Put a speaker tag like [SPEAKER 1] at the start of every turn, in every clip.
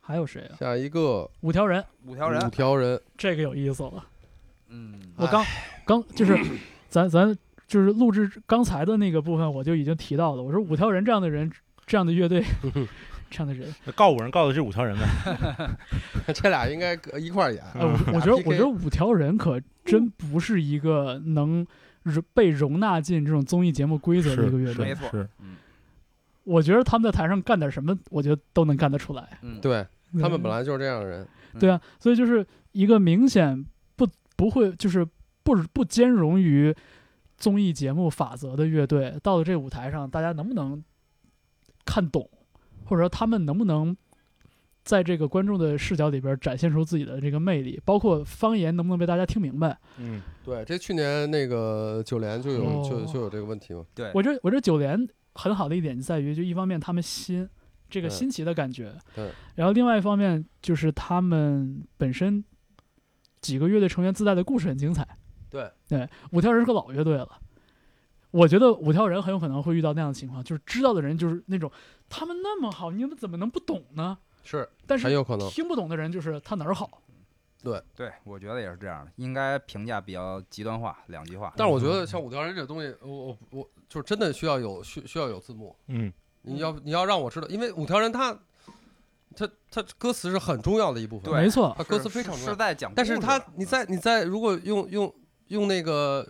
[SPEAKER 1] 还有谁啊？
[SPEAKER 2] 下一个
[SPEAKER 1] 五条人，
[SPEAKER 3] 五条人
[SPEAKER 2] 五，条人，
[SPEAKER 1] 这个有意思了。
[SPEAKER 3] 嗯，
[SPEAKER 1] 我刚刚就是，咱咱就是录制刚才的那个部分，我就已经提到了，我说五条人这样的人，这样的乐队，这样的人，
[SPEAKER 4] 告五人告的是五条人呗，
[SPEAKER 2] 这俩应该搁一块儿演。
[SPEAKER 1] 呃，我我觉得，我觉得五条人可真不是一个能容被容纳进这种综艺节目规则的一个乐
[SPEAKER 4] 是
[SPEAKER 1] 队
[SPEAKER 3] 没。错
[SPEAKER 4] 是
[SPEAKER 1] 我觉得他们在台上干点什么，我觉得都能干得出来。
[SPEAKER 3] 嗯，
[SPEAKER 2] 对他们
[SPEAKER 1] 嗯
[SPEAKER 2] 本来就是这样的人，
[SPEAKER 1] 对啊，所以就是一个明显不不会就是不不兼容于综艺节目法则的乐队，到了这舞台上，大家能不能看懂，或者说他们能不能在这个观众的视角里边展现出自己的这个魅力，包括方言能不能被大家听明白？
[SPEAKER 4] 嗯，
[SPEAKER 2] 对，这去年那个九连就有就
[SPEAKER 1] 哦
[SPEAKER 2] 就有这个问题嘛，
[SPEAKER 3] 对，
[SPEAKER 1] 我这我这九连很好的一点就在于，就一方面他们新这个
[SPEAKER 2] 对
[SPEAKER 1] 新奇的感觉，
[SPEAKER 2] 对
[SPEAKER 1] 然后另外一方面就是他们本身几个乐队成员自带的故事很精彩。
[SPEAKER 2] 对
[SPEAKER 1] 对，五条人是个老乐队了。我觉得五条人很有可能会遇到那样的情况，就是知道的人就是那种他们那么好，你们怎么能不懂呢？
[SPEAKER 2] 是
[SPEAKER 1] 但
[SPEAKER 2] 很
[SPEAKER 1] 是
[SPEAKER 2] 有可能。
[SPEAKER 1] 听不懂的人就是他哪儿好，
[SPEAKER 3] 对，我觉得也是这样的，应该评价比较极端化，两极化。
[SPEAKER 2] 但是我觉得像五条人这东西，我我我就是真的需要有需需要有字幕，
[SPEAKER 4] 嗯，
[SPEAKER 2] 你要你要让我知道，因为五条人他他他歌词是很重要的一部分，
[SPEAKER 3] 对
[SPEAKER 1] 没错，
[SPEAKER 2] 他
[SPEAKER 3] 是
[SPEAKER 2] 歌词非常
[SPEAKER 3] 是
[SPEAKER 2] 重
[SPEAKER 3] 是
[SPEAKER 2] 要，
[SPEAKER 3] 在讲故
[SPEAKER 2] 但
[SPEAKER 3] 事
[SPEAKER 2] 是
[SPEAKER 3] 的，嗯
[SPEAKER 2] 他你在你在如果用用用那个。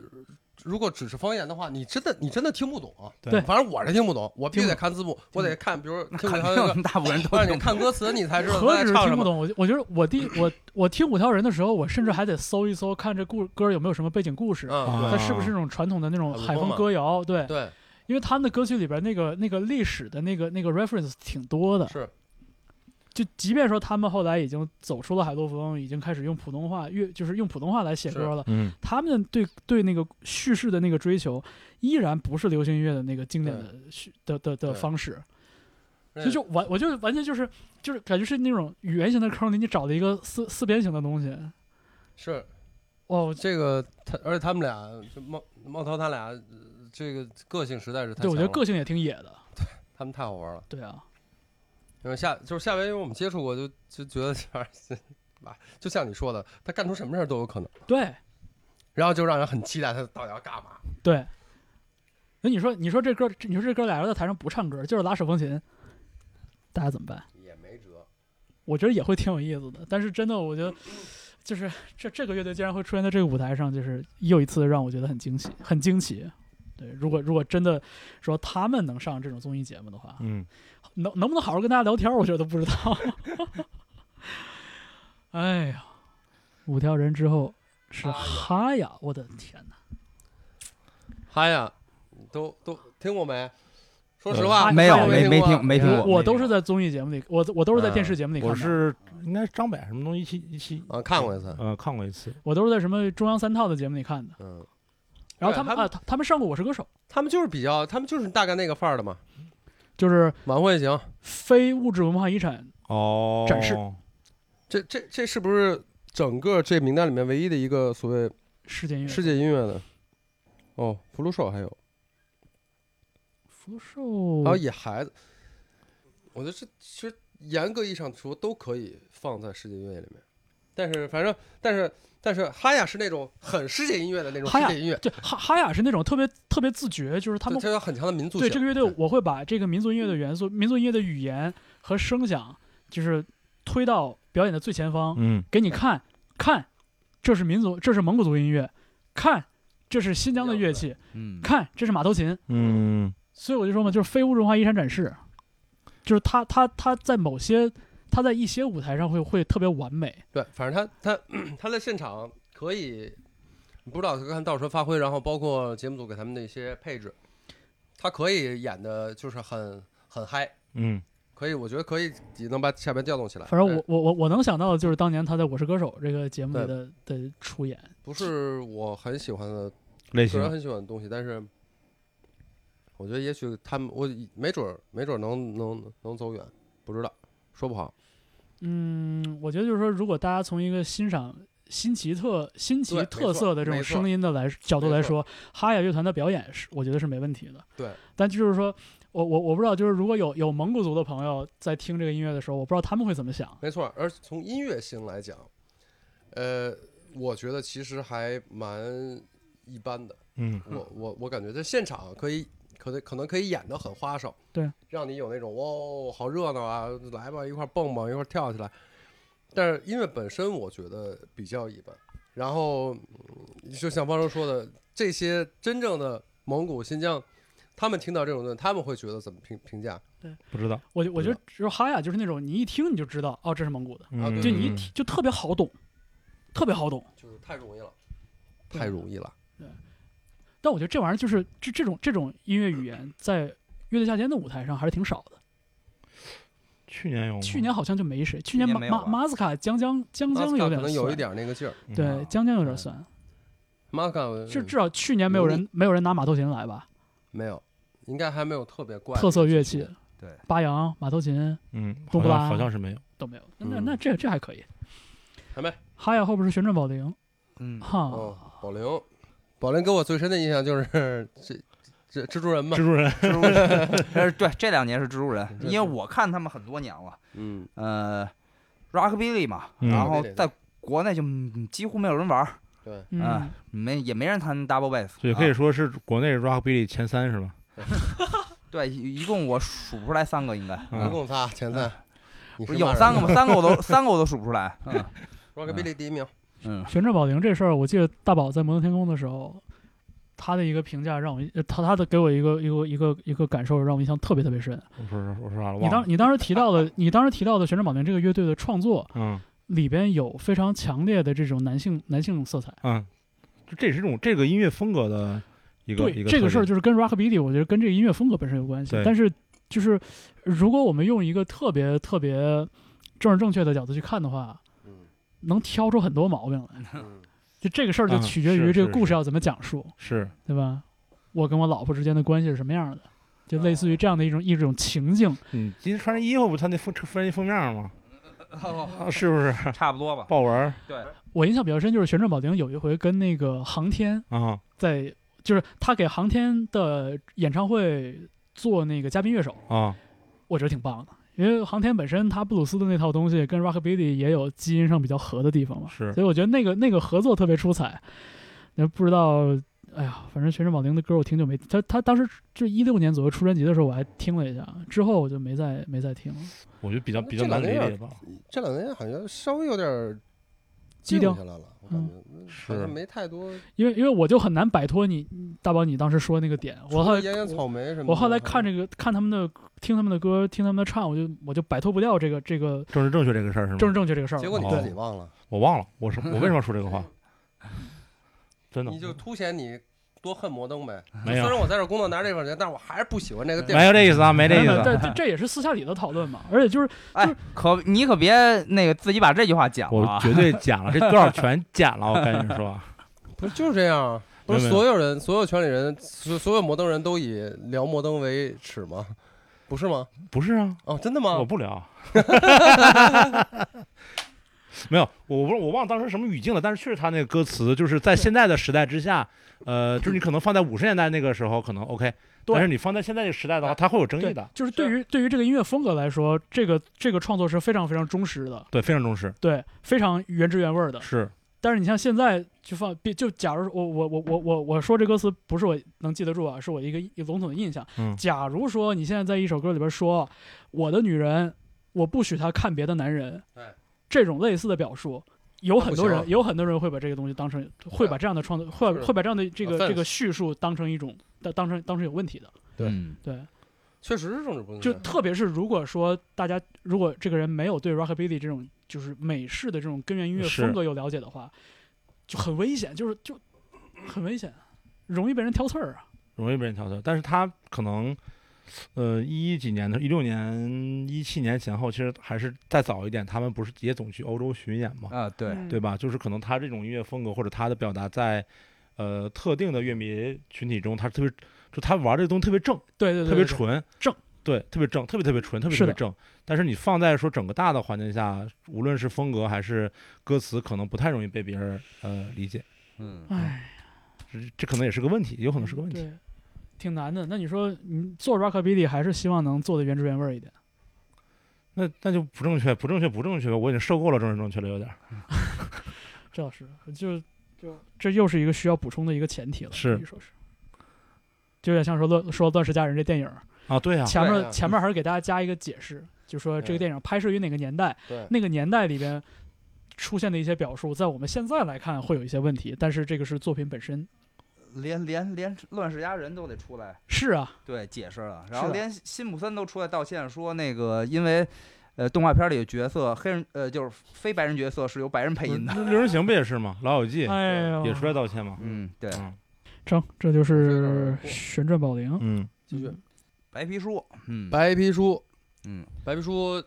[SPEAKER 2] 如果只是方言的话，你真的你真的听不懂、啊。
[SPEAKER 4] 对
[SPEAKER 2] 反正我是听不懂，我必须
[SPEAKER 1] 听不
[SPEAKER 2] 得看字幕，我得看，比如听五
[SPEAKER 3] 肯
[SPEAKER 2] 条人的
[SPEAKER 3] 定大部分 人都
[SPEAKER 2] 但是
[SPEAKER 3] 听
[SPEAKER 2] 你看歌词，你才知道
[SPEAKER 1] 何
[SPEAKER 2] 他在
[SPEAKER 1] 止是
[SPEAKER 2] 唱
[SPEAKER 1] 听
[SPEAKER 2] 什
[SPEAKER 1] 不
[SPEAKER 2] 么。
[SPEAKER 1] 懂，我我觉得我第我我听五条人的时候，我甚至还得搜一搜，看这故歌有没有什么背景故事，
[SPEAKER 2] 嗯，
[SPEAKER 1] 它是不是那种传统的那种
[SPEAKER 2] 啊
[SPEAKER 1] 海
[SPEAKER 2] 鲁
[SPEAKER 1] 风
[SPEAKER 2] 邦嘛
[SPEAKER 1] 歌谣？对，
[SPEAKER 2] 对，
[SPEAKER 1] 因为他们的歌曲里边那个那个历史的那个那个 reference 挺多的
[SPEAKER 2] 对，是，
[SPEAKER 1] 就即便说他们后来已经走出了海陆风，已经开始用普通话粤，就是用普通话来写歌了，
[SPEAKER 4] 嗯，
[SPEAKER 1] 他们对对那个叙事的那个追求，依然不是流行音乐的那个经典的叙的的的
[SPEAKER 2] 对
[SPEAKER 1] 方式，所
[SPEAKER 2] 这
[SPEAKER 1] 以就完，我就完全就是就是感觉是那种圆形的坑里你找了一个四四边形的东西，
[SPEAKER 2] 是
[SPEAKER 1] 哇，我
[SPEAKER 2] 这个他，而且他们俩就茂茂涛他俩，呃这个个性实在是太
[SPEAKER 1] 对我觉得
[SPEAKER 2] 强了
[SPEAKER 1] 个性也挺野的，
[SPEAKER 2] 他们太好玩了。
[SPEAKER 1] 对啊，
[SPEAKER 2] 因为下就是下边，因为我们接触过，就就觉得这玩意儿， 妈就像你说的，他干出什么事儿都有可能，
[SPEAKER 1] 对
[SPEAKER 2] 然后就让人很期待他到底要干嘛。
[SPEAKER 1] 对。那你说，你说这歌，你说这哥俩人在台上不唱歌，就是拉手风琴，大家怎么办？
[SPEAKER 2] 也没辙，
[SPEAKER 1] 我觉得也会挺有意思的。但是真的，我觉得就是这这个乐队竟然会出现在这个舞台上，就是又一次让我觉得很惊喜，很惊奇。对，如果如果真的说他们能上这种综艺节目的话，
[SPEAKER 4] 嗯，
[SPEAKER 1] 能能不能好好跟大家聊天，我觉得都不知道。 哎呀，五条人之后是哈呀，我的天哪！
[SPEAKER 2] 嗨呀，都都听过没？说实
[SPEAKER 1] 呃
[SPEAKER 2] 话，
[SPEAKER 3] 没有
[SPEAKER 2] 听过
[SPEAKER 3] 没没
[SPEAKER 2] 过
[SPEAKER 3] 听没听过，
[SPEAKER 1] 我都是在综艺节目里，我我都是在电视节目里看
[SPEAKER 4] 我
[SPEAKER 1] 的，
[SPEAKER 4] 是应该是张柏什么东西一期一期，
[SPEAKER 2] 啊，看过一次，
[SPEAKER 4] 呃，看过一次，
[SPEAKER 1] 我都是在什么中央三套的节目里看的。
[SPEAKER 2] 嗯，
[SPEAKER 1] 然后
[SPEAKER 2] 对
[SPEAKER 1] 他们
[SPEAKER 2] 他们
[SPEAKER 1] 啊，他他们上过《我是歌手》，
[SPEAKER 2] 他们就是比较，他们就是大概那个范儿的嘛，
[SPEAKER 1] 就是
[SPEAKER 2] 晚会型。
[SPEAKER 1] 非物质文化遗产，
[SPEAKER 4] 哦，
[SPEAKER 1] 展示
[SPEAKER 2] 这这这是不是整个这名单里面唯一的一个所谓
[SPEAKER 1] 世界音乐。
[SPEAKER 2] 世界音乐的？哦，福禄寿还有，
[SPEAKER 1] 福寿
[SPEAKER 2] 还有野孩子。我觉得这其实严格意义上说都可以放在世界音乐里面，但是反正但是但是哈雅是那种很世界音乐的那种
[SPEAKER 1] 哈
[SPEAKER 2] 世
[SPEAKER 1] 雅
[SPEAKER 2] 界音乐，
[SPEAKER 1] 对哈哈雅是那种特别特别自觉，就是他们
[SPEAKER 2] 它有很强的民族
[SPEAKER 1] 对
[SPEAKER 2] 性。
[SPEAKER 1] 这个乐队，我会把这个民族音乐的元素、民族音乐的语言和声响，就是推到表演的最前方，
[SPEAKER 4] 嗯，
[SPEAKER 1] 给你看看，这是民族，这是蒙古族音乐，看这是新疆的乐器，
[SPEAKER 3] 嗯，
[SPEAKER 1] 看这是马头琴，
[SPEAKER 4] 嗯，
[SPEAKER 1] 所以我就说嘛，就是非物质文化遗产展示，就是他他他在某些他在一些舞台上会会特别完美，
[SPEAKER 2] 对，反正他他他在现场可以，你不知道看到时候发挥，然后包括节目组给他们的一些配置，他可以演的就是很很嗨，
[SPEAKER 4] 嗯，
[SPEAKER 2] 可以，我觉得可以，也能把下边调动起来。
[SPEAKER 1] 反正
[SPEAKER 2] 对
[SPEAKER 1] 我我我我能想到的就是当年他在《我是歌手》这个节目里的的出演，
[SPEAKER 2] 不是我很喜欢的，
[SPEAKER 4] 类
[SPEAKER 2] 个
[SPEAKER 4] 型啊
[SPEAKER 2] 人很喜欢的东西，但是我觉得也许他们，我没准儿没准儿能能能走远，不知道，说不好。
[SPEAKER 1] 嗯，我觉得就是说，如果大家从一个欣赏新奇特、新奇
[SPEAKER 2] 对没
[SPEAKER 1] 特色
[SPEAKER 2] 错
[SPEAKER 1] 的这种
[SPEAKER 2] 没错
[SPEAKER 1] 声音的来角度来
[SPEAKER 2] 没
[SPEAKER 1] 说，哈雅乐团的表演是我觉得是没问题的。
[SPEAKER 2] 对，
[SPEAKER 1] 但就是说，我我我不知道，就是如果有有蒙古族的朋友在听这个音乐的时候，我不知道他们会怎么想。
[SPEAKER 2] 没错。而从音乐性来讲，呃，我觉得其实还蛮一般的。
[SPEAKER 4] 嗯，
[SPEAKER 2] 我我我感觉在现场可以，可能可能可以演得很花哨，
[SPEAKER 1] 对，
[SPEAKER 2] 让你有那种哇、好热闹啊，来吧，一块儿蹦蹦，一块儿跳起来。但是音乐本身，我觉得比较一般。然后，嗯就像方舟说的，这些真正的蒙古、新疆，他们听到这种东西，他们会觉得怎么评评价？
[SPEAKER 4] 不知道。
[SPEAKER 1] 我就我觉
[SPEAKER 2] 对
[SPEAKER 1] 得只有哈雅就是那种你一听你就知道，哦，这是蒙古的，
[SPEAKER 2] 啊对
[SPEAKER 1] 就你一
[SPEAKER 4] 嗯
[SPEAKER 1] 听就特别好懂，特别好懂。
[SPEAKER 2] 就是太容易了，太容易了。
[SPEAKER 1] 但我觉得这玩意儿就是这这种这种音乐语言在乐队夏天的舞台上还是挺少的。
[SPEAKER 4] 去年有吗，
[SPEAKER 1] 去年好像就没谁，去年
[SPEAKER 3] 年
[SPEAKER 1] 马
[SPEAKER 3] 没有
[SPEAKER 1] 马
[SPEAKER 3] 吧
[SPEAKER 1] 马斯卡江江江
[SPEAKER 2] 马
[SPEAKER 1] 江
[SPEAKER 2] 斯
[SPEAKER 1] 有
[SPEAKER 2] 卡可
[SPEAKER 1] 点
[SPEAKER 2] 能有一
[SPEAKER 1] 酸，
[SPEAKER 2] 点那个劲儿，
[SPEAKER 4] 嗯
[SPEAKER 1] 对江江有点
[SPEAKER 2] 嗯
[SPEAKER 1] 酸，
[SPEAKER 2] 马斯卡嗯
[SPEAKER 1] 就至少去年没有人没有人拿马头琴来吧，
[SPEAKER 2] 没有，应该还没有特别怪的
[SPEAKER 1] 特色乐
[SPEAKER 2] 去
[SPEAKER 1] 器
[SPEAKER 2] 年，
[SPEAKER 3] 对，
[SPEAKER 1] 八扬、马头琴
[SPEAKER 4] 嗯，
[SPEAKER 1] 冬
[SPEAKER 4] 好
[SPEAKER 1] 不啊拉
[SPEAKER 4] 像好像是没有。
[SPEAKER 1] 都没有。那
[SPEAKER 2] 嗯
[SPEAKER 1] 那这这还可以。
[SPEAKER 2] 还没。
[SPEAKER 1] 哈雅后边是旋转保龄，
[SPEAKER 3] 嗯，
[SPEAKER 1] 哈
[SPEAKER 2] 哦，，宝玲，宝玲给我最深的印象就是这这蜘蛛人吧
[SPEAKER 4] 蜘，蛛
[SPEAKER 3] 啊
[SPEAKER 4] 人，
[SPEAKER 2] 蜘蛛人，
[SPEAKER 3] 但是对这两年是蜘蛛人，
[SPEAKER 2] 对
[SPEAKER 3] 因为我看他们很多年了，
[SPEAKER 2] 嗯，
[SPEAKER 3] 呃，Rockabilly 嘛，
[SPEAKER 4] 嗯
[SPEAKER 3] 然后
[SPEAKER 2] Rockabilly，
[SPEAKER 3] 在国内就嗯几乎没有人玩儿，
[SPEAKER 2] 对，
[SPEAKER 1] 嗯
[SPEAKER 3] 啊，没也没人弹 Double Bass，
[SPEAKER 4] 所以可以
[SPEAKER 3] 啊
[SPEAKER 4] 说是国内 rockabilly 前三是吧？
[SPEAKER 3] 对，一一共我数不出来三个应该，
[SPEAKER 2] 一
[SPEAKER 4] 嗯，
[SPEAKER 2] 共仨前三，你
[SPEAKER 3] 不是有三个吗？三个我都三个我都数不出来，嗯
[SPEAKER 2] ？Rockabilly 第一名，
[SPEAKER 3] 嗯，
[SPEAKER 1] 旋转保龄这事儿，我记得大宝在《摩登天空》的时候，他的一个评价让我印呃他他的给我一个一个一个一个感受，让我印象特别特别深。
[SPEAKER 4] 我说我说啥了？
[SPEAKER 1] 你
[SPEAKER 4] 忘了
[SPEAKER 1] 当。你当时提到的，你当时提到的旋转保龄这个乐队的创作
[SPEAKER 4] 嗯
[SPEAKER 1] 里边有非常强烈的这种男性男性色彩。
[SPEAKER 4] 嗯，就这是这种这个音乐风格的一个
[SPEAKER 1] 对
[SPEAKER 4] 一个
[SPEAKER 1] 这个
[SPEAKER 4] 特
[SPEAKER 1] 事儿，
[SPEAKER 4] 点
[SPEAKER 1] 就是跟 rockabilly，我觉得跟这个音乐风格本身有关系
[SPEAKER 4] 对。
[SPEAKER 1] 但是就是如果我们用一个特别特别政治正确的角度去看的话，
[SPEAKER 2] 嗯
[SPEAKER 1] 能挑出很多毛病来。
[SPEAKER 2] 嗯，
[SPEAKER 1] 就这个事儿就
[SPEAKER 4] 嗯
[SPEAKER 1] 取决
[SPEAKER 4] 是
[SPEAKER 1] 于这
[SPEAKER 4] 是
[SPEAKER 1] 个故事要怎么讲述，
[SPEAKER 4] 是
[SPEAKER 1] 对吧？我跟我老婆之间的关系是什么样的？就类似于这样的一种一种情境，
[SPEAKER 4] 你今天穿着衣服不他那封穿一封面吗？啊，是不是
[SPEAKER 3] 差不多吧，
[SPEAKER 4] 豹纹儿
[SPEAKER 3] 对，
[SPEAKER 1] 我印象比较深就是旋转保龄有一回跟那个航天
[SPEAKER 4] 啊？
[SPEAKER 1] 在，就是他给航天的演唱会做那个嘉宾乐手，
[SPEAKER 4] 啊，
[SPEAKER 1] 我觉得挺棒的，因为航天本身它布鲁斯的那套东西跟 rockabilly 也有基因上比较合的地方嘛，
[SPEAKER 4] 是
[SPEAKER 1] 所以我觉得那个那个合作特别出彩。那不知道，哎呀，反正全身保龄的歌我听就没，他他当时就一六年左右出专辑的时候我还听了一下，之后我就没再没再听了。
[SPEAKER 4] 我觉得比较比
[SPEAKER 2] 这
[SPEAKER 4] 较难
[SPEAKER 2] 两
[SPEAKER 4] 理
[SPEAKER 2] 个
[SPEAKER 4] 解吧。
[SPEAKER 2] 这两年好像稍微有点
[SPEAKER 1] 基
[SPEAKER 2] 静
[SPEAKER 1] 调
[SPEAKER 2] 下来了，我感觉好
[SPEAKER 4] 是
[SPEAKER 2] 像没太多，
[SPEAKER 1] 因为因为我就很难摆脱你大宝你当时说那个点，我
[SPEAKER 2] 除
[SPEAKER 1] 后
[SPEAKER 2] 了
[SPEAKER 1] 来
[SPEAKER 2] 腌腌草莓什么的，嗯
[SPEAKER 1] 我后来看这个看他们的听他们的歌听他们的唱，我就我就摆脱不掉这个这个
[SPEAKER 4] 政治正确这个事儿是吗？
[SPEAKER 1] 政治正确这个事儿了。
[SPEAKER 2] 结果你
[SPEAKER 4] 哦
[SPEAKER 2] 自己忘了，
[SPEAKER 4] 我忘了，我是我为什么要说这个话？真的
[SPEAKER 2] 你就凸显你多恨摩登呗。
[SPEAKER 4] 没有
[SPEAKER 2] 虽然我在这儿工作拿这份钱，但是我还是不喜欢这个地
[SPEAKER 4] 没
[SPEAKER 2] 儿。
[SPEAKER 4] 有这意思啊，没这意
[SPEAKER 1] 没有 没有
[SPEAKER 4] 思。
[SPEAKER 1] 这这这也是私下里的讨论嘛，而且就是
[SPEAKER 3] 哎，可你可别那个自己把这句话讲了
[SPEAKER 4] 我
[SPEAKER 3] 啊，
[SPEAKER 4] 绝对剪了，这多少全剪了，我跟你说。啊
[SPEAKER 2] 不是就是这样啊？不
[SPEAKER 4] 没
[SPEAKER 2] 是
[SPEAKER 4] 有
[SPEAKER 2] 所有人，所有圈里人，所所有摩登人都以聊摩登为耻吗？不是吗？
[SPEAKER 4] 不是啊，
[SPEAKER 2] 哦，真的
[SPEAKER 4] 我
[SPEAKER 2] 吗？
[SPEAKER 4] 不聊。没有，我我不是我忘了当时什么语境了，但是确实他那个歌词就是在现在的时代之下，呃，就是你可能放在五十年代那个时候可能 OK，
[SPEAKER 1] 对
[SPEAKER 4] 但是你放在现在这个时代的话，它会有争议
[SPEAKER 1] 对
[SPEAKER 4] 的，，
[SPEAKER 2] 啊
[SPEAKER 1] 就是对于对于这个音乐风格来说，这个这个创作是非常非常忠实的，
[SPEAKER 4] 对，非常重视，
[SPEAKER 1] 对，非常原汁原味儿的。
[SPEAKER 4] 是
[SPEAKER 1] 但是你像现在就放，别就假如我我我我我我说这歌词不是我能记得住啊，是我一个一笼统的印象。
[SPEAKER 4] 嗯
[SPEAKER 1] 假如说你现在在一首歌里边说“我的女人，我不许她看别的男人”，
[SPEAKER 2] 对
[SPEAKER 1] 这种类似的表述。有很多
[SPEAKER 2] 那不
[SPEAKER 1] 人，
[SPEAKER 2] 行
[SPEAKER 1] 有很多人会把这个东西当成，会把这样的创作，会
[SPEAKER 2] 就是
[SPEAKER 1] 会把这样的这个
[SPEAKER 2] offense
[SPEAKER 1] 这个叙述当成一种，当当成当成有问题的，
[SPEAKER 2] 对
[SPEAKER 3] 嗯
[SPEAKER 1] 对。
[SPEAKER 2] 确实是政治
[SPEAKER 4] 嗯
[SPEAKER 2] 不正确
[SPEAKER 1] 就。特别是如果说大家如果这个人没有对 rockabilly 这种就是美式的这种根源音乐
[SPEAKER 4] 是
[SPEAKER 1] 风格有了解的话，就很危险，就是就很危险，容易被人挑刺儿啊。
[SPEAKER 4] 容易被人挑剔，但是他可能。呃，一几年的，一六年、一七年前后，其实还是再早一点，他们不是也总去欧洲巡演
[SPEAKER 1] 嗯
[SPEAKER 4] 嘛，
[SPEAKER 3] 啊对，
[SPEAKER 2] 嗯
[SPEAKER 4] 对吧？就是可能他这种音乐风格或者他的表达在，呃，特定的乐迷群体中，他特别就他玩这个东西特别正，
[SPEAKER 1] 对对对，
[SPEAKER 4] 特别
[SPEAKER 1] 对，
[SPEAKER 4] 纯
[SPEAKER 1] 正，
[SPEAKER 4] 对，特别正，特别特别纯，特别
[SPEAKER 1] 是
[SPEAKER 4] 特
[SPEAKER 1] 的
[SPEAKER 4] 别正。但是你放在说整个大的环境下，无论是风格还是歌词，可能不太容易被别人呃理解，
[SPEAKER 3] 嗯
[SPEAKER 1] 对哎，
[SPEAKER 4] 嗯这这可能也是个问题，有可能是个问题。
[SPEAKER 1] 对。挺难的。那你说你做 rockabilly 还是希望能做的原汁原味儿一点？
[SPEAKER 4] 那那就不正确，不正确，不正确吧？我已经受够了正确正确了，有点儿
[SPEAKER 1] 这倒是，就就这又是一个需要补充的一个前提了，
[SPEAKER 4] 是
[SPEAKER 1] 可以说是，就有点像说乱说《乱世佳人》这电影儿，
[SPEAKER 4] 啊，对呀、
[SPEAKER 1] 前
[SPEAKER 2] 对
[SPEAKER 1] 面
[SPEAKER 2] 啊
[SPEAKER 1] 前面还是给大家加一个解释，就说这个
[SPEAKER 2] 嗯
[SPEAKER 1] 电影拍摄于哪个年代，
[SPEAKER 2] 对，
[SPEAKER 1] 那个年代里边出现的一些表述，在我们现在来看会有一些问题，但是这个是作品本身。
[SPEAKER 3] 连连连乱世佳人都得出来
[SPEAKER 1] 是啊，
[SPEAKER 3] 对解释了，
[SPEAKER 1] 是
[SPEAKER 3] 然后
[SPEAKER 1] 啊
[SPEAKER 3] 连辛普森都出来道歉说那个因为。呃，动画片里的角色黑人，呃，就是非白人角色是由白人配音的。
[SPEAKER 4] 那六人行不也是吗？老友记、
[SPEAKER 1] 哎呦，
[SPEAKER 4] 也出来道歉嘛。
[SPEAKER 3] 嗯，对，
[SPEAKER 4] 嗯
[SPEAKER 1] 成，这就
[SPEAKER 2] 这有
[SPEAKER 1] 是
[SPEAKER 2] 点过
[SPEAKER 1] 旋转保龄。
[SPEAKER 4] 嗯，
[SPEAKER 2] 继续
[SPEAKER 1] 嗯
[SPEAKER 3] 白皮书，嗯，
[SPEAKER 2] 白皮书，
[SPEAKER 3] 嗯，
[SPEAKER 2] 白皮书，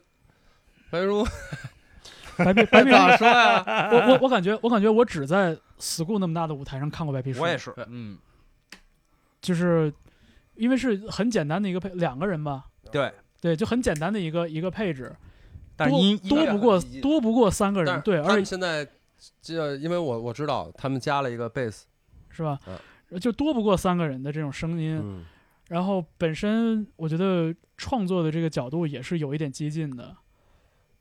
[SPEAKER 2] 白皮书
[SPEAKER 1] 白皮白皮书，
[SPEAKER 2] 咋说 呀？
[SPEAKER 1] 我我我感觉我感觉我只在 school 那么大的舞台上看过白皮书，
[SPEAKER 3] 我也是
[SPEAKER 2] 对，
[SPEAKER 3] 嗯，
[SPEAKER 1] 就是因为是很简单的一个配，两个人吧，
[SPEAKER 3] 对，
[SPEAKER 1] 对，就很简单的一个一个配置，
[SPEAKER 3] 但是音
[SPEAKER 1] 多
[SPEAKER 3] 音乐
[SPEAKER 1] 多不过
[SPEAKER 3] 很激进
[SPEAKER 1] 多不过三个人，
[SPEAKER 2] 但是
[SPEAKER 1] 对，
[SPEAKER 2] 他
[SPEAKER 1] 而
[SPEAKER 2] 们
[SPEAKER 1] 且
[SPEAKER 2] 现在这，因为我我知道他们加了一个贝斯，
[SPEAKER 1] 是吧，就多不过三个人的这种声音，
[SPEAKER 2] 嗯，
[SPEAKER 1] 然后本身我觉得创作的这个角度也是有一点激进的，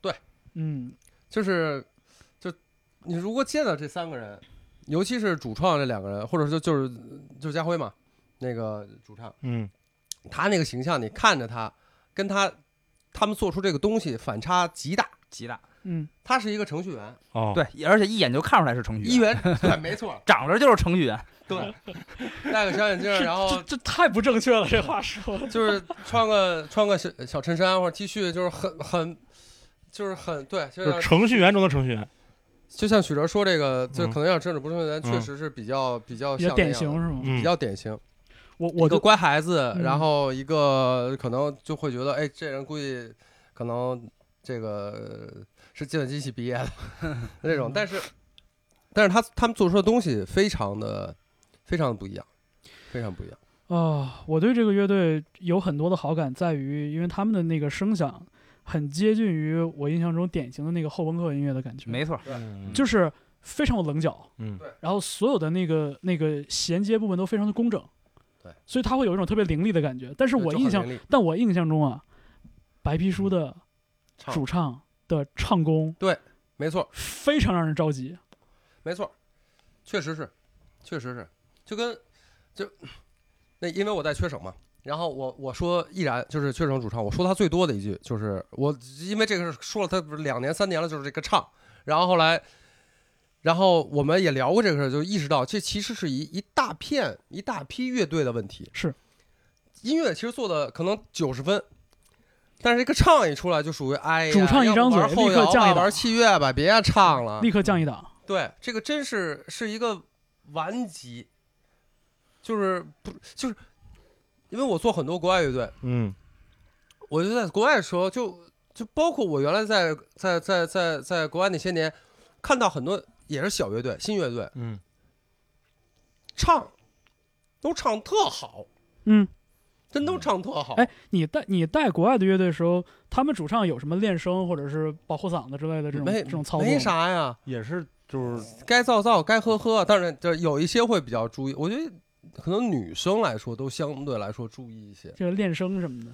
[SPEAKER 2] 对，
[SPEAKER 1] 嗯，
[SPEAKER 2] 就是就你如果见到这三个人，尤其是主创这两个人，或者说就是就是家辉嘛，那个主唱，
[SPEAKER 4] 嗯，
[SPEAKER 2] 他那个形象，你看着他跟他他们做出这个东西反差极大。
[SPEAKER 3] 极大，
[SPEAKER 1] 嗯，
[SPEAKER 2] 他是一个程序 员，
[SPEAKER 4] 哦，，
[SPEAKER 3] 对，而且一眼就看出来是程
[SPEAKER 2] 一
[SPEAKER 3] 序员，
[SPEAKER 2] 元对，没错，
[SPEAKER 3] 长着就是程序员，
[SPEAKER 2] 对，戴个小眼镜儿，然后
[SPEAKER 1] 这这太不正确了，这话说的，
[SPEAKER 2] 就是穿个穿个小小衬衫或者 T 恤，就是很很，就是很对，就
[SPEAKER 4] 就是
[SPEAKER 2] 像
[SPEAKER 4] 程序员中的程序员。
[SPEAKER 2] 就像许哲说这个，就
[SPEAKER 4] 嗯
[SPEAKER 2] 可能要政治不正确人，确实是比较比较
[SPEAKER 1] 比较
[SPEAKER 2] 像
[SPEAKER 1] 典
[SPEAKER 2] 那样
[SPEAKER 1] 型
[SPEAKER 2] 的，
[SPEAKER 1] 是吗？
[SPEAKER 4] 嗯
[SPEAKER 2] 比，较典型。
[SPEAKER 1] 我
[SPEAKER 2] 一
[SPEAKER 1] 我
[SPEAKER 2] 个
[SPEAKER 1] 就
[SPEAKER 2] 乖孩子，
[SPEAKER 1] 嗯
[SPEAKER 2] 然后一个可能就会觉得，哎，这人估计可能这个呃是计算机系毕业 的那种，但是但是他他们做出的东西非常的非常的不一样，非常不一样。
[SPEAKER 1] 啊、我对这个乐队有很多的好感，在于因为他们的那个声响很接近于我印象中典型的那个后朋克音乐的感觉，
[SPEAKER 3] 没错，
[SPEAKER 4] 嗯
[SPEAKER 1] 就是非常有棱角，
[SPEAKER 4] 嗯
[SPEAKER 1] 然后所有的那个那个衔接部分都非常的工整，
[SPEAKER 2] 对，
[SPEAKER 1] 所以它会有一种特别凌厉的感觉。但是
[SPEAKER 2] 是
[SPEAKER 1] 我印象，但我印象中啊，白皮书
[SPEAKER 2] 嗯
[SPEAKER 1] 的主唱的唱功
[SPEAKER 2] 没错，
[SPEAKER 1] 非常让人着急，
[SPEAKER 2] 没错，确实是，确实是，就跟就那因为我在缺省嘛，然后我我说依然就是缺省主唱，我说他最多的一句就是我因为这个是说了他不是两年三年了，就是这个唱，然后后来。然后我们也聊过这个事儿，就意识到这其实是一一大片一大批乐队的问题。
[SPEAKER 1] 是，
[SPEAKER 2] 音乐其实做的可能九十分，但是这个唱一出来就属于哎呀，
[SPEAKER 1] 主唱一
[SPEAKER 2] 要不
[SPEAKER 1] 张嘴
[SPEAKER 2] 玩
[SPEAKER 1] 立
[SPEAKER 2] 后
[SPEAKER 1] 刻
[SPEAKER 2] 摇
[SPEAKER 1] 降
[SPEAKER 2] 吧
[SPEAKER 1] 一档
[SPEAKER 2] 玩器乐吧，别唱了，
[SPEAKER 1] 立刻降一档。
[SPEAKER 2] 对，这个真是是一个顽疾，就是不就是因为我做很多国外乐队，
[SPEAKER 4] 嗯
[SPEAKER 2] 我就在国外的时候就就包括我原来在在在在在国外那些年，看到很多也是小乐队、新乐队
[SPEAKER 4] 嗯，
[SPEAKER 2] 唱，都唱特好，
[SPEAKER 1] 嗯，
[SPEAKER 2] 真都唱特好。
[SPEAKER 1] 哎，你带你带国外的乐队的时候，他们主唱有什么练声或者是保护嗓子之类的这种
[SPEAKER 2] 没
[SPEAKER 1] 这种操作吗？
[SPEAKER 2] 没啥呀，
[SPEAKER 4] 也是就是
[SPEAKER 2] 该造造，该喝喝，但是这有一些会比较注意，我觉得可能女生来说都相对来说注意一些。
[SPEAKER 1] 就是练声什么的。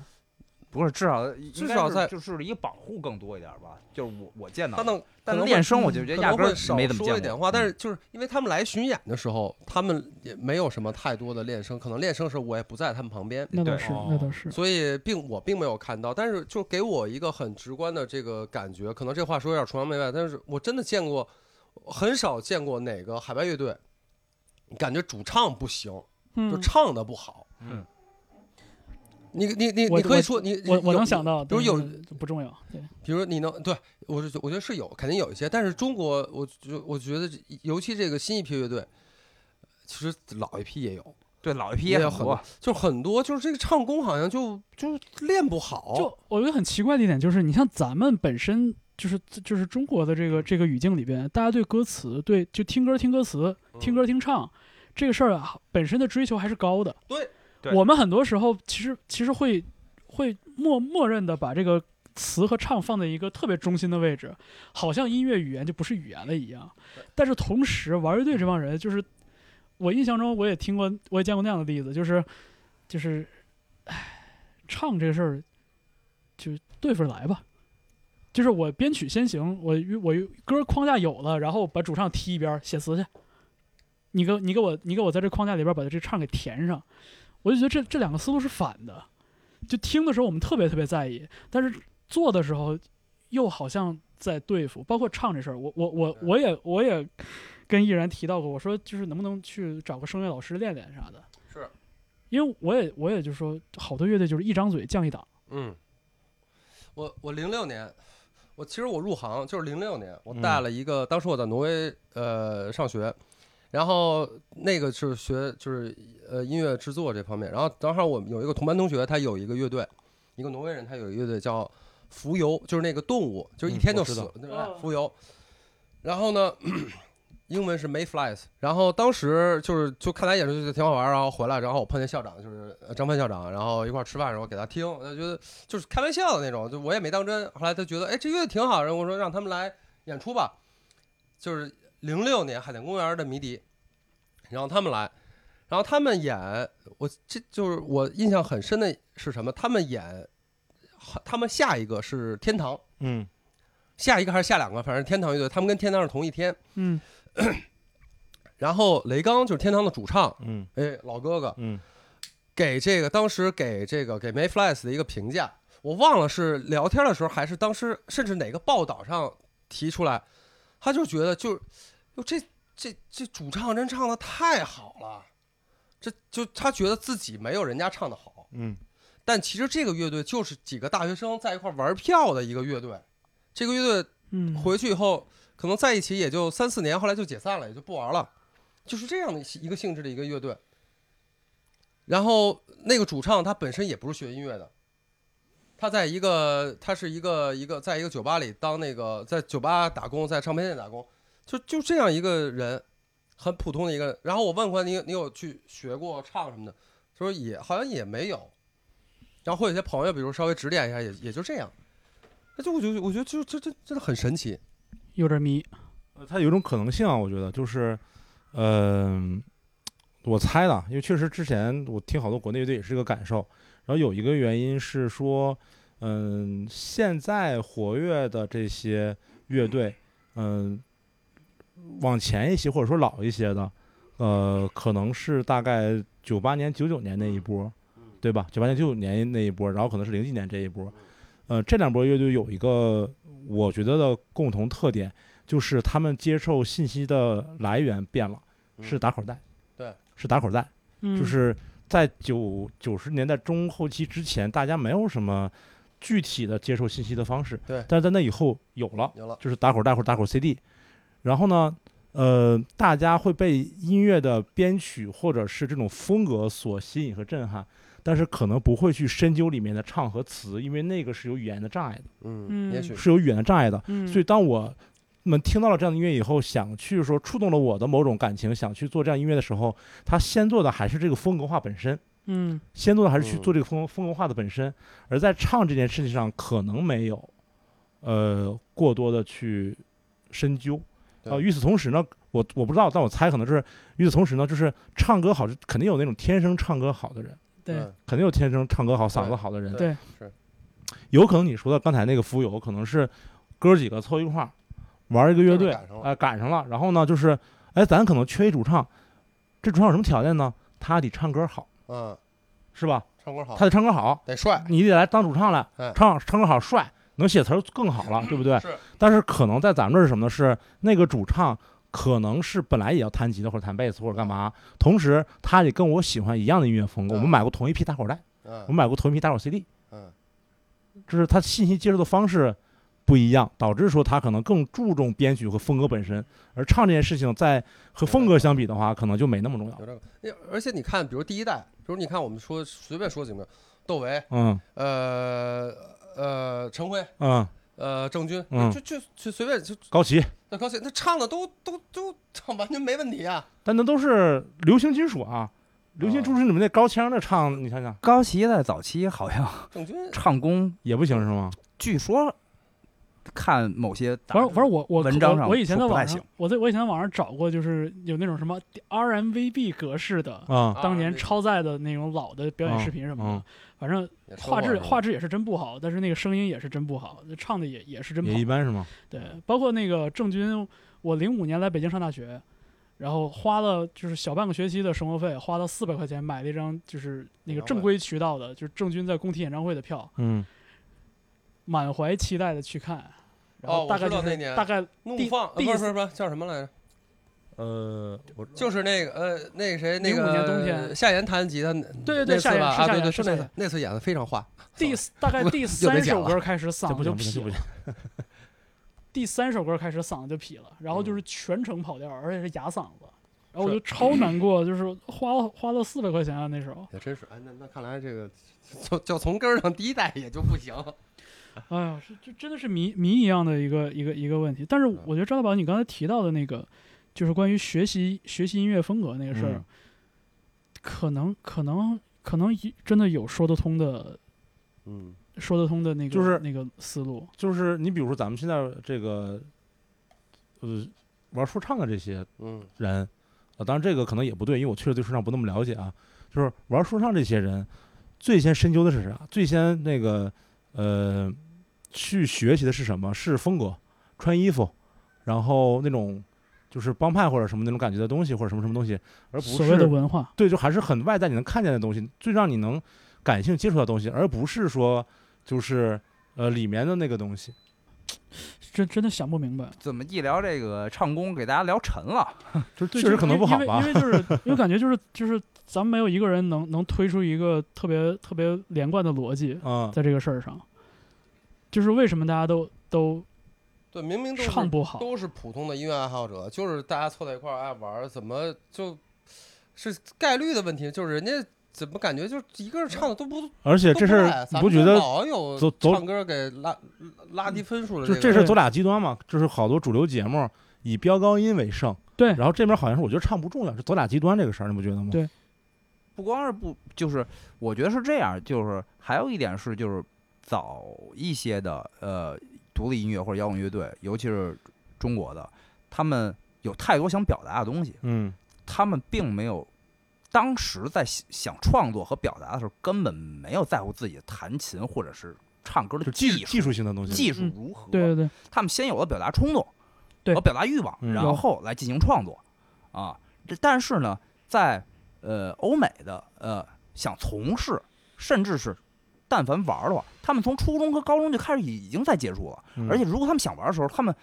[SPEAKER 3] 不是至少
[SPEAKER 2] 至少在
[SPEAKER 3] 就是一个保护更多一点吧，就是我我见到
[SPEAKER 2] 他
[SPEAKER 3] 的，
[SPEAKER 2] 能可
[SPEAKER 3] 但
[SPEAKER 2] 能会
[SPEAKER 3] 练声我就觉得
[SPEAKER 2] 可
[SPEAKER 3] 压
[SPEAKER 2] 能
[SPEAKER 3] 根
[SPEAKER 2] 会
[SPEAKER 3] 儿
[SPEAKER 2] 少
[SPEAKER 3] 没怎
[SPEAKER 2] 说
[SPEAKER 3] 么见
[SPEAKER 2] 一
[SPEAKER 3] 过嗯
[SPEAKER 2] 点话，但是就是因为他们来巡演的时候，他们也没有什么太多的练声，可能练声时候我也不在他们旁边，
[SPEAKER 1] 那倒
[SPEAKER 3] 对
[SPEAKER 1] 是，
[SPEAKER 4] 哦
[SPEAKER 1] 那倒是。
[SPEAKER 2] 所以并我并没有看到，但是就给我一个很直观的这个感觉，可能这话说有点崇洋媚外，但是我真的见过，很少见过哪个海外乐队，感觉主唱不行，就
[SPEAKER 1] 嗯，
[SPEAKER 2] 唱的不好。
[SPEAKER 3] 嗯，
[SPEAKER 2] 你你你
[SPEAKER 1] 我
[SPEAKER 2] 你可
[SPEAKER 1] 我
[SPEAKER 2] 以说你
[SPEAKER 1] 我
[SPEAKER 2] 你
[SPEAKER 1] 我
[SPEAKER 2] 有
[SPEAKER 1] 能想到，
[SPEAKER 2] 比如
[SPEAKER 1] 但
[SPEAKER 2] 有
[SPEAKER 1] 是不重要。对，
[SPEAKER 2] 比如你能对我是我觉得是有，肯定有一些，但是中国我就我觉得这，尤其这个新一批乐队，其实老一批也有，
[SPEAKER 3] 对老一批
[SPEAKER 2] 也有
[SPEAKER 3] 很
[SPEAKER 2] 很多，就是很多就是这个唱功好像就就练不好，
[SPEAKER 1] 就我觉得很奇怪的一点就是，你像咱们本身就是就是中国的这个这个语境里边，大家对歌词、对就听歌听歌词、
[SPEAKER 2] 嗯
[SPEAKER 1] 听歌听唱、这个事儿啊，本身的追求还是高的。
[SPEAKER 2] 对
[SPEAKER 3] 对
[SPEAKER 1] 我们很多时候其实其实会会默默认的把这个词和唱放在一个特别中心的位置，好像音乐语言就不是语言了一样。但是同时，玩乐队这帮人就是我印象中我也听过，我也见过那样的例子，就是就是，唉，唱这事儿就对付着来吧。就是我编曲先行，我我歌框架有了，然后把主唱踢一边儿，写词去。你给你给我你给我在这框架里边儿把这唱给填上，我就觉得这这两个思路是反的。就听的时候我们特别特别在意，但是做的时候又好像在对付，包括唱这事儿，我我我我也我也跟易然提到过，我说就是能不能去找个声乐老师练练啥的，
[SPEAKER 2] 是，
[SPEAKER 1] 因为我也我也就说，好多乐队就是一张嘴降一档，
[SPEAKER 2] 嗯，我我零六年，我其实我入行就是零六年，我
[SPEAKER 4] 嗯
[SPEAKER 2] 带了一个，当时我在挪威呃上学，然后那个是学就是呃音乐制作这方面，然后正好我们有一个同班同学，他有一个乐队，一个挪威人，他有一个乐队叫浮游，就是那个动物，就是一
[SPEAKER 4] 嗯
[SPEAKER 2] 天
[SPEAKER 4] 我
[SPEAKER 2] 就
[SPEAKER 4] 知
[SPEAKER 2] 死
[SPEAKER 4] 道
[SPEAKER 2] 了，对吧
[SPEAKER 1] 哦？
[SPEAKER 2] 浮游。然后呢，英文是 Mayflies。然后当时就是就看他演出就挺好玩儿，然后回来，然后我碰见校长，就是呃张帆校长，然后一块儿吃饭的时候给他听，他觉得就是开玩笑的那种，就我也没当真。后来他觉得哎这乐队挺好，然后我说让他们来演出吧，就是零六年海淀公园的迷笛，然后他们来，然后他们演，我这就是我印象很深的是什么？他们演，他们下一个是天堂。
[SPEAKER 4] 嗯
[SPEAKER 2] 下一个还是下两个，反正天堂乐队，他们跟天堂是同一天。
[SPEAKER 1] 嗯，
[SPEAKER 2] 然后雷刚就是天堂的主唱，
[SPEAKER 4] 嗯
[SPEAKER 2] 哎，老哥哥
[SPEAKER 4] 嗯
[SPEAKER 2] 给这个当时给这个给 Mayflies 的一个评价，我忘了是聊天的时候还是当时甚至哪个报道上提出来，他就觉得就哟这这这主唱真唱的太好了，这就他觉得自己没有人家唱的好。
[SPEAKER 4] 嗯
[SPEAKER 2] 但其实这个乐队就是几个大学生在一块玩票的一个乐队，这个乐队
[SPEAKER 1] 嗯，
[SPEAKER 2] 回去以后可能在一起也就三四年，后来就解散了，也就不玩了，就是这样的一个性质的一个乐队。然后那个主唱他本身也不是学音乐的，他在一个他是一个一个在一个酒吧里当那个在酒吧打工，在唱片店打工，就就这样一个人，很普通的一个人。然后我问过他你有你有去学过唱什么的，他说也好像也没有。然后会有些朋友，比如稍微指点一下，也也就这样。那就我觉得，我觉得就这这真的很神奇。
[SPEAKER 1] 有点迷，
[SPEAKER 4] 呃它有一种可能性啊，我觉得就是，嗯、我猜的，啊因为确实之前我听好多国内乐队也是这个感受，然后有一个原因是说，嗯、现在活跃的这些乐队，嗯、往前一些或者说老一些的，呃，可能是大概九八年、九九年那一波，对吧？九八年、九九年那一波，然后可能是零几年这一波，呃，这两波乐队有一个我觉得的共同特点。就是他们接受信息的来源变了，是打口袋，
[SPEAKER 2] 嗯对，
[SPEAKER 4] 是打口袋，
[SPEAKER 1] 嗯、
[SPEAKER 4] 就是在九九十年代中后期之前，大家没有什么具体的接受信息的方式，
[SPEAKER 2] 对
[SPEAKER 4] 但是在那以后有了，
[SPEAKER 2] 有了，
[SPEAKER 4] 就是打口袋或者打口 CD，然后呢，呃，大家会被音乐的编曲或者是这种风格所吸引和震撼，但是可能不会去深究里面的唱和词，因为那个是有语言的障碍的，
[SPEAKER 2] 嗯，
[SPEAKER 1] 嗯
[SPEAKER 2] 也许
[SPEAKER 4] 是有语言的障碍的，
[SPEAKER 1] 嗯，
[SPEAKER 4] 所以当我们听到了这样的音乐以后，想去说触动了我的某种感情，想去做这样音乐的时候，他先做的还是这个风格化本身，
[SPEAKER 1] 嗯
[SPEAKER 4] 先做的还是去
[SPEAKER 2] 嗯
[SPEAKER 4] 做这个风风格化的本身，而在唱这件事情上可能没有，呃，过多的去深究。
[SPEAKER 2] 对
[SPEAKER 4] 呃，与此同时呢，我我不知道，但我猜可能就是与此同时呢，就是唱歌好，肯定有那种天生唱歌好的人，
[SPEAKER 1] 对，
[SPEAKER 2] 嗯
[SPEAKER 4] 肯定有天生唱歌好、嗓子
[SPEAKER 2] 对
[SPEAKER 4] 好的人，
[SPEAKER 1] 对
[SPEAKER 2] 是，
[SPEAKER 4] 有可能你说的刚才那个浮游，可能是哥几个凑一块儿玩一个乐队
[SPEAKER 2] 就是赶上，了
[SPEAKER 1] 啊
[SPEAKER 4] 哎，赶上了。然后呢，就是哎，咱可能缺一主唱，这主唱有什么条件呢？他得唱歌好，
[SPEAKER 2] 嗯，
[SPEAKER 4] 是吧？
[SPEAKER 2] 唱歌好
[SPEAKER 4] 他，得唱歌好，
[SPEAKER 2] 得帅，
[SPEAKER 4] 你得来当主唱来
[SPEAKER 2] 哎，
[SPEAKER 4] 唱唱歌好帅，能写词儿更好了，对不对？
[SPEAKER 2] 嗯是
[SPEAKER 4] 但是可能在咱们这儿是什么呢？是那个主唱可能是本来也要弹吉他或者弹贝斯或者干嘛，同时他也跟我喜欢一样的音乐风格，我们
[SPEAKER 2] 嗯
[SPEAKER 4] 买过同一批打口袋，我
[SPEAKER 2] 嗯
[SPEAKER 4] 们买过同一批打口 CD，
[SPEAKER 2] 嗯，
[SPEAKER 4] 就是他信息接受的方式不一样，导致说他可能更注重编曲和风格本身，而唱这件事情在和风格相比的话，可能就没那么重要
[SPEAKER 2] 有。这个。那而且你看，比如第一代，比如你看我们说随便说几个，窦唯，
[SPEAKER 4] 嗯
[SPEAKER 2] 呃呃，陈辉，
[SPEAKER 4] 嗯，
[SPEAKER 2] 呃，郑钧，
[SPEAKER 4] 嗯
[SPEAKER 2] 就就就随便就
[SPEAKER 4] 高旗，
[SPEAKER 2] 那高兴，他唱的都都都唱完全没问题啊。
[SPEAKER 4] 但那都是流行金属啊，流行金属里面那高腔的唱，你想想
[SPEAKER 3] 高旗在早期好像
[SPEAKER 2] 郑钧
[SPEAKER 3] 唱功
[SPEAKER 4] 也不行是吗？
[SPEAKER 3] 据说看某些杂
[SPEAKER 1] 反正
[SPEAKER 3] 志
[SPEAKER 1] 反正我我
[SPEAKER 3] 文章
[SPEAKER 1] 我
[SPEAKER 3] 上
[SPEAKER 1] 我以前在
[SPEAKER 3] 说不
[SPEAKER 1] 网
[SPEAKER 3] 太
[SPEAKER 1] 上
[SPEAKER 3] 行，
[SPEAKER 1] 我在我以前在网上找过，就是有那种什么 RMVB 格式的，
[SPEAKER 4] 啊
[SPEAKER 1] 当年
[SPEAKER 2] 那个
[SPEAKER 1] 超载的那种老的表演视频什么的，
[SPEAKER 4] 嗯嗯
[SPEAKER 1] 反正
[SPEAKER 2] 也说
[SPEAKER 1] 画
[SPEAKER 2] 过
[SPEAKER 1] 质
[SPEAKER 2] 是吧
[SPEAKER 1] 画质也是真不好，但是那个声音也是真不好，唱的也也是真不
[SPEAKER 4] 也
[SPEAKER 1] 好
[SPEAKER 4] 一。般是吗？
[SPEAKER 1] 对，包括那个郑钧，我零五年来北京上大学，然后花了就是小半个学期的生活费，花了四百块钱买了一张就是那个正规渠道的，就是郑钧在工体演唱会的票，
[SPEAKER 4] 嗯，
[SPEAKER 1] 满怀期待的去看。然
[SPEAKER 2] 哦
[SPEAKER 1] 后大概
[SPEAKER 2] 我知
[SPEAKER 1] 就
[SPEAKER 2] 道
[SPEAKER 1] 是、
[SPEAKER 2] 那年
[SPEAKER 1] 大概
[SPEAKER 2] 怒
[SPEAKER 1] 第
[SPEAKER 2] 放，呃
[SPEAKER 1] 第
[SPEAKER 2] 不是
[SPEAKER 1] 一
[SPEAKER 2] 不是不是叫什么来着？
[SPEAKER 4] 呃，我
[SPEAKER 2] 就是那个呃，那个谁，那
[SPEAKER 1] 05
[SPEAKER 2] 个
[SPEAKER 1] 年冬天
[SPEAKER 2] 夏言弹吉他那，
[SPEAKER 1] 对对
[SPEAKER 2] 那
[SPEAKER 1] 对，
[SPEAKER 2] 次
[SPEAKER 1] 夏言
[SPEAKER 2] 吧
[SPEAKER 1] 是
[SPEAKER 2] 啊，
[SPEAKER 1] 夏
[SPEAKER 2] 对
[SPEAKER 1] 言
[SPEAKER 2] 对，
[SPEAKER 1] 是
[SPEAKER 2] 是
[SPEAKER 1] 夏
[SPEAKER 2] 那
[SPEAKER 1] 言
[SPEAKER 2] 次，那次演的非常花，
[SPEAKER 1] 第大概第
[SPEAKER 2] 又被
[SPEAKER 1] 三
[SPEAKER 2] 讲
[SPEAKER 1] 首
[SPEAKER 2] 了
[SPEAKER 1] 歌开始嗓
[SPEAKER 4] 这
[SPEAKER 1] 子
[SPEAKER 4] 不
[SPEAKER 1] 就
[SPEAKER 4] 行不行，
[SPEAKER 1] 劈
[SPEAKER 4] 这不
[SPEAKER 1] 了
[SPEAKER 4] 行，，
[SPEAKER 1] 第三首歌开始嗓子就劈了，然后
[SPEAKER 4] 嗯
[SPEAKER 1] 就是全程跑调，而且是哑嗓子，然后我
[SPEAKER 2] 是
[SPEAKER 1] 就超难过，就是花了花了四百块钱啊那时候，
[SPEAKER 2] 也真是，哎，那那看来这个就就从根儿上第一代也就不行，
[SPEAKER 1] 哎呀，是这真的是谜谜一样的一个一个一个问题。但是我觉得张大宝，你刚才提到的那个，就是关于学习学习音乐风格那个事儿、
[SPEAKER 4] 嗯
[SPEAKER 1] 可能可能可能一真的有说得通的
[SPEAKER 2] 嗯，
[SPEAKER 1] 说得通的那个
[SPEAKER 4] 就是
[SPEAKER 1] 那个思路。
[SPEAKER 4] 就是你比如说咱们现在这个，呃，玩说唱的这些
[SPEAKER 2] 嗯，
[SPEAKER 4] 人，啊，当然这个可能也不对，因为我确实对说唱不那么了解啊。就是玩说唱这些人，最先深究的是啥？最先那个呃，去学习的是什么？是风格、穿衣服，然后那种就是帮派或者什么那种感觉的东西，或者什么什么东西，而不
[SPEAKER 1] 所谓的
[SPEAKER 4] 是
[SPEAKER 1] 文化，
[SPEAKER 4] 对，就还是很外在你能看见的东西，最让你能感性接触到的东西，而不是说就是呃里面的那个东西。
[SPEAKER 1] 真真的想不明白。
[SPEAKER 3] 怎么一聊这个唱功，给大家聊沉了？
[SPEAKER 4] 就是
[SPEAKER 1] 对
[SPEAKER 4] 确
[SPEAKER 1] 就
[SPEAKER 4] 实可能不好
[SPEAKER 1] 因为
[SPEAKER 4] 吧
[SPEAKER 1] 因？为就是因为感觉就是就是咱们没有一个人能能推出一个特别特别连贯的逻辑
[SPEAKER 4] 嗯，
[SPEAKER 1] 在这个事儿上，就是为什么大家都都
[SPEAKER 2] 对，明明都是
[SPEAKER 1] 唱不好。
[SPEAKER 2] 都是普通的音乐爱好者，就是大家凑在一块儿爱玩儿，怎么就是概率的问题？就是人家怎么感觉就一个人唱的都不
[SPEAKER 4] 而且
[SPEAKER 2] 都
[SPEAKER 4] 这
[SPEAKER 2] 不
[SPEAKER 4] 事儿
[SPEAKER 2] 赖
[SPEAKER 4] 你
[SPEAKER 2] 咱
[SPEAKER 4] 不
[SPEAKER 2] 们
[SPEAKER 4] 觉
[SPEAKER 2] 这
[SPEAKER 4] 得
[SPEAKER 2] 老有
[SPEAKER 4] 走走
[SPEAKER 2] 唱歌给拉拉低分数了？
[SPEAKER 4] 就
[SPEAKER 2] 个
[SPEAKER 4] 这事儿
[SPEAKER 1] 对
[SPEAKER 4] 走俩极端嘛，就是好多主流节目以飙高音为胜，
[SPEAKER 1] 对
[SPEAKER 4] 然后这边好像是我觉得唱不重要，就走俩极端这个事儿，你不觉得吗？
[SPEAKER 1] 对
[SPEAKER 3] 不光是不，就是我觉得是这样，就是还有一点是，就是早一些的呃独立音乐或者摇滚乐队，尤其是中国的，他们有太多想表达的东西，
[SPEAKER 4] 嗯，
[SPEAKER 3] 他们并没有。当时在想想创作和表达的时候，根本没有在乎自己弹琴或者是唱歌的
[SPEAKER 4] 就技
[SPEAKER 3] 技术
[SPEAKER 4] 技术性的东西，
[SPEAKER 3] 技术
[SPEAKER 1] 嗯
[SPEAKER 3] 如何？
[SPEAKER 1] 对对对，
[SPEAKER 3] 他们先有了表达冲动
[SPEAKER 1] 对
[SPEAKER 3] 和表达欲望，
[SPEAKER 4] 嗯
[SPEAKER 3] 然后来进行创作啊。这但是呢，在呃欧美的呃想从事，甚至是但凡玩的话，他们从初中和高中就开始已经在接触了。
[SPEAKER 4] 嗯
[SPEAKER 3] 而且如果他们想玩的时候，他们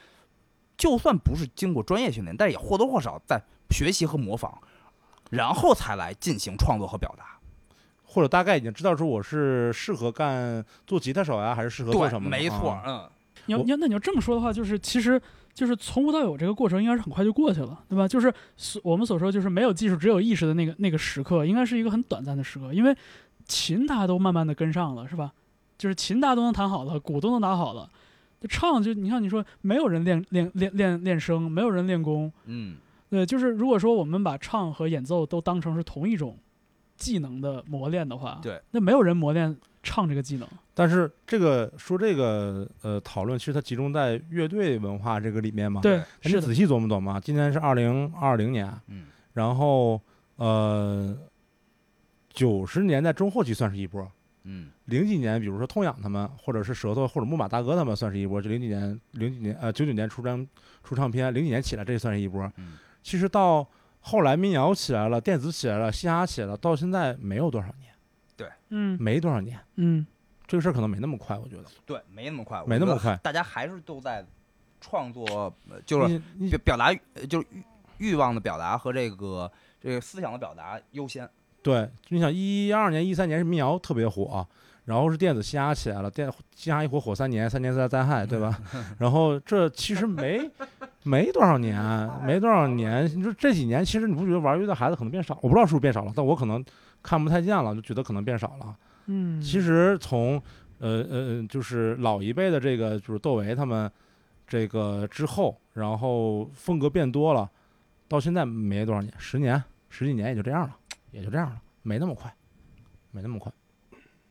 [SPEAKER 3] 就算不是经过专业训练，但是也或多或少在学习和模仿，然后才来进行创作和表达。
[SPEAKER 4] 或者大概已经知道说我是适合干做吉他手呀、还是适合做
[SPEAKER 3] 对，
[SPEAKER 4] 什么的？
[SPEAKER 3] 没错
[SPEAKER 4] 啊，
[SPEAKER 3] 嗯，
[SPEAKER 1] 你要
[SPEAKER 4] 我
[SPEAKER 1] 你要那你要这么说的话，就是其实就是从无到有这个过程，应该是很快就过去了，对吧？就是所我们所说就是没有技术只有意识的那个那个时刻，应该是一个很短暂的时刻，因为琴大家都慢慢的跟上了，是吧？就是琴大家都能弹好了，鼓都能打好了，就唱就你看你说没有人练练练练练声，没有人练功，
[SPEAKER 3] 嗯，
[SPEAKER 1] 对，就是如果说我们把唱和演奏都当成是同一种技能的磨练的话，
[SPEAKER 3] 对，
[SPEAKER 1] 那没有人磨练唱这个技能，
[SPEAKER 4] 但是这个说这个呃讨论，其实它集中在乐队文化这个里面嘛。，哎
[SPEAKER 1] 对，
[SPEAKER 4] 你
[SPEAKER 1] 是的
[SPEAKER 4] 仔，细琢磨琢磨啊，今年是二零二零年，
[SPEAKER 3] 嗯，
[SPEAKER 4] 然后呃九十年代中后期算是一波，
[SPEAKER 3] 嗯，
[SPEAKER 4] 零几年，比如说痛痒他们，或者是舌头或者木马大哥他们，算是一波。就零几年，零几年呃九九年出张出唱片，零几年起来，这算是一波。
[SPEAKER 3] 嗯
[SPEAKER 4] 其实到后来民谣起来了，电子起来了，嘻哈起来了，到现在没有多少年，
[SPEAKER 1] 嗯
[SPEAKER 4] 没多少年，
[SPEAKER 1] 嗯。
[SPEAKER 4] 这个事儿可能没那么快，我觉得
[SPEAKER 3] 对，没那么快，我
[SPEAKER 4] 没那
[SPEAKER 3] 觉
[SPEAKER 4] 么
[SPEAKER 3] 得
[SPEAKER 4] 快。嗯
[SPEAKER 3] 大家还是都在创作，呃就是
[SPEAKER 4] 你你
[SPEAKER 3] 表表达欲，呃就是欲欲望的表达和这个这个思想的表达优先。
[SPEAKER 4] 对，你想一二年、一三年是民谣特别火，然后是电子嘻哈起来了，电嘻哈一火火三年，三年再灾害，对吧？然后这其实没没多少年，没多少年，你说这几年其实你不觉得玩乐的孩子可能变少？我不知道是不是变少了，但我可能看不太见了，就觉得可能变少了。
[SPEAKER 1] 嗯，
[SPEAKER 4] 其实从呃呃，就是老一辈的这个就是窦唯他们这个之后，然后风格变多了，到现在没多少年，十年十几年也就这样了，也就这样了，没那么快，没那么快。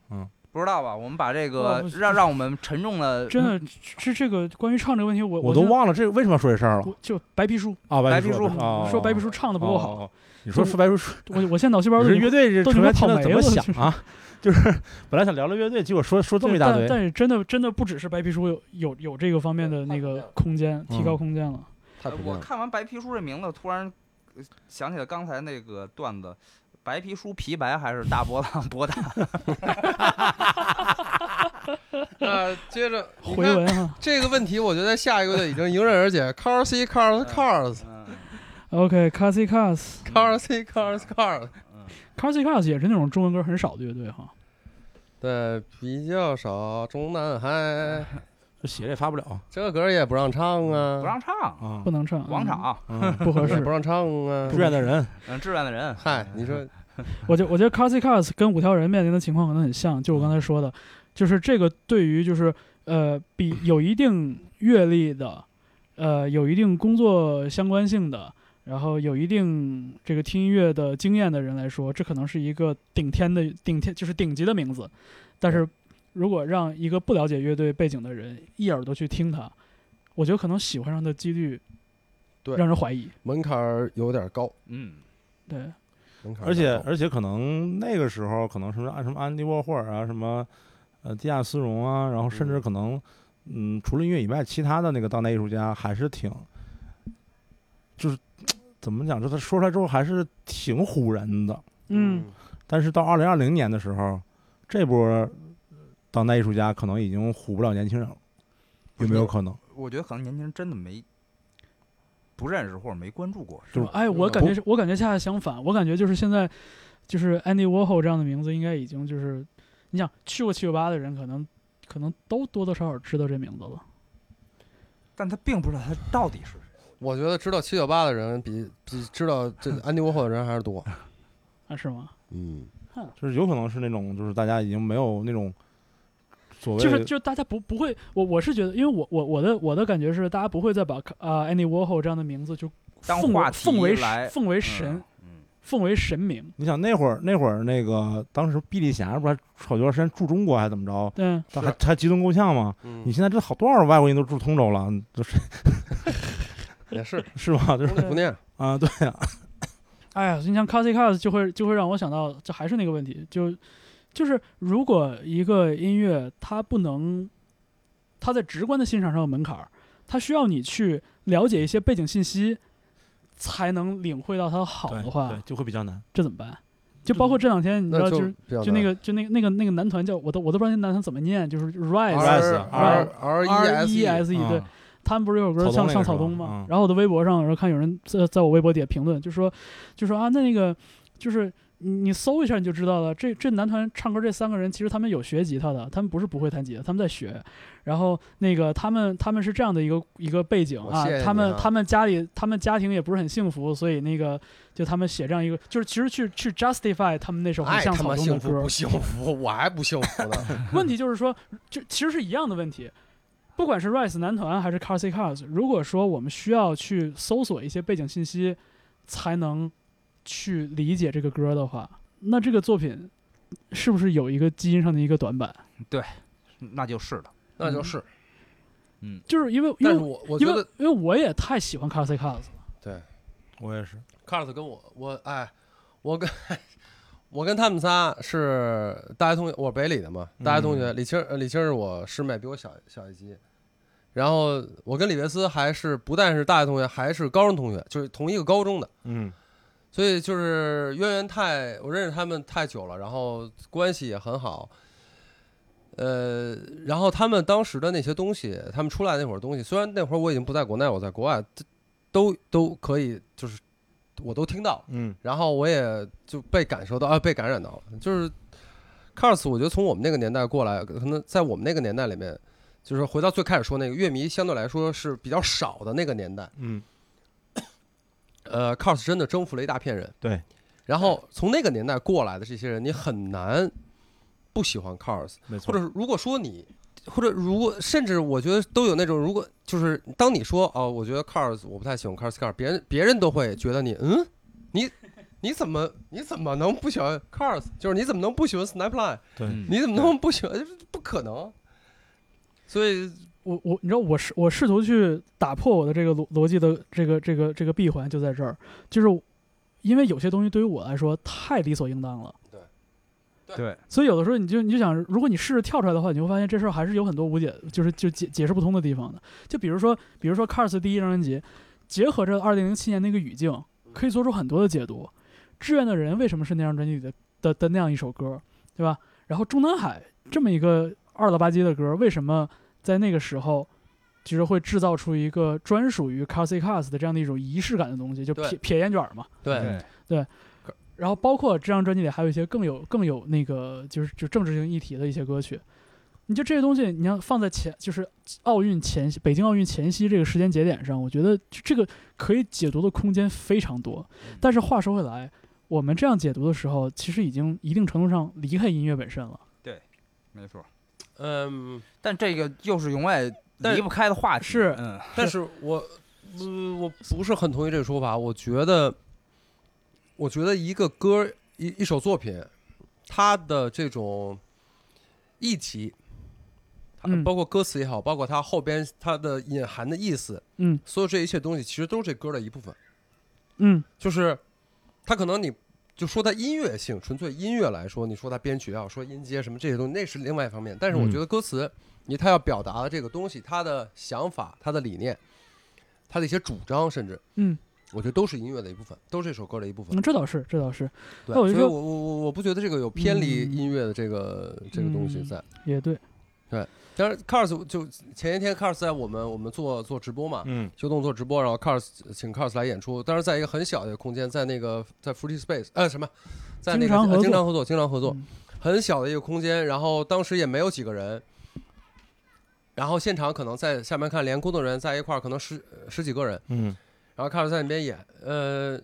[SPEAKER 3] 不不知道吧？我们把这
[SPEAKER 1] 哇
[SPEAKER 3] 个
[SPEAKER 1] 不是
[SPEAKER 3] 让让我们沉重的
[SPEAKER 1] 真的，这这个关于唱这个问题，我
[SPEAKER 4] 我都
[SPEAKER 1] 真的
[SPEAKER 4] 忘了这为什么要说这事儿了
[SPEAKER 1] 我就白皮书，
[SPEAKER 4] 啊！白
[SPEAKER 3] 皮
[SPEAKER 4] 皮
[SPEAKER 3] 书
[SPEAKER 4] 书啊，
[SPEAKER 1] 说白皮
[SPEAKER 4] 书
[SPEAKER 1] 书唱的不够好，
[SPEAKER 4] 哦你说
[SPEAKER 1] 就
[SPEAKER 4] 说白皮书，
[SPEAKER 1] 我我现在脑细胞
[SPEAKER 4] 你
[SPEAKER 1] 都
[SPEAKER 4] 是乐队这
[SPEAKER 1] 都
[SPEAKER 4] 成
[SPEAKER 1] 你妈
[SPEAKER 4] 员听
[SPEAKER 1] 跑
[SPEAKER 4] 了
[SPEAKER 1] 没
[SPEAKER 4] 怎么
[SPEAKER 1] 了
[SPEAKER 4] 想
[SPEAKER 1] 就是
[SPEAKER 4] 啊？ 就是本来想聊聊乐队，结果说说这么一大
[SPEAKER 1] 但
[SPEAKER 4] 堆，
[SPEAKER 1] 但是真的真的不只是白皮书有有有这个方面的那个空间，提
[SPEAKER 4] 嗯
[SPEAKER 1] 高空间了。
[SPEAKER 2] 太
[SPEAKER 3] 呃
[SPEAKER 2] 普遍
[SPEAKER 3] 我
[SPEAKER 2] 了。
[SPEAKER 3] 看完白皮书这名字，突然呃想起了刚才那个段子：白皮书皮白还是大波浪 波大？
[SPEAKER 2] 那接 着你
[SPEAKER 1] 回
[SPEAKER 2] 看
[SPEAKER 1] 文啊
[SPEAKER 2] 这个问题，我觉得下一个就已经迎刃而解。Cars, cars, cars,
[SPEAKER 3] 嗯
[SPEAKER 1] ，OK，Cassie Cars。
[SPEAKER 2] cars, cars, cars，
[SPEAKER 3] 嗯
[SPEAKER 1] Cassie Cars 也是那种中文歌很少的乐队哈，
[SPEAKER 2] 对，比较少。中南海
[SPEAKER 1] 哎
[SPEAKER 4] 这写着也发不了
[SPEAKER 2] 这歌也不让唱啊，
[SPEAKER 3] 不让唱，
[SPEAKER 4] 啊
[SPEAKER 1] 不。能唱。
[SPEAKER 3] 广
[SPEAKER 1] 嗯
[SPEAKER 3] 场，
[SPEAKER 4] 嗯
[SPEAKER 1] 不合
[SPEAKER 2] 也
[SPEAKER 1] 适
[SPEAKER 2] 不。让唱啊
[SPEAKER 4] 志。愿的人，
[SPEAKER 3] 嗯，志愿的人，
[SPEAKER 2] 嗨，你说
[SPEAKER 1] 我觉我觉得 Cassie Cars 跟五条人面临的情况可能很像，就我刚才说的，就是这个对于就是呃比有一定阅历的，呃有一定工作相关性的，然后有一定这个听音乐的经验的人来说，这可能是一个顶天的顶天就是顶级的名字，但是如果让一个不了解乐队背景的人一耳朵去听它，我觉得可能喜欢上的几率，
[SPEAKER 2] 对
[SPEAKER 1] 让人怀疑，
[SPEAKER 2] 门槛儿有点高，
[SPEAKER 3] 嗯，
[SPEAKER 1] 对，
[SPEAKER 2] 门槛儿
[SPEAKER 4] 而
[SPEAKER 2] 有
[SPEAKER 4] 且
[SPEAKER 2] 点高
[SPEAKER 4] 而且可能那个时候可能什么什么安迪沃霍尔啊，什么呃迪亚斯荣啊，然后甚至可能嗯，除了音乐以外，其他的那个当代艺术家还是挺，就是怎么讲，就他说出来之后还是挺唬人的。
[SPEAKER 1] 嗯，
[SPEAKER 4] 但是到二零二零年的时候，这波当代艺术家可能已经唬不了年轻人了，有没有
[SPEAKER 1] 嗯
[SPEAKER 4] 可能？
[SPEAKER 3] 我觉得可能年轻人真的没不认识或者没关注过，
[SPEAKER 4] 就是
[SPEAKER 1] 哎，
[SPEAKER 3] 呃
[SPEAKER 1] 我感觉是我感觉恰恰相反，我感觉就是现在，就是 Andy Warhol 这样的名字，应该已经就是，你想去过七九八的人，可能可能都多多少少知道这名字了。
[SPEAKER 3] 但他并不知道他到底是谁。
[SPEAKER 2] 我觉得知道七九八的人比比知道 这安迪沃霍的人还是多。
[SPEAKER 1] 啊，是吗？
[SPEAKER 2] 嗯，
[SPEAKER 4] 就是有可能是那种，就是大家已经没有那种所谓
[SPEAKER 1] 就是就是大家不不会，我我是觉得，因为我我我的我的感觉是，大家不会再把啊、呃 Andy Warhol 这样的名字就
[SPEAKER 3] 当
[SPEAKER 1] 奉
[SPEAKER 3] 话
[SPEAKER 1] 为
[SPEAKER 3] 题
[SPEAKER 1] 奉为
[SPEAKER 3] 来
[SPEAKER 1] 神奉为神
[SPEAKER 3] 嗯，嗯，
[SPEAKER 1] 奉为神明。
[SPEAKER 4] 你想那会儿那会儿那个当时毕丽霞不还好一段时间住中国还怎么着，
[SPEAKER 1] 嗯，
[SPEAKER 4] 她
[SPEAKER 2] 是
[SPEAKER 4] 还还激动够呛吗？你
[SPEAKER 2] 嗯，
[SPEAKER 4] 现在这好多少外国人都住通州了，就是
[SPEAKER 2] 也是
[SPEAKER 4] 是吧？ 就是
[SPEAKER 2] 不理不念。
[SPEAKER 4] 啊，对呀、
[SPEAKER 1] 哎呀，你像 Cassie Cars 就会就会让我想到，这还是那个问题，就就是如果一个音乐它不能，它在直观的欣赏上有门槛儿，它需要你去了解一些背景信息，才能领会到它的好
[SPEAKER 4] 对
[SPEAKER 1] 的话
[SPEAKER 4] 对，，就会比较难。
[SPEAKER 1] 这怎么办？就包括这两天你知
[SPEAKER 2] 那
[SPEAKER 1] 道，
[SPEAKER 2] 就
[SPEAKER 1] 就是
[SPEAKER 2] 比较
[SPEAKER 1] 就那个就那个那个那个男团叫我都我都不知道那男团怎么念，就是 Rise
[SPEAKER 2] R R R
[SPEAKER 1] 啊 R
[SPEAKER 2] E
[SPEAKER 1] E
[SPEAKER 2] S
[SPEAKER 1] S E
[SPEAKER 4] 啊
[SPEAKER 1] 对。他们不是有首歌
[SPEAKER 4] 草东
[SPEAKER 1] 像
[SPEAKER 4] 那个
[SPEAKER 1] 像
[SPEAKER 4] 是
[SPEAKER 1] 草
[SPEAKER 4] 吧
[SPEAKER 1] 东吗
[SPEAKER 4] 嗯？
[SPEAKER 1] 然后我的微博上，然后看有人在在我微博底下评论，就说就说啊，那那个就是你你搜一下你就知道了，这这男团唱歌这三个人其实他们有学吉他的，他们不是不会弹吉他，他们在学。然后那个他们他们是这样的一个一个背景
[SPEAKER 2] 我
[SPEAKER 1] 啊
[SPEAKER 2] 谢谢，你
[SPEAKER 1] 他们
[SPEAKER 2] 啊
[SPEAKER 1] 他们家里他们家庭也不是很幸福，所以那个就他们写这样一个，就是其实去去 justify 他们那首很
[SPEAKER 2] 爱
[SPEAKER 1] 像
[SPEAKER 2] E，哎他
[SPEAKER 1] 草
[SPEAKER 2] 妈
[SPEAKER 1] 东的
[SPEAKER 2] 幸福
[SPEAKER 1] 歌
[SPEAKER 2] 不，幸福，我还不幸福 呢。
[SPEAKER 1] 问题就是说，就其实是一样的问题。不管是 Rise 男团还是 Carsy Cars，如果说我们需要去搜索一些背景信息，才能去理解这个歌的话，那这个作品是不是有一个基因上的一个短板？
[SPEAKER 3] 嗯那就是了。
[SPEAKER 2] 那就是，
[SPEAKER 1] 就是因为因
[SPEAKER 2] 但
[SPEAKER 1] 为
[SPEAKER 2] 是我我觉
[SPEAKER 1] 因为
[SPEAKER 2] 得
[SPEAKER 1] 因为我也太喜欢 Carsy Cars 了，
[SPEAKER 2] 对
[SPEAKER 4] 我也是，
[SPEAKER 2] Cars 跟我我哎，我跟我跟他们仨是大学同学，我北理的嘛，大学同学，李青呃李青是我师妹，比我小小一级。然后我跟李维斯还是不但是大学同学，还是高中同学，就是同一个高中的。
[SPEAKER 4] 嗯，
[SPEAKER 2] 所以就是渊源太，我认识他们太久了，然后关系也很好。呃，然后他们当时的那些东西，他们出来那会儿东西，虽然那会儿我已经不在国内，我在国外，这都都可以，就是我都听到，
[SPEAKER 4] 嗯，
[SPEAKER 2] 然后我也就被感受到啊，被感染到了。就是 Cars，我觉得从我们那个年代过来，可能在我们那个年代里面，就是回到最开始说那个乐迷相对来说是比较少的那个年代。
[SPEAKER 4] 嗯，
[SPEAKER 2] 呃，Cars 真的征服了一大片人。
[SPEAKER 4] 对，
[SPEAKER 2] 然后从那个年代过来的这些人，你很难不喜欢 Cars，
[SPEAKER 4] 没
[SPEAKER 2] 或
[SPEAKER 4] 错
[SPEAKER 2] 者，是如果说你，或者如果甚至我觉得都有那种，如果就是当你说哦，我觉得 Cars 我不太喜欢 Cars Cars，别人别人都会觉得你嗯，你你怎么你怎么能不喜欢 Cars？就是你怎么能不喜欢 Snapline？
[SPEAKER 4] 对
[SPEAKER 3] 嗯
[SPEAKER 2] 你怎么能不喜欢？ 不可能。所以
[SPEAKER 1] 我我你知道我试我试图去打破我的这个逻逻辑的这个这个这个闭环就在这儿，就是因为有些东西对于我来说太理所应当了，
[SPEAKER 3] 对
[SPEAKER 1] 所以有的时候你就你就想，如果你试着跳出来的话，你会发现这事儿还是有很多无解，就是就解解释不通的地方的。就比如说，比如说《Cars》第一张专辑，结合着2007年那个语境，可以做出很多的解读。志愿的人为什么是那张专辑里的的的那样一首歌，对吧？然后中南海这么一个二了吧唧的歌，为什么在那个时候？其实会制造出一个专属于 Cars Cars 的这样的一种仪式感的东西，就
[SPEAKER 2] 对
[SPEAKER 1] 撇撇烟卷儿嘛，
[SPEAKER 2] 对，
[SPEAKER 1] 然后包括这张专辑里还有一些更有更有那个就是就政治性议题的一些歌曲，你就这些东西，你要放在前就是奥运前夕，北京奥运前夕这个时间节点上，我觉得就这个可以解读的空间非常多。
[SPEAKER 2] 嗯
[SPEAKER 1] 但是话说回来，我们这样解读的时候，其实已经一定程度上离开音乐本身了。
[SPEAKER 3] 没错。
[SPEAKER 2] 嗯，
[SPEAKER 3] 但这个又是永远
[SPEAKER 2] 但
[SPEAKER 3] 离不开的话题，
[SPEAKER 1] 是
[SPEAKER 3] 嗯，
[SPEAKER 2] 但是我呃我不是很同意这个说法。我觉得，我觉得一个歌一一首作品，它的这种议题，它
[SPEAKER 1] 嗯
[SPEAKER 2] 包括歌词也好，包括它后边它的隐含的意思，
[SPEAKER 1] 嗯
[SPEAKER 2] 所有这一切东西，其实都是这歌的一部分。
[SPEAKER 1] 嗯
[SPEAKER 2] 就是它可能你就说它音乐性，纯粹音乐来说，你说它编曲也好，说音阶什么这些东西，那是另外一方面。但是我
[SPEAKER 4] 嗯
[SPEAKER 2] 觉得歌词，你它要表达的这个东西，它的想法、它的理念、它的一些主张，甚至
[SPEAKER 1] 嗯，
[SPEAKER 2] 我觉得都是音乐的一部分，都是这首歌的一部分
[SPEAKER 1] 嗯，。这倒是，这倒是
[SPEAKER 2] 对，啊
[SPEAKER 1] 那我就
[SPEAKER 2] 所以
[SPEAKER 1] 说
[SPEAKER 2] 我我我我不觉得这个有偏离
[SPEAKER 1] 嗯
[SPEAKER 2] 音乐的这个这个东西在。
[SPEAKER 1] 也对，
[SPEAKER 2] 当然，Cars 就前一天 Cars 在我们我们做做直播嘛，
[SPEAKER 4] 嗯
[SPEAKER 2] 修动做直播，然后 Cars 请 Cars 来演出，当时在一个很小的空间，在那个在 Free Space 呃什么，在那个
[SPEAKER 1] 经常合作
[SPEAKER 2] 呃经常合作经常合作
[SPEAKER 1] 嗯，
[SPEAKER 2] 很小的一个空间，然后当时也没有几个人，然后现场可能在下面看，连工作人员在一块儿可能十十几个人，
[SPEAKER 4] 嗯
[SPEAKER 2] 然后 Cars 在那边演，呃，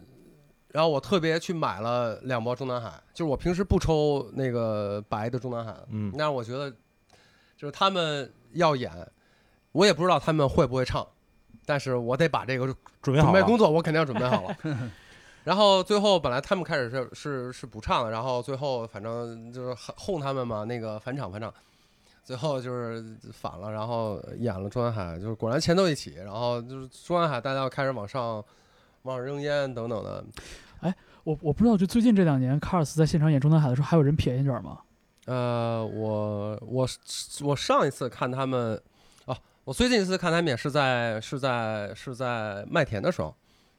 [SPEAKER 2] 然后我特别去买了两包中南海，就是我平时不抽那个白的中南海的，
[SPEAKER 4] 嗯
[SPEAKER 2] 但是我觉得，就是他们要演，我也不知道他们会不会唱，但是我得把这个
[SPEAKER 4] 准备好
[SPEAKER 2] 准备
[SPEAKER 4] 了
[SPEAKER 2] 工作，我肯定要准备好 了。然后最后本来他们开始是是是不唱的，然后最后反正就是哄他们嘛，那个返场返场，最后就是反了，然后演了中南海，就是果然前奏一起，然后就是中南海大家要开始往上往上扔烟等等的，
[SPEAKER 1] 我我不知道，就最近这两年 Cars 在现场演中南海的时候，还有人撇烟卷吗？
[SPEAKER 2] 呃，我我我上一次看他们，哦，我最近一次看他们也是在是在是在麦田的时候，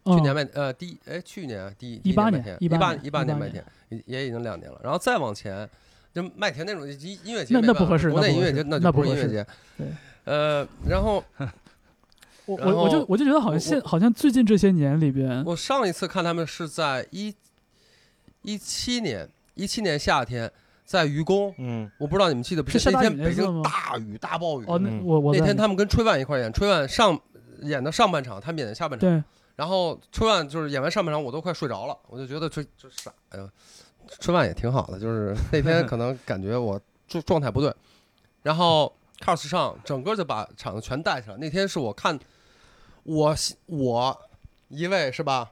[SPEAKER 2] 去年
[SPEAKER 1] 嗯
[SPEAKER 2] 麦呃第一哎去年第
[SPEAKER 1] 18
[SPEAKER 2] 年麦
[SPEAKER 1] 年
[SPEAKER 2] 田一
[SPEAKER 1] 18
[SPEAKER 2] 八
[SPEAKER 1] 年
[SPEAKER 2] 一八
[SPEAKER 1] 18
[SPEAKER 2] 麦
[SPEAKER 1] 年
[SPEAKER 2] 田也也已经两年了，然后再往前，就麦田那种音音乐节
[SPEAKER 1] 那
[SPEAKER 2] 没
[SPEAKER 1] 那
[SPEAKER 2] 办
[SPEAKER 1] 不
[SPEAKER 2] 法
[SPEAKER 1] 合适
[SPEAKER 2] 国
[SPEAKER 1] 那
[SPEAKER 2] 内
[SPEAKER 1] 不
[SPEAKER 2] 音
[SPEAKER 1] 合
[SPEAKER 2] 乐
[SPEAKER 1] 适
[SPEAKER 2] 节那
[SPEAKER 1] 那
[SPEAKER 2] 就
[SPEAKER 1] 不
[SPEAKER 2] 不是
[SPEAKER 1] 合
[SPEAKER 2] 音乐
[SPEAKER 1] 适
[SPEAKER 2] 节
[SPEAKER 1] 对，
[SPEAKER 2] 呃，然后
[SPEAKER 1] 我
[SPEAKER 2] 然
[SPEAKER 1] 我我就
[SPEAKER 2] 后
[SPEAKER 1] 我就觉得好像现好像最近这些年里边，
[SPEAKER 2] 我上一次看他们是在一一七年一七年夏天在愚公，
[SPEAKER 4] 嗯
[SPEAKER 2] 我不知道你们记得不
[SPEAKER 1] 是下
[SPEAKER 2] 那
[SPEAKER 1] 大
[SPEAKER 2] 天
[SPEAKER 1] 雨那
[SPEAKER 2] 北
[SPEAKER 1] 次
[SPEAKER 2] 京
[SPEAKER 1] 吗
[SPEAKER 2] 大雨大暴雨，
[SPEAKER 1] 哦，那
[SPEAKER 4] 嗯
[SPEAKER 1] 我我
[SPEAKER 2] 那
[SPEAKER 1] 在
[SPEAKER 2] 天他们跟春晚一块儿演，春晚上演的上半场，他们演的下半场。
[SPEAKER 1] 对，
[SPEAKER 2] 然后春晚就是演完上半场，我都快睡着了，我就觉得这这傻呀。春晚也挺好的，就是那天可能感觉我状状态不对，然后 Cars 上整个就把场子全带起来。那天是我看我我一位是吧，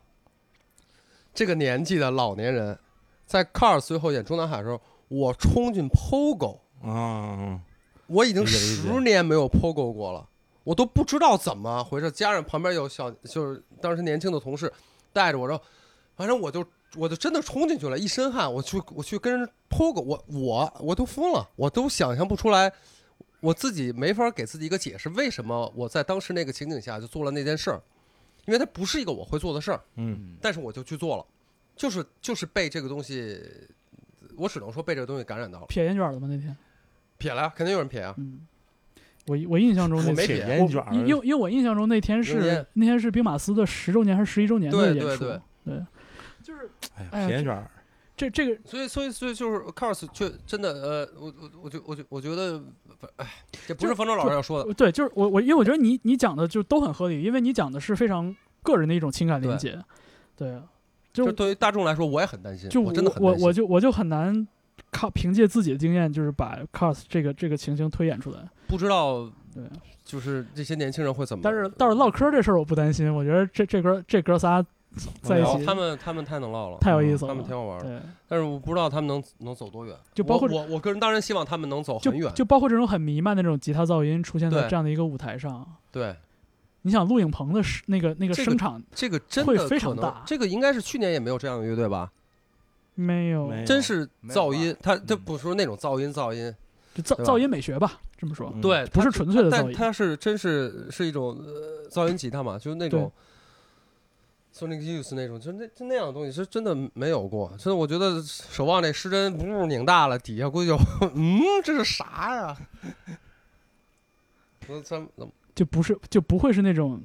[SPEAKER 2] 这个年纪的老年人，在 Cars 最后演中南海的时候，我冲进 POGO。
[SPEAKER 4] 啊，
[SPEAKER 2] 我已经
[SPEAKER 4] 理解理解
[SPEAKER 2] 十年没有 POGO 过了，我都不知道怎么回事。加上旁边有小，就是当时年轻的同事带着我说，反正我就我就真的冲进去了，一身汗，我去我去跟人 POGO，我我我都疯了，我都想象不出来，我自己没法给自己一个解释，为什么我在当时那个情景下就做了那件事儿，因为它不是一个我会做的事儿，
[SPEAKER 4] 嗯
[SPEAKER 3] 嗯，
[SPEAKER 2] 但是我就去做了，就是就是被这个东西，我只能说被这个东西感染到了，
[SPEAKER 1] 撇烟卷了吗？那天，
[SPEAKER 2] 撇了呀，肯定有人撇啊。
[SPEAKER 1] 嗯，我我印象中
[SPEAKER 2] 我
[SPEAKER 1] 那
[SPEAKER 2] 没
[SPEAKER 1] 天
[SPEAKER 4] 铁
[SPEAKER 2] 撇
[SPEAKER 4] 烟卷儿
[SPEAKER 1] 我因因为因为我印象中那天
[SPEAKER 2] 明
[SPEAKER 1] 是
[SPEAKER 2] 天
[SPEAKER 1] 那天是兵马司的十周年还是十一周年的
[SPEAKER 2] 对
[SPEAKER 1] 演
[SPEAKER 2] 对
[SPEAKER 1] 出
[SPEAKER 2] 对，
[SPEAKER 1] 对，就是
[SPEAKER 4] 哎呀
[SPEAKER 1] 哎呀
[SPEAKER 4] 铁烟卷儿
[SPEAKER 1] 这这个
[SPEAKER 2] 所以，所以，所以就是 Cars 却真的，呃，我我我觉我觉我觉得，哎，这不是方舟老师要说的，
[SPEAKER 1] 对，就是我我因为我觉得你你讲的就都很合理，因为你讲的是非常个人的一种情感连
[SPEAKER 2] 对
[SPEAKER 1] 接，对，
[SPEAKER 2] 就
[SPEAKER 1] 就
[SPEAKER 2] 对于大众来说，我也很担心，
[SPEAKER 1] 就
[SPEAKER 2] 我真的很
[SPEAKER 1] 我
[SPEAKER 2] 担心。
[SPEAKER 1] 我就我就很难靠凭借自己的经验，就是把 Cars 这个这个情形推演出来。
[SPEAKER 2] 不知道，
[SPEAKER 1] 对，
[SPEAKER 2] 就是这些年轻人会怎么。
[SPEAKER 1] 但是但是唠嗑这事儿我不担心，我觉得这这哥这哥仨在一
[SPEAKER 2] 然后
[SPEAKER 1] 起
[SPEAKER 2] 他们他们太能唠了，
[SPEAKER 1] 太有意思
[SPEAKER 2] 嗯他们挺
[SPEAKER 1] 了。
[SPEAKER 2] 好玩的，
[SPEAKER 1] 对，
[SPEAKER 2] 但是我不知道他们能能走多远。
[SPEAKER 1] 就包括
[SPEAKER 2] 我我我个人当然希望他们能走很
[SPEAKER 1] 就
[SPEAKER 2] 远，
[SPEAKER 1] 就包括这种很弥漫的那种吉他噪音出现在
[SPEAKER 2] 对
[SPEAKER 1] 这样的一个舞台上，
[SPEAKER 2] 对
[SPEAKER 1] 你想录影棚的是那个那个
[SPEAKER 2] 这个
[SPEAKER 1] 声场
[SPEAKER 2] 这个真
[SPEAKER 1] 会
[SPEAKER 2] 的
[SPEAKER 1] 非
[SPEAKER 2] 可
[SPEAKER 1] 常
[SPEAKER 2] 能
[SPEAKER 1] 大
[SPEAKER 2] 这个应该是去年也没有这样的乐队吧？
[SPEAKER 1] 没有，
[SPEAKER 4] 没有
[SPEAKER 2] 真是
[SPEAKER 3] 没有
[SPEAKER 2] 噪音
[SPEAKER 3] 吧，
[SPEAKER 2] 它它
[SPEAKER 3] 嗯
[SPEAKER 2] 不是那种噪音噪音，
[SPEAKER 1] 就噪
[SPEAKER 2] 对吧
[SPEAKER 1] 噪音美学吧，这么说，
[SPEAKER 4] 嗯
[SPEAKER 2] 对，
[SPEAKER 1] 不
[SPEAKER 2] 它
[SPEAKER 1] 是纯粹的噪
[SPEAKER 2] 但
[SPEAKER 1] 音。
[SPEAKER 2] 它是真是是一种呃噪音吉他嘛，就是那种 Sonic Youth 那种，就那就那样的东西是真的没有过。真的，我觉得守望那失真不是拧大了，底下估计就嗯，这是啥呀？我咱怎么
[SPEAKER 1] 就不是就不会是那种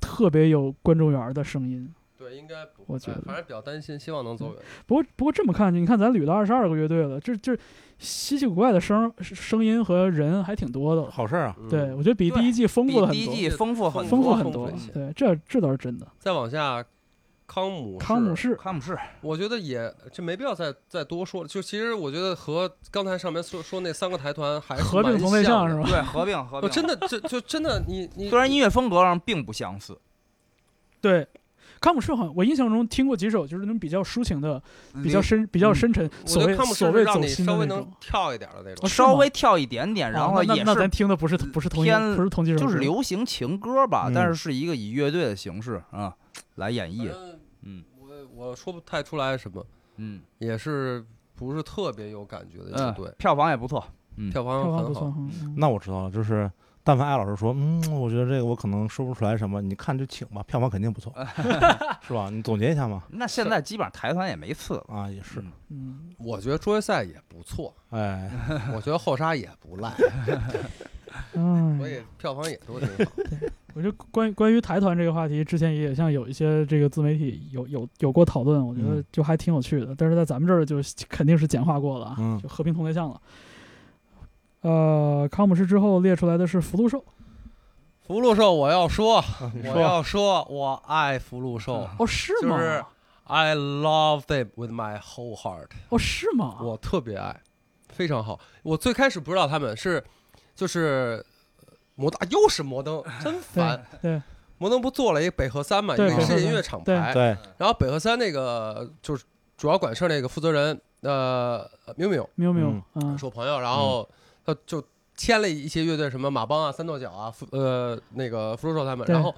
[SPEAKER 1] 特别有观众缘儿的声音。
[SPEAKER 2] 对？应该不，
[SPEAKER 1] 我觉得
[SPEAKER 2] 哎反正比较担心，希望能走远。
[SPEAKER 1] 不过不过这么看，你看咱捋到二十二个乐队了，这这稀奇古怪的声声音和人还挺多的。
[SPEAKER 4] 好事儿啊，
[SPEAKER 2] 嗯
[SPEAKER 1] 对，，我觉得比
[SPEAKER 3] 对
[SPEAKER 1] 第一季丰
[SPEAKER 3] 比
[SPEAKER 1] 富了很
[SPEAKER 3] 第一
[SPEAKER 1] 多，
[SPEAKER 3] 季丰富很
[SPEAKER 1] 丰富
[SPEAKER 3] 多。
[SPEAKER 1] 很
[SPEAKER 2] 丰富
[SPEAKER 1] 多嗯
[SPEAKER 2] 一些。
[SPEAKER 1] 对，这这倒是真的。
[SPEAKER 2] 再往下，康姆
[SPEAKER 1] 康姆
[SPEAKER 2] 士
[SPEAKER 1] 士
[SPEAKER 3] 看不是，
[SPEAKER 2] 我觉得也这没必要再再多说了。就其实我觉得和刚才上面说说那三个台团还是
[SPEAKER 1] 合并
[SPEAKER 2] 蛮
[SPEAKER 1] 同类
[SPEAKER 2] 像
[SPEAKER 1] 项
[SPEAKER 2] 的
[SPEAKER 1] 是吧？
[SPEAKER 3] 对，合并合
[SPEAKER 2] 我
[SPEAKER 1] 哦
[SPEAKER 3] 并。
[SPEAKER 2] 哦真的这就真的你 你
[SPEAKER 3] 虽然音乐风格上并不相似，
[SPEAKER 1] 对，康姆士好像我印象中听过几首，就是那种比较抒情的、比
[SPEAKER 3] 嗯
[SPEAKER 1] 较深、比较深沉，
[SPEAKER 2] 嗯我
[SPEAKER 1] 所
[SPEAKER 2] 觉
[SPEAKER 1] 谓
[SPEAKER 2] 得康姆士
[SPEAKER 1] 所
[SPEAKER 2] 是
[SPEAKER 1] 谓
[SPEAKER 2] 让
[SPEAKER 1] 走
[SPEAKER 2] 你
[SPEAKER 1] 心
[SPEAKER 2] 稍
[SPEAKER 1] 的
[SPEAKER 2] 微
[SPEAKER 1] 那
[SPEAKER 2] 能
[SPEAKER 1] 种。
[SPEAKER 2] 跳一点的那种
[SPEAKER 1] 哦。
[SPEAKER 3] 稍微跳一点点，然后
[SPEAKER 1] 哦那
[SPEAKER 3] 也
[SPEAKER 1] 那那
[SPEAKER 3] 是
[SPEAKER 1] 咱听的不是不是同一
[SPEAKER 3] 偏
[SPEAKER 1] 不是同几首歌，
[SPEAKER 3] 就是流行情歌吧
[SPEAKER 4] 嗯，
[SPEAKER 3] 但是是一个以乐队的形式啊来演
[SPEAKER 2] 反
[SPEAKER 3] 绎。
[SPEAKER 2] 正
[SPEAKER 3] 嗯
[SPEAKER 2] 我我说不太出来什么，
[SPEAKER 3] 嗯
[SPEAKER 2] 也是不是特别有感觉的一个队
[SPEAKER 3] 嗯，，票房也不错。
[SPEAKER 2] 票
[SPEAKER 1] 票
[SPEAKER 2] 房
[SPEAKER 1] 房不
[SPEAKER 2] 很
[SPEAKER 1] 错
[SPEAKER 2] 好。
[SPEAKER 1] 哈。嗯
[SPEAKER 4] 那我知道了，就是但凡艾老师说，嗯，我觉得这个我可能说不出来什么，你看就请吧，票房肯定 不错，是吧？你总结一下嘛。
[SPEAKER 3] 那现在基本上台团也没次了。
[SPEAKER 4] 啊，也是，
[SPEAKER 3] 嗯
[SPEAKER 1] 嗯，
[SPEAKER 2] 我觉得桌游赛也不 错，
[SPEAKER 4] 哎，
[SPEAKER 2] 我觉得后沙也不 赖，
[SPEAKER 1] 嗯
[SPEAKER 2] 所以票房也都挺好。
[SPEAKER 1] 我觉得关于关于台团这个话题，之前也像有一些这个自媒体有有有过讨论，我觉得
[SPEAKER 4] 嗯
[SPEAKER 1] 就还挺有趣的。但是在咱们这儿就肯定是简化过了啊，
[SPEAKER 4] 嗯
[SPEAKER 1] 就和平同类项了。呃，康姆士之后列出来的是福禄寿，
[SPEAKER 2] 福禄寿，我 要说，
[SPEAKER 4] 你
[SPEAKER 2] 我
[SPEAKER 4] 说
[SPEAKER 2] 要说，我爱福禄寿
[SPEAKER 1] 哦是吗？
[SPEAKER 2] 就是，I love them with my whole heart。
[SPEAKER 1] 哦是吗？
[SPEAKER 2] 我特别爱，非常好。我最开始不知道他们是，就是呃摩登，啊又是摩登，真
[SPEAKER 1] 对
[SPEAKER 2] 烦。
[SPEAKER 1] 对
[SPEAKER 2] 摩登不做了一个北河三嘛，一
[SPEAKER 1] 对
[SPEAKER 2] 个
[SPEAKER 4] 北河
[SPEAKER 2] 世
[SPEAKER 1] 三
[SPEAKER 2] 界音乐厂
[SPEAKER 1] 对
[SPEAKER 2] 牌。
[SPEAKER 4] 对，
[SPEAKER 2] 然后北河三那个就是主要管事儿那个负责人，呃，缪缪
[SPEAKER 1] 喵喵，嗯
[SPEAKER 2] 是我朋友，然后他就签了一些乐队，什么马帮啊、三跺脚啊、福呃那个福寿寿他们，
[SPEAKER 1] 对
[SPEAKER 2] 然后。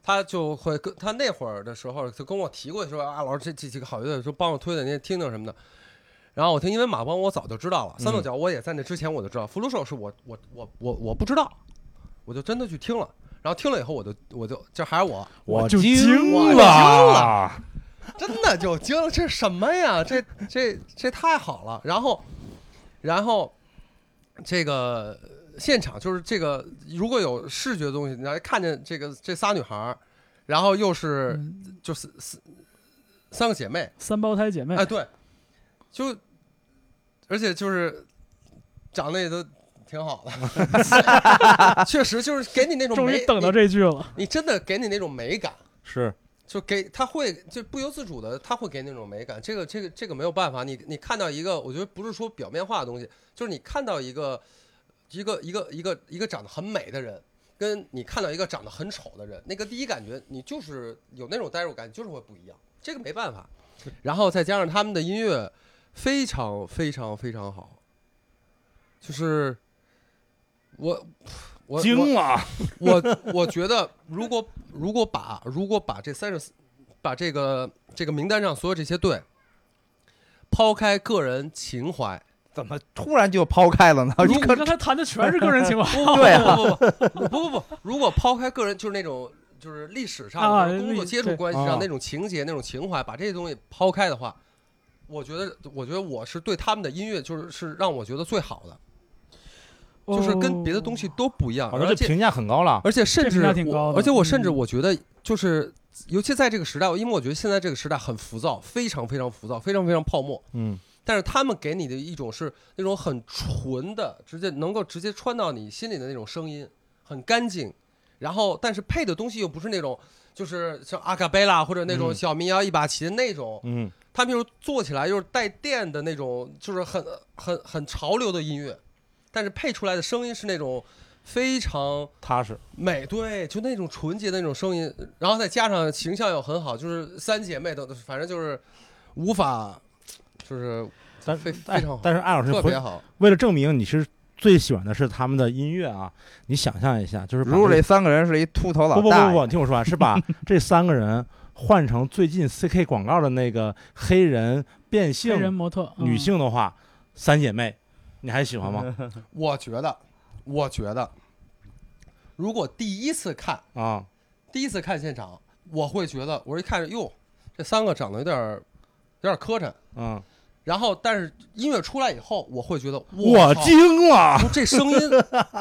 [SPEAKER 2] 他就会跟他那会儿的时候，就跟我提过说啊，老师这这几个好乐队，说帮我推推，您听听什么的。然后我听，因为马帮我早就知道了，三跺脚我也在那之前我就知道，福禄寿是我我我我我不知道，我就真的去听了。然后听了以后我，就我就这还是我
[SPEAKER 1] 我就
[SPEAKER 4] 惊
[SPEAKER 1] 惊
[SPEAKER 2] 了
[SPEAKER 4] 了，
[SPEAKER 2] 真的就惊了，这是什么呀？这这这太好了！然后，然后这个现场就是这个，如果有视觉的东西，你来看见这个这仨女孩儿，然后又是
[SPEAKER 1] 嗯
[SPEAKER 2] 就是四三个姐妹，
[SPEAKER 1] 三胞胎姐妹
[SPEAKER 2] 哎，对，就而且就是长得也都挺好 的， 确实就是给你那种
[SPEAKER 1] 终于
[SPEAKER 2] 美，
[SPEAKER 1] 等到这句了，
[SPEAKER 2] 你你真的给你那种美感。
[SPEAKER 4] 是
[SPEAKER 2] 就给他会就不由自主的，他会给那种美感。这个这个这个没有办法，你你看到一个，我觉得不是说表面化的东西，就是你看到一个一个一个一个一个长得很美的人，跟你看到一个长得很丑的人，那个第一感觉你就是有那种代入感，你就是会不一样。这个没办法。然后再加上他们的音乐非常非常非常好，就是我我我啊
[SPEAKER 4] 惊了，
[SPEAKER 2] 我我觉得，如果如果把如果把这三十四，把这个这个名单上所有这些队，抛开个人情怀，
[SPEAKER 3] 怎么突然就抛开了呢？
[SPEAKER 2] 啊
[SPEAKER 1] 你
[SPEAKER 3] 你可
[SPEAKER 1] 刚才谈的全是个人情怀
[SPEAKER 3] 对啊，
[SPEAKER 2] 不不不不不不，如果抛开个人，就是那种就是历史上、
[SPEAKER 1] 啊
[SPEAKER 2] 或者工
[SPEAKER 1] 历
[SPEAKER 2] 作接触
[SPEAKER 1] 对
[SPEAKER 2] 关系
[SPEAKER 4] 啊
[SPEAKER 2] 上那种情节、那种情怀，把这些东西抛开的话，我觉得我觉得我是对他们的音乐就是是让我觉得最好的， 就是跟别的东西
[SPEAKER 1] 哦
[SPEAKER 2] 都不一样，
[SPEAKER 4] 好像
[SPEAKER 2] 而
[SPEAKER 4] 这
[SPEAKER 2] 且
[SPEAKER 4] 评价很高了，
[SPEAKER 2] 而且甚
[SPEAKER 1] 这
[SPEAKER 2] 至
[SPEAKER 1] 评价挺
[SPEAKER 2] 我
[SPEAKER 1] 高的
[SPEAKER 2] 而且我甚至
[SPEAKER 1] 嗯
[SPEAKER 2] 我觉得就是，尤其在这个时代，因为我觉得现在这个时代很浮躁，非常非常浮躁，非常非常泡沫。
[SPEAKER 4] 嗯，
[SPEAKER 2] 但是他们给你的一种是那种很纯的，直接能够直接穿到你心里的那种声音，很干净。然后，但是配的东西又不是那种，就是像阿卡贝拉或者那种
[SPEAKER 4] 嗯
[SPEAKER 2] 小民谣一把琴那种，
[SPEAKER 4] 嗯，
[SPEAKER 2] 他们就是做起来就是带电的那种，就是很很很潮流的音乐，但是配出来的声音是那种非常
[SPEAKER 4] 踏实，
[SPEAKER 2] 美，对，就那种纯洁的那种声音，然后再加上形象又很好，就是三姐妹都，反正就是无法，就是
[SPEAKER 4] 但
[SPEAKER 2] 非
[SPEAKER 4] 哎
[SPEAKER 2] 非常好，
[SPEAKER 4] 但是艾老师
[SPEAKER 2] 特
[SPEAKER 4] 回
[SPEAKER 2] 别好。
[SPEAKER 4] 为了证明你是最喜欢的是他们的音乐啊，你想象一下，就是把
[SPEAKER 3] 如果
[SPEAKER 4] 这
[SPEAKER 3] 这三个人是一秃头老
[SPEAKER 4] 不不
[SPEAKER 3] 大
[SPEAKER 4] 不
[SPEAKER 3] 爷，
[SPEAKER 4] 不，你听我说啊完，是 把这三个人换成最近 CK 广告的那个黑人变
[SPEAKER 1] 黑人
[SPEAKER 4] 性
[SPEAKER 1] 模特，嗯
[SPEAKER 4] 女，性的话，三姐妹，你还喜欢吗？
[SPEAKER 2] 我觉得，我觉得，如果第一次看，
[SPEAKER 4] 啊，
[SPEAKER 2] 第一次看现场，我会觉得，我一看，哟，这三个长得有点儿，有点儿磕碜。
[SPEAKER 4] 嗯，
[SPEAKER 2] 然后，但是音乐出来以后，我会觉得，
[SPEAKER 4] 我
[SPEAKER 2] 操
[SPEAKER 4] 惊了，
[SPEAKER 2] 不这声音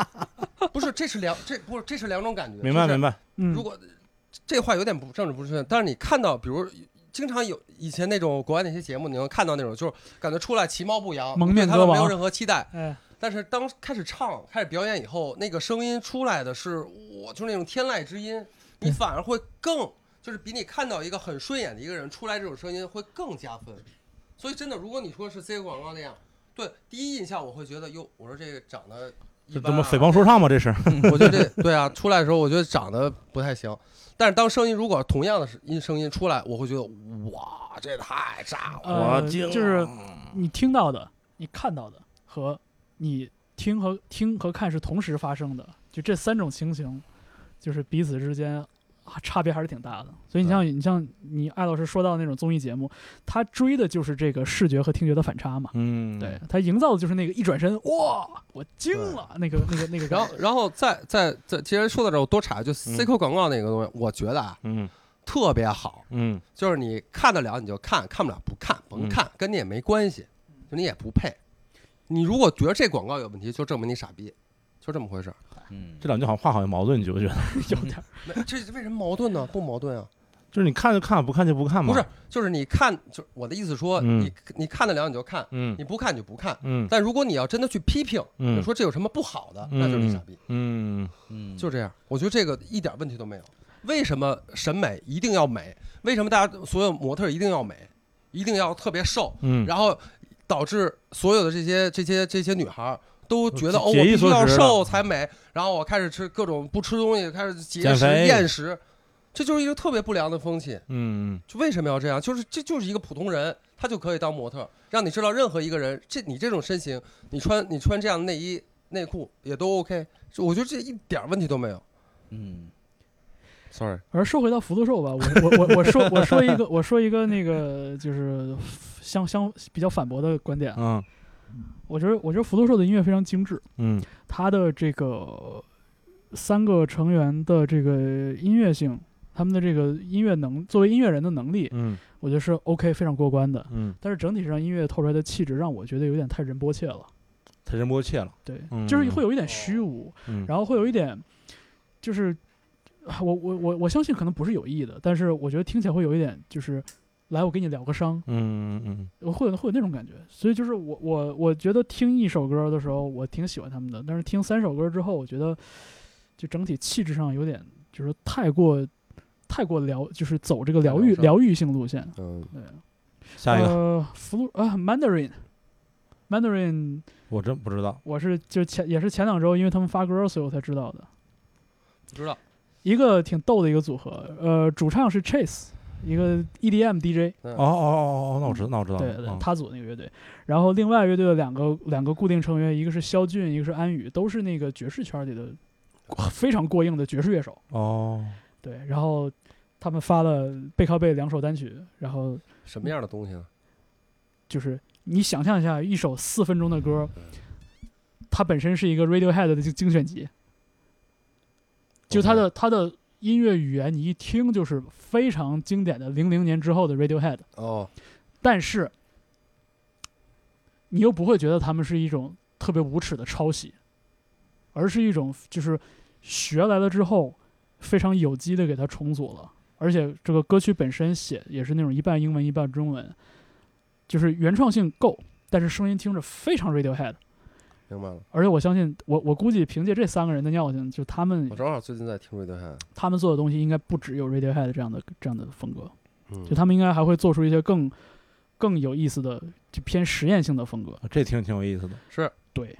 [SPEAKER 2] 不是，这是两，这不是，这是两种感觉。
[SPEAKER 4] 明白
[SPEAKER 2] 就是
[SPEAKER 4] 明白，
[SPEAKER 1] 嗯，
[SPEAKER 2] 如果这话有点不政治不正确，但是你看到，比如经常有以前那种国外那些节目，你能看到那种，就是感觉出来其貌不扬，
[SPEAKER 1] 蒙
[SPEAKER 2] 对
[SPEAKER 1] 面
[SPEAKER 2] 他
[SPEAKER 1] 歌
[SPEAKER 2] 们没有
[SPEAKER 1] 王
[SPEAKER 2] 任何期待。
[SPEAKER 1] 哎，
[SPEAKER 2] 但是当开始唱、开始表演以后，那个声音出来的是我就是那种天籁之音，你反而会更就是比你看到一个很顺眼的一个人出来这种声音会更加分。所以真的，如果你说是 C 广告那样，对第一印象我会觉得哟，我说这个长得一
[SPEAKER 4] 这
[SPEAKER 2] 般
[SPEAKER 4] 怎
[SPEAKER 2] 啊、
[SPEAKER 4] 么诽谤说唱吗？这是，
[SPEAKER 2] 我觉得这对啊，出来的时候我觉得长得不太行，但是当声音如果同样的音声音出来，我会觉得哇，这太炸了。
[SPEAKER 1] 呃，
[SPEAKER 4] 我惊
[SPEAKER 1] 就是你听到的、你看到的和你听和听和看是同时发生的，就这三种情形，就是彼此之间、啊、差别还是挺大的。所以
[SPEAKER 4] 嗯
[SPEAKER 1] 你像你像你艾老师说到那种综艺节目，他追的就是这个视觉和听觉的反差嘛。
[SPEAKER 4] 嗯，
[SPEAKER 1] 对，他营造的就是那个一转身，哇，我惊了，那个那个那个
[SPEAKER 2] 然
[SPEAKER 1] 感
[SPEAKER 2] 后
[SPEAKER 1] 觉，，
[SPEAKER 2] 然后再再再，既然说到这儿，我多查，就
[SPEAKER 4] 嗯
[SPEAKER 2] CQ 广告那个东西，我觉得啊
[SPEAKER 4] 嗯
[SPEAKER 2] 特别好，
[SPEAKER 4] 嗯
[SPEAKER 2] 就是你看得了你就看，看不了不看，甭看，跟你也没关系，就你也不配。你如果觉得这广告有问题，就证明你傻逼，就这么回事儿。
[SPEAKER 3] 嗯
[SPEAKER 4] 这两句好像话好像矛盾，你觉不觉得？
[SPEAKER 1] 有点儿
[SPEAKER 2] 没这为什么矛盾呢？不矛盾啊。
[SPEAKER 4] 就是你看就看，不看就不看嘛。
[SPEAKER 2] 不是，，就是你看，就是我的意思说，
[SPEAKER 4] 嗯
[SPEAKER 2] 你你看得了你就看，
[SPEAKER 4] 嗯
[SPEAKER 2] 你不看你就不看。
[SPEAKER 4] 嗯
[SPEAKER 2] 但如果你要真的去批评，
[SPEAKER 4] 嗯
[SPEAKER 2] 就说这有什么不好的，那就是你傻逼，
[SPEAKER 4] 嗯，
[SPEAKER 3] 嗯，
[SPEAKER 2] 就这样。我觉得这个一点问题都没有。为什么审美一定要美？为什么大家所有模特一定要美，一定要特别瘦？
[SPEAKER 4] 嗯，
[SPEAKER 2] 然后导致所有的这些这些这些女孩儿都觉得
[SPEAKER 4] 节
[SPEAKER 2] 哦，我
[SPEAKER 4] 节
[SPEAKER 2] 必
[SPEAKER 4] 衣
[SPEAKER 2] 须
[SPEAKER 4] 缩
[SPEAKER 2] 要
[SPEAKER 4] 食了
[SPEAKER 2] 瘦才美，然后我开始吃各种不吃东西，开始节
[SPEAKER 4] 减
[SPEAKER 2] 食
[SPEAKER 4] 肥
[SPEAKER 2] 厌食，这就是一个特别不良的风气。
[SPEAKER 4] 嗯
[SPEAKER 2] 就为什么要这样？就是这就是一个普通人，他就可以当模特儿，让你知道任何一个人，这你这种身形，你穿你穿这样的内衣内裤也都 OK，就我觉得这一点儿问题都没有。
[SPEAKER 3] 嗯
[SPEAKER 2] Sorry，
[SPEAKER 1] 而说回到福禄寿吧，我我我我说我说一个我说一个那个就是相相比较反驳的观点啊，
[SPEAKER 4] 嗯
[SPEAKER 1] 我觉得我觉得福禄寿的音乐非常精致，
[SPEAKER 4] 嗯
[SPEAKER 1] 它的这个三个成员的这个音乐性，他们的这个音乐能作为音乐人的能力，
[SPEAKER 4] 嗯
[SPEAKER 1] 我觉得是 OK 非常过关的。
[SPEAKER 4] 嗯，
[SPEAKER 1] 但是整体上音乐透出来的气质让我觉得有点太仁波切了，
[SPEAKER 4] 太仁波切了。
[SPEAKER 1] 对，
[SPEAKER 4] 嗯
[SPEAKER 1] 就是会有一点虚无，
[SPEAKER 4] 嗯，
[SPEAKER 1] 然后会有一点就是啊我我我我相信可能不是有意的，但是我觉得听起来会有一点就是来我给你疗个伤，
[SPEAKER 4] 嗯嗯嗯
[SPEAKER 1] 我会有会有那种感觉，所以就是我我我觉得听一首歌的时候，我挺喜欢他们的，但是听三首歌之后，我觉得就整体气质上有点就是太过太过疗，就是走这个疗愈
[SPEAKER 2] 太疗
[SPEAKER 1] 疗愈性路线。
[SPEAKER 2] 嗯，
[SPEAKER 4] 嗯，下一个
[SPEAKER 1] 呃，福禄啊，Mandarin。Mandarin，
[SPEAKER 4] 我真不知道。
[SPEAKER 1] 我是就前也是前两周，因为他们发歌，所以我才知道的。
[SPEAKER 2] 不知道，
[SPEAKER 1] 一个挺逗的一个组合，呃，主唱是 Chase，一个 E EDM DJ，
[SPEAKER 4] 哦哦哦哦，那我知道，那我知道
[SPEAKER 1] 对
[SPEAKER 4] 了。
[SPEAKER 1] 对
[SPEAKER 4] 嗯，
[SPEAKER 1] 他组那个乐队，然后另外乐队的两个两个固定成员，一个是肖俊，一个是安宇，都是那个爵士圈里的非常过硬的爵士乐手。
[SPEAKER 4] 哦，
[SPEAKER 1] 对，然后他们发了背靠背两首单曲，然后
[SPEAKER 2] 什么样的东西呢？
[SPEAKER 1] 就是你想象一下，一首四分钟的歌，它本身是一个 Radiohead 的精精选集，就它的它的音乐语言，你一听就是非常经典的零零年之后的 Radiohead。
[SPEAKER 2] 哦，
[SPEAKER 1] 但是你又不会觉得他们是一种特别无耻的抄袭，而是一种就是学来了之后非常有机的给它重组了，而且这个歌曲本身写也是那种一半英文一半中文，就是原创性够，但是声音听着非常 Radiohead。
[SPEAKER 2] 明白了。
[SPEAKER 1] 而且我相信，我我估计凭借这三个人的尿性，就他们
[SPEAKER 2] 我正好最近在听瑞德汉，
[SPEAKER 1] 他们做的东西应该不只有 Radiohead 这样的这样的风格。
[SPEAKER 2] 嗯
[SPEAKER 1] 就他们应该还会做出一些更更有意思的，就偏实验性的风格。
[SPEAKER 4] 这挺挺有意思的。
[SPEAKER 2] 是
[SPEAKER 1] 对，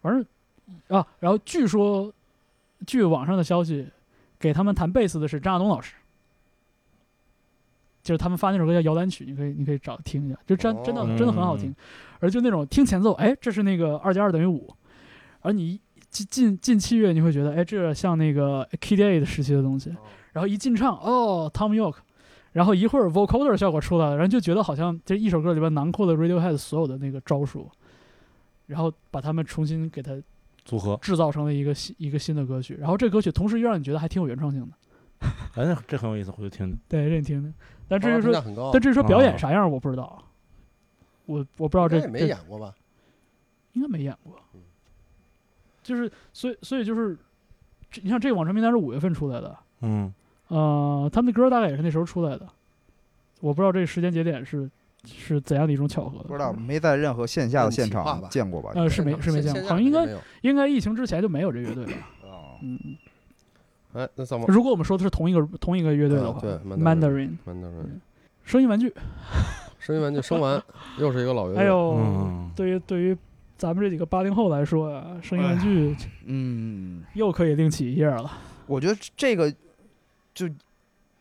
[SPEAKER 1] 反正啊。然后据说，据网上的消息，给他们弹贝斯的是张亚东老师，就是他们发那首歌叫《摇篮曲》，你可以你可以找听一下，就真真的
[SPEAKER 4] 哦
[SPEAKER 1] 真的很好听，而就那种听前奏，哎，这是那个二加二等于五，而你一进进进器乐，你会觉得哎，这像那个 K D A 的时期的东
[SPEAKER 2] 嗯
[SPEAKER 1] 西，然后一进唱，哦，Tom York，然后一会儿 vocoder 效果出来了，然后就觉得好像这一首歌里边囊括了 Radiohead 所有的那个招数，然后把它们重新给它
[SPEAKER 4] 组合，
[SPEAKER 1] 制造成了一个新一个新的歌曲，然后这歌曲同时又让你觉得还挺有原创性的，
[SPEAKER 4] 哎，那这很有意思，回去听听。
[SPEAKER 1] 对，这你听听。但至
[SPEAKER 2] 好
[SPEAKER 1] 于
[SPEAKER 2] 评价
[SPEAKER 1] 说，
[SPEAKER 2] 很高啊，
[SPEAKER 1] 但至于说表演
[SPEAKER 4] 哦
[SPEAKER 1] 啥样，我不知道，我我不知道这
[SPEAKER 2] 啊应该也没
[SPEAKER 1] 这
[SPEAKER 2] 演过吧？
[SPEAKER 1] 应该没演过
[SPEAKER 2] 嗯，
[SPEAKER 1] 就是所以所以就是，这你像这个网传名单是五月份出来的，
[SPEAKER 4] 嗯，
[SPEAKER 1] 呃，他们的歌大概也是那时候出来的，我不知道这个时间节点是是怎样的一种巧合。
[SPEAKER 3] 不知道，没在任何线下的现
[SPEAKER 2] 问题
[SPEAKER 3] 场
[SPEAKER 2] 吧
[SPEAKER 3] 见过吧？
[SPEAKER 1] 呃，是没是没见过，好像应该应该疫情之前就没有这乐队 吧？
[SPEAKER 3] 哦
[SPEAKER 1] 嗯，
[SPEAKER 2] 哎，那怎么？
[SPEAKER 1] 如果我们说的是同一个同一个乐队的
[SPEAKER 2] 啊
[SPEAKER 1] 话，
[SPEAKER 2] 对
[SPEAKER 1] m a n d a r i n
[SPEAKER 2] 完蛋了
[SPEAKER 1] 嗯声音玩具，
[SPEAKER 2] 声音完就生完，又是一个老乐队。
[SPEAKER 1] 哎呦，
[SPEAKER 4] 嗯
[SPEAKER 1] 对于对于咱们这几个八零后来说啊，声音玩具
[SPEAKER 3] 嗯，
[SPEAKER 1] 又可以另起一页了。
[SPEAKER 3] 我觉得这个就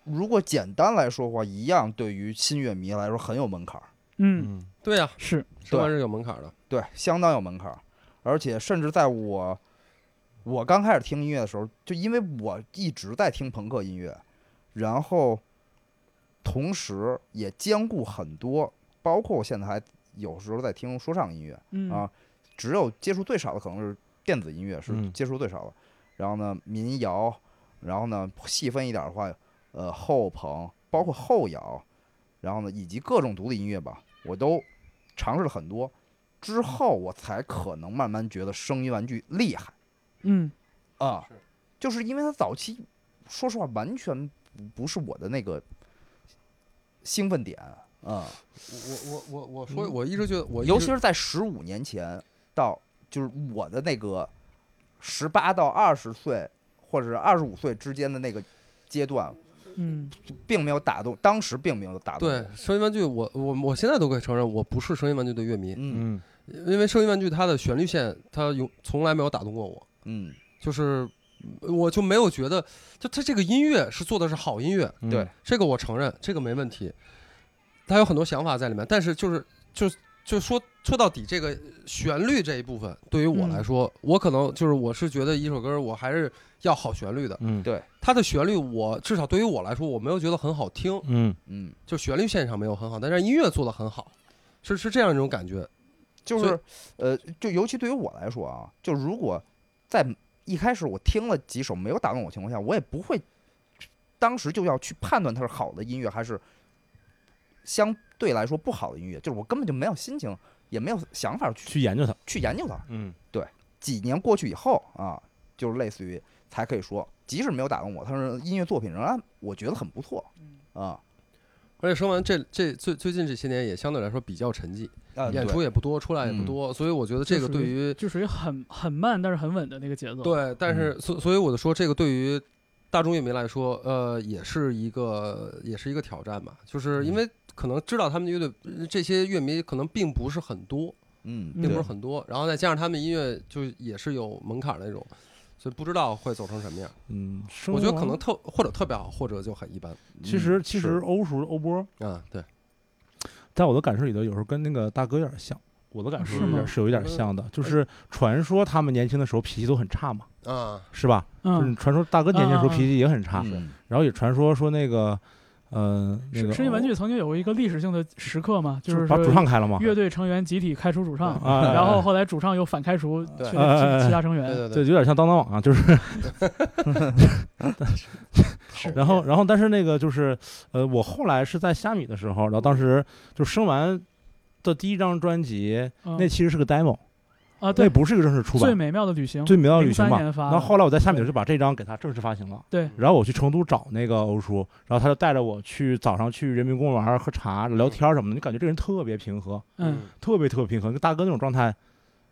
[SPEAKER 3] 如果简单来说的话，一样对于新乐迷来说很有门槛儿，
[SPEAKER 1] 嗯，
[SPEAKER 4] 嗯，
[SPEAKER 2] 对呀，
[SPEAKER 1] 是，
[SPEAKER 2] 生完是有门槛的。
[SPEAKER 3] 对，相当有门槛儿，而且甚至在我我刚开始听音乐的时候，就因为我一直在听朋克音乐，然后同时也兼顾很多，包括我现在还有时候在听说唱音乐，
[SPEAKER 1] 嗯
[SPEAKER 3] 啊，只有接触最少的可能是电子音乐是
[SPEAKER 4] 嗯
[SPEAKER 3] 接触最少的，然后呢民谣，然后呢细分一点的话，呃后朋包括后摇，然后呢以及各种独立音乐吧，我都尝试了很多，之后我才可能慢慢觉得声音玩具厉害
[SPEAKER 1] 嗯
[SPEAKER 3] 啊
[SPEAKER 2] 是，
[SPEAKER 3] 就是因为它早期说实话完全不不是我的那个兴奋点啊。
[SPEAKER 2] 我我我我说，我一直觉得我一直
[SPEAKER 3] 尤其是在十五年前到就是我的那个十八到二十岁或者是二十五岁之间的那个阶段，
[SPEAKER 1] 嗯
[SPEAKER 3] 并没有打动，当时并没有打动我。嗯
[SPEAKER 2] 对嗯声音玩具，我我我现在都可以承认，我不是声音玩具的乐迷，
[SPEAKER 3] 嗯
[SPEAKER 4] 嗯
[SPEAKER 2] 因为声音玩具它的旋律线，它永从来没有打动过我，
[SPEAKER 3] 嗯，
[SPEAKER 2] 就是我就没有觉得，就它这个音乐是做的是好音乐，
[SPEAKER 4] 嗯，
[SPEAKER 3] 对
[SPEAKER 2] 这个我承认，这个没问题，它有很多想法在里面，但是就是就就说说到底，这个旋律这一部分对于我来说，我可能就是我是觉得一首歌我还是要好旋律的，
[SPEAKER 4] 嗯
[SPEAKER 3] 对
[SPEAKER 2] 它的旋律我至少对于我来说，我没有觉得很好听，
[SPEAKER 4] 嗯
[SPEAKER 3] 嗯，
[SPEAKER 2] 就旋律线上没有很好，但是音乐做的很好，是是这样一种感觉。
[SPEAKER 3] 就是呃，就尤其对于我来说啊，就如果在一开始我听了几首没有打动我的情况下，我也不会当时就要去判断它是好的音乐还是相对来说不好的音乐，就是我根本就没有心情，也没有想法去
[SPEAKER 4] 去研究它。
[SPEAKER 3] 去研究它。
[SPEAKER 4] 嗯
[SPEAKER 3] 几年过去以后啊，就是类似于才可以说，即使没有打动我，但是音乐作品仍然我觉得很不错啊。
[SPEAKER 2] 而且说完这这最最近这些年也相对来说比较沉寂，
[SPEAKER 3] 呃，
[SPEAKER 2] 演
[SPEAKER 3] 对
[SPEAKER 2] 出也不多，出来也不
[SPEAKER 4] 嗯
[SPEAKER 2] 多，所以我觉得这个对于
[SPEAKER 1] 就属于很很慢但是很稳的那个节奏。，
[SPEAKER 2] 对，但
[SPEAKER 3] 嗯
[SPEAKER 2] 是所所以我就说这个对于大众乐迷来说，呃，也是一个也是一个挑战吧，就是
[SPEAKER 3] 嗯
[SPEAKER 2] 因为可能知道他们的乐队呃这些乐迷可能并不是很多，
[SPEAKER 3] 嗯，
[SPEAKER 1] 嗯
[SPEAKER 2] 并不是
[SPEAKER 3] 对
[SPEAKER 2] 很多，然后再加上他们音乐就也是有门槛的那种。所以不知道会走成什么样，
[SPEAKER 4] 嗯，生
[SPEAKER 2] 我觉得
[SPEAKER 4] 活
[SPEAKER 2] 可能特或者特别好，或者就很一般
[SPEAKER 4] 其
[SPEAKER 3] 嗯
[SPEAKER 4] 实其实
[SPEAKER 3] 是
[SPEAKER 4] 欧叔欧波，
[SPEAKER 2] 啊。对，
[SPEAKER 4] 在我的感受里头，有时候跟那个大哥有点像。我的感受
[SPEAKER 1] 哦是
[SPEAKER 4] 有点
[SPEAKER 1] 吗
[SPEAKER 4] 是有一点
[SPEAKER 2] 嗯
[SPEAKER 4] 像的，就是传说他们年轻的时候脾气都很差嘛，
[SPEAKER 2] 啊，
[SPEAKER 4] 是吧？就是
[SPEAKER 1] 嗯，
[SPEAKER 4] 传说大哥年轻的时候
[SPEAKER 1] 啊啊啊
[SPEAKER 4] 脾气也很差，
[SPEAKER 3] 嗯
[SPEAKER 4] 然后也传说说那个，呃，那个
[SPEAKER 1] 声音玩具曾经有过一个历史性的时刻嘛，就是
[SPEAKER 4] 把
[SPEAKER 1] 说
[SPEAKER 4] 主唱开了嘛，
[SPEAKER 1] 乐队成员集体开除主唱，
[SPEAKER 4] 啊，
[SPEAKER 1] 然后后来主唱又反开除去
[SPEAKER 2] 对
[SPEAKER 4] 哎
[SPEAKER 1] 了其其他成
[SPEAKER 2] 对
[SPEAKER 1] 员。
[SPEAKER 2] 对
[SPEAKER 4] 对，有点像当当网啊，就是， 然后，然后，但是那个就是，呃，我后来是在虾米的时候，然后当时就生完的第一张专辑，
[SPEAKER 1] 嗯
[SPEAKER 4] 那其实是个 demo，
[SPEAKER 1] 啊，对
[SPEAKER 4] 那，不是一个正式出
[SPEAKER 1] 最
[SPEAKER 4] 版，
[SPEAKER 1] 美妙的旅行，
[SPEAKER 4] 最美妙的旅行
[SPEAKER 1] 03
[SPEAKER 4] 吧。
[SPEAKER 1] 嗯年发的嗯
[SPEAKER 4] 然后后来我在虾米的时候就把这张给他正式发行了。
[SPEAKER 1] 对
[SPEAKER 4] 然后我去成都找那个欧叔，然后他就带着我去早上去人民公园喝茶、聊天什么的，你感觉这人特别平和，
[SPEAKER 1] 嗯，
[SPEAKER 4] 特别特别平和，跟大哥那种状态，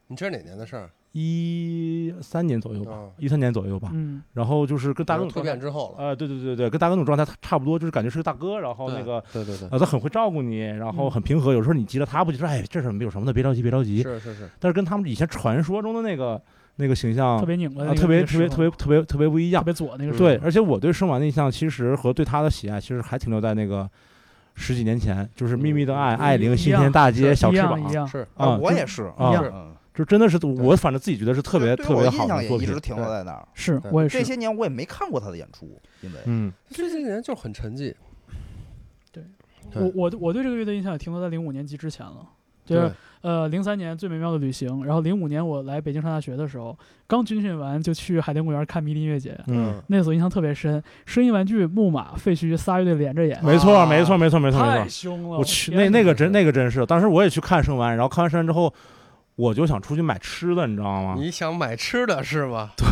[SPEAKER 2] 你这是哪年的事儿？
[SPEAKER 4] 一三年左右吧，
[SPEAKER 2] 啊，
[SPEAKER 4] 一三年左右吧。
[SPEAKER 1] 嗯，
[SPEAKER 4] 然后就是跟大哥那种
[SPEAKER 2] 蜕
[SPEAKER 4] 状态
[SPEAKER 2] 变之后了。
[SPEAKER 4] 呃，对对对对，跟大哥那种状态差不多，就是感觉是个大哥，然后那个
[SPEAKER 2] 对对对，
[SPEAKER 4] 呃，他很会照顾你，然后
[SPEAKER 1] 嗯
[SPEAKER 4] 很平和。有时候你急了，他不急，说哎，这事儿没有什么的，别着急，别着急。
[SPEAKER 2] 是是是，
[SPEAKER 4] 但是跟他们以前传说中的那个那个形象
[SPEAKER 1] 特别拧巴的
[SPEAKER 4] 啊
[SPEAKER 1] 那个，
[SPEAKER 4] 特别
[SPEAKER 1] 那个
[SPEAKER 4] 特
[SPEAKER 1] 时候
[SPEAKER 4] 别特别特别特别不一样
[SPEAKER 1] 特。别左那
[SPEAKER 3] 嗯
[SPEAKER 1] 个时候
[SPEAKER 4] 对，而且我对生晚的印象其实和对他的喜爱，其实还停留在那个十几年前，就是《秘密的爱》《
[SPEAKER 1] 嗯一
[SPEAKER 4] 爱玲》《新
[SPEAKER 1] 样
[SPEAKER 4] 天大街》《
[SPEAKER 1] 是
[SPEAKER 4] 小
[SPEAKER 1] 一
[SPEAKER 4] 翅膀
[SPEAKER 1] 样一》，样，
[SPEAKER 2] 是
[SPEAKER 4] 啊
[SPEAKER 3] 我
[SPEAKER 4] 就
[SPEAKER 3] 也是
[SPEAKER 4] 啊
[SPEAKER 2] 是
[SPEAKER 3] 嗯
[SPEAKER 4] 就真的是我
[SPEAKER 2] 对
[SPEAKER 4] 反正自己觉得是特别
[SPEAKER 3] 对
[SPEAKER 4] 特
[SPEAKER 3] 我
[SPEAKER 4] 别
[SPEAKER 3] 印
[SPEAKER 4] 好
[SPEAKER 3] 象
[SPEAKER 4] 的
[SPEAKER 3] 也
[SPEAKER 4] 作
[SPEAKER 3] 一
[SPEAKER 4] 品
[SPEAKER 3] 直。停留在那儿。
[SPEAKER 1] 是
[SPEAKER 2] 对
[SPEAKER 1] 我也
[SPEAKER 3] 这
[SPEAKER 1] 是，
[SPEAKER 3] 些年我也没看过他的演出，因为
[SPEAKER 4] 嗯，
[SPEAKER 2] 这些年就很沉寂。对
[SPEAKER 1] 我我我对这个乐队印象也停留在零五年及之前了，就是
[SPEAKER 2] 对
[SPEAKER 1] 呃，零三年最美妙的旅行，然后零五年我来北京上大学的时候，刚军训完就去海淀公园看迷笛音乐节，
[SPEAKER 4] 嗯，
[SPEAKER 1] 那次我印象特别深，声音玩具、木马、废墟仨乐队连着演，
[SPEAKER 4] 没错，
[SPEAKER 3] 啊
[SPEAKER 4] 没错，没错，没错，没
[SPEAKER 1] 太
[SPEAKER 4] 错。
[SPEAKER 1] 凶了！
[SPEAKER 4] 我去，那
[SPEAKER 1] 天
[SPEAKER 4] 那
[SPEAKER 1] 哪
[SPEAKER 4] 个真那个真是，当时我也去看圣完，然后看完圣完之后，我就想出去买吃的，你知道吗？
[SPEAKER 2] 你想买吃的是吗？
[SPEAKER 4] 啊对，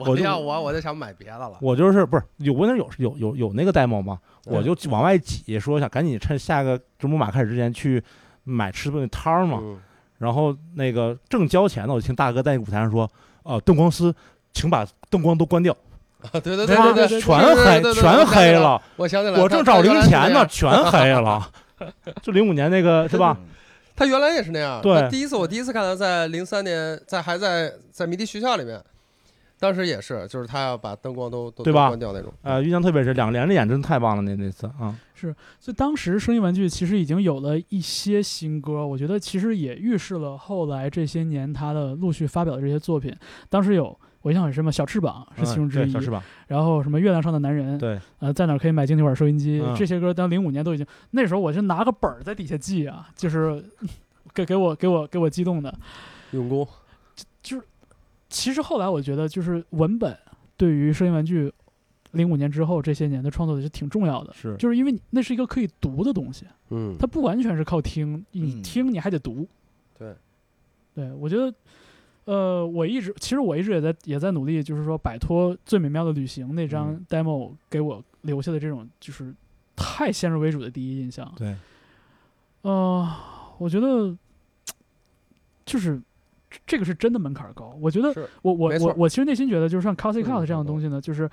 [SPEAKER 4] 我
[SPEAKER 2] 我
[SPEAKER 4] 就
[SPEAKER 2] 要我我就想买别的了。
[SPEAKER 4] 我就是不是有我那有有有有那个 demo 吗？
[SPEAKER 2] 对
[SPEAKER 3] 嗯
[SPEAKER 4] 我就往外挤，说想赶紧趁下个珠穆马开始之前去买吃的那摊儿嘛。
[SPEAKER 2] 嗯
[SPEAKER 4] 然后那个正交钱呢，我就听大哥在舞台上说：“呃，灯光师，请把灯光都关掉，
[SPEAKER 2] 啊对对
[SPEAKER 1] 对
[SPEAKER 2] 对
[SPEAKER 1] 对
[SPEAKER 2] 对
[SPEAKER 1] 对
[SPEAKER 2] 对，
[SPEAKER 4] 全
[SPEAKER 2] 对
[SPEAKER 4] 黑，
[SPEAKER 2] 对对
[SPEAKER 4] 全黑了。
[SPEAKER 2] 我想起来，
[SPEAKER 4] 我正找零钱呢，
[SPEAKER 2] 他。
[SPEAKER 4] 全黑 了。就零五年那个是吧？
[SPEAKER 2] 他原来也是那样。
[SPEAKER 4] 对
[SPEAKER 2] 他第一次我第一次看他在零三年，在还在在迷笛学校里面，当时也是，就是他要把灯光都都
[SPEAKER 4] 对吧
[SPEAKER 2] 都关掉那种。
[SPEAKER 4] 呃，印象特别深，两个连着演真的太棒了，那那次啊，
[SPEAKER 1] 所以当时声音玩具其实已经有了一些新歌，我觉得其实也预示了后来这些年他的陆续发表的这些作品。当时有我印象很深嘛，小翅膀是其中
[SPEAKER 4] 嗯
[SPEAKER 1] 之
[SPEAKER 4] 对
[SPEAKER 1] 一，
[SPEAKER 4] 小翅膀，
[SPEAKER 1] 然后什么月亮上的男人，
[SPEAKER 4] 对，
[SPEAKER 1] 呃，在哪儿可以买晶体管收音机？
[SPEAKER 4] 嗯
[SPEAKER 1] 这些歌，当零五年都已经那时候，我是拿个本儿在底下记啊，就是 给给我给我给我激动的。
[SPEAKER 2] 用功，
[SPEAKER 1] 其实后来我觉得，就是文本对于声音玩具零五年之后这些年的创作是挺重要的，
[SPEAKER 4] 是
[SPEAKER 1] 就是因为你那是一个可以读的东西，
[SPEAKER 2] 嗯，
[SPEAKER 1] 它不完全是靠听，你
[SPEAKER 3] 嗯
[SPEAKER 1] 听你还得读。
[SPEAKER 2] 对，
[SPEAKER 1] 对我觉得。呃，我一直其实我一直也在也在努力，就是说摆脱《最美妙的旅行》那张
[SPEAKER 2] 嗯
[SPEAKER 1] demo 给我留下的这种就是太先入为主的第一印象。
[SPEAKER 4] 对，
[SPEAKER 1] 呃，我觉得就是这这个是真的门槛儿高。我觉得
[SPEAKER 2] 是
[SPEAKER 1] 我我
[SPEAKER 2] 没错嗯
[SPEAKER 1] 我我其实内心觉得，就是像 cosy
[SPEAKER 2] 是门
[SPEAKER 1] cut
[SPEAKER 2] 槛
[SPEAKER 1] 这样的东西呢，就是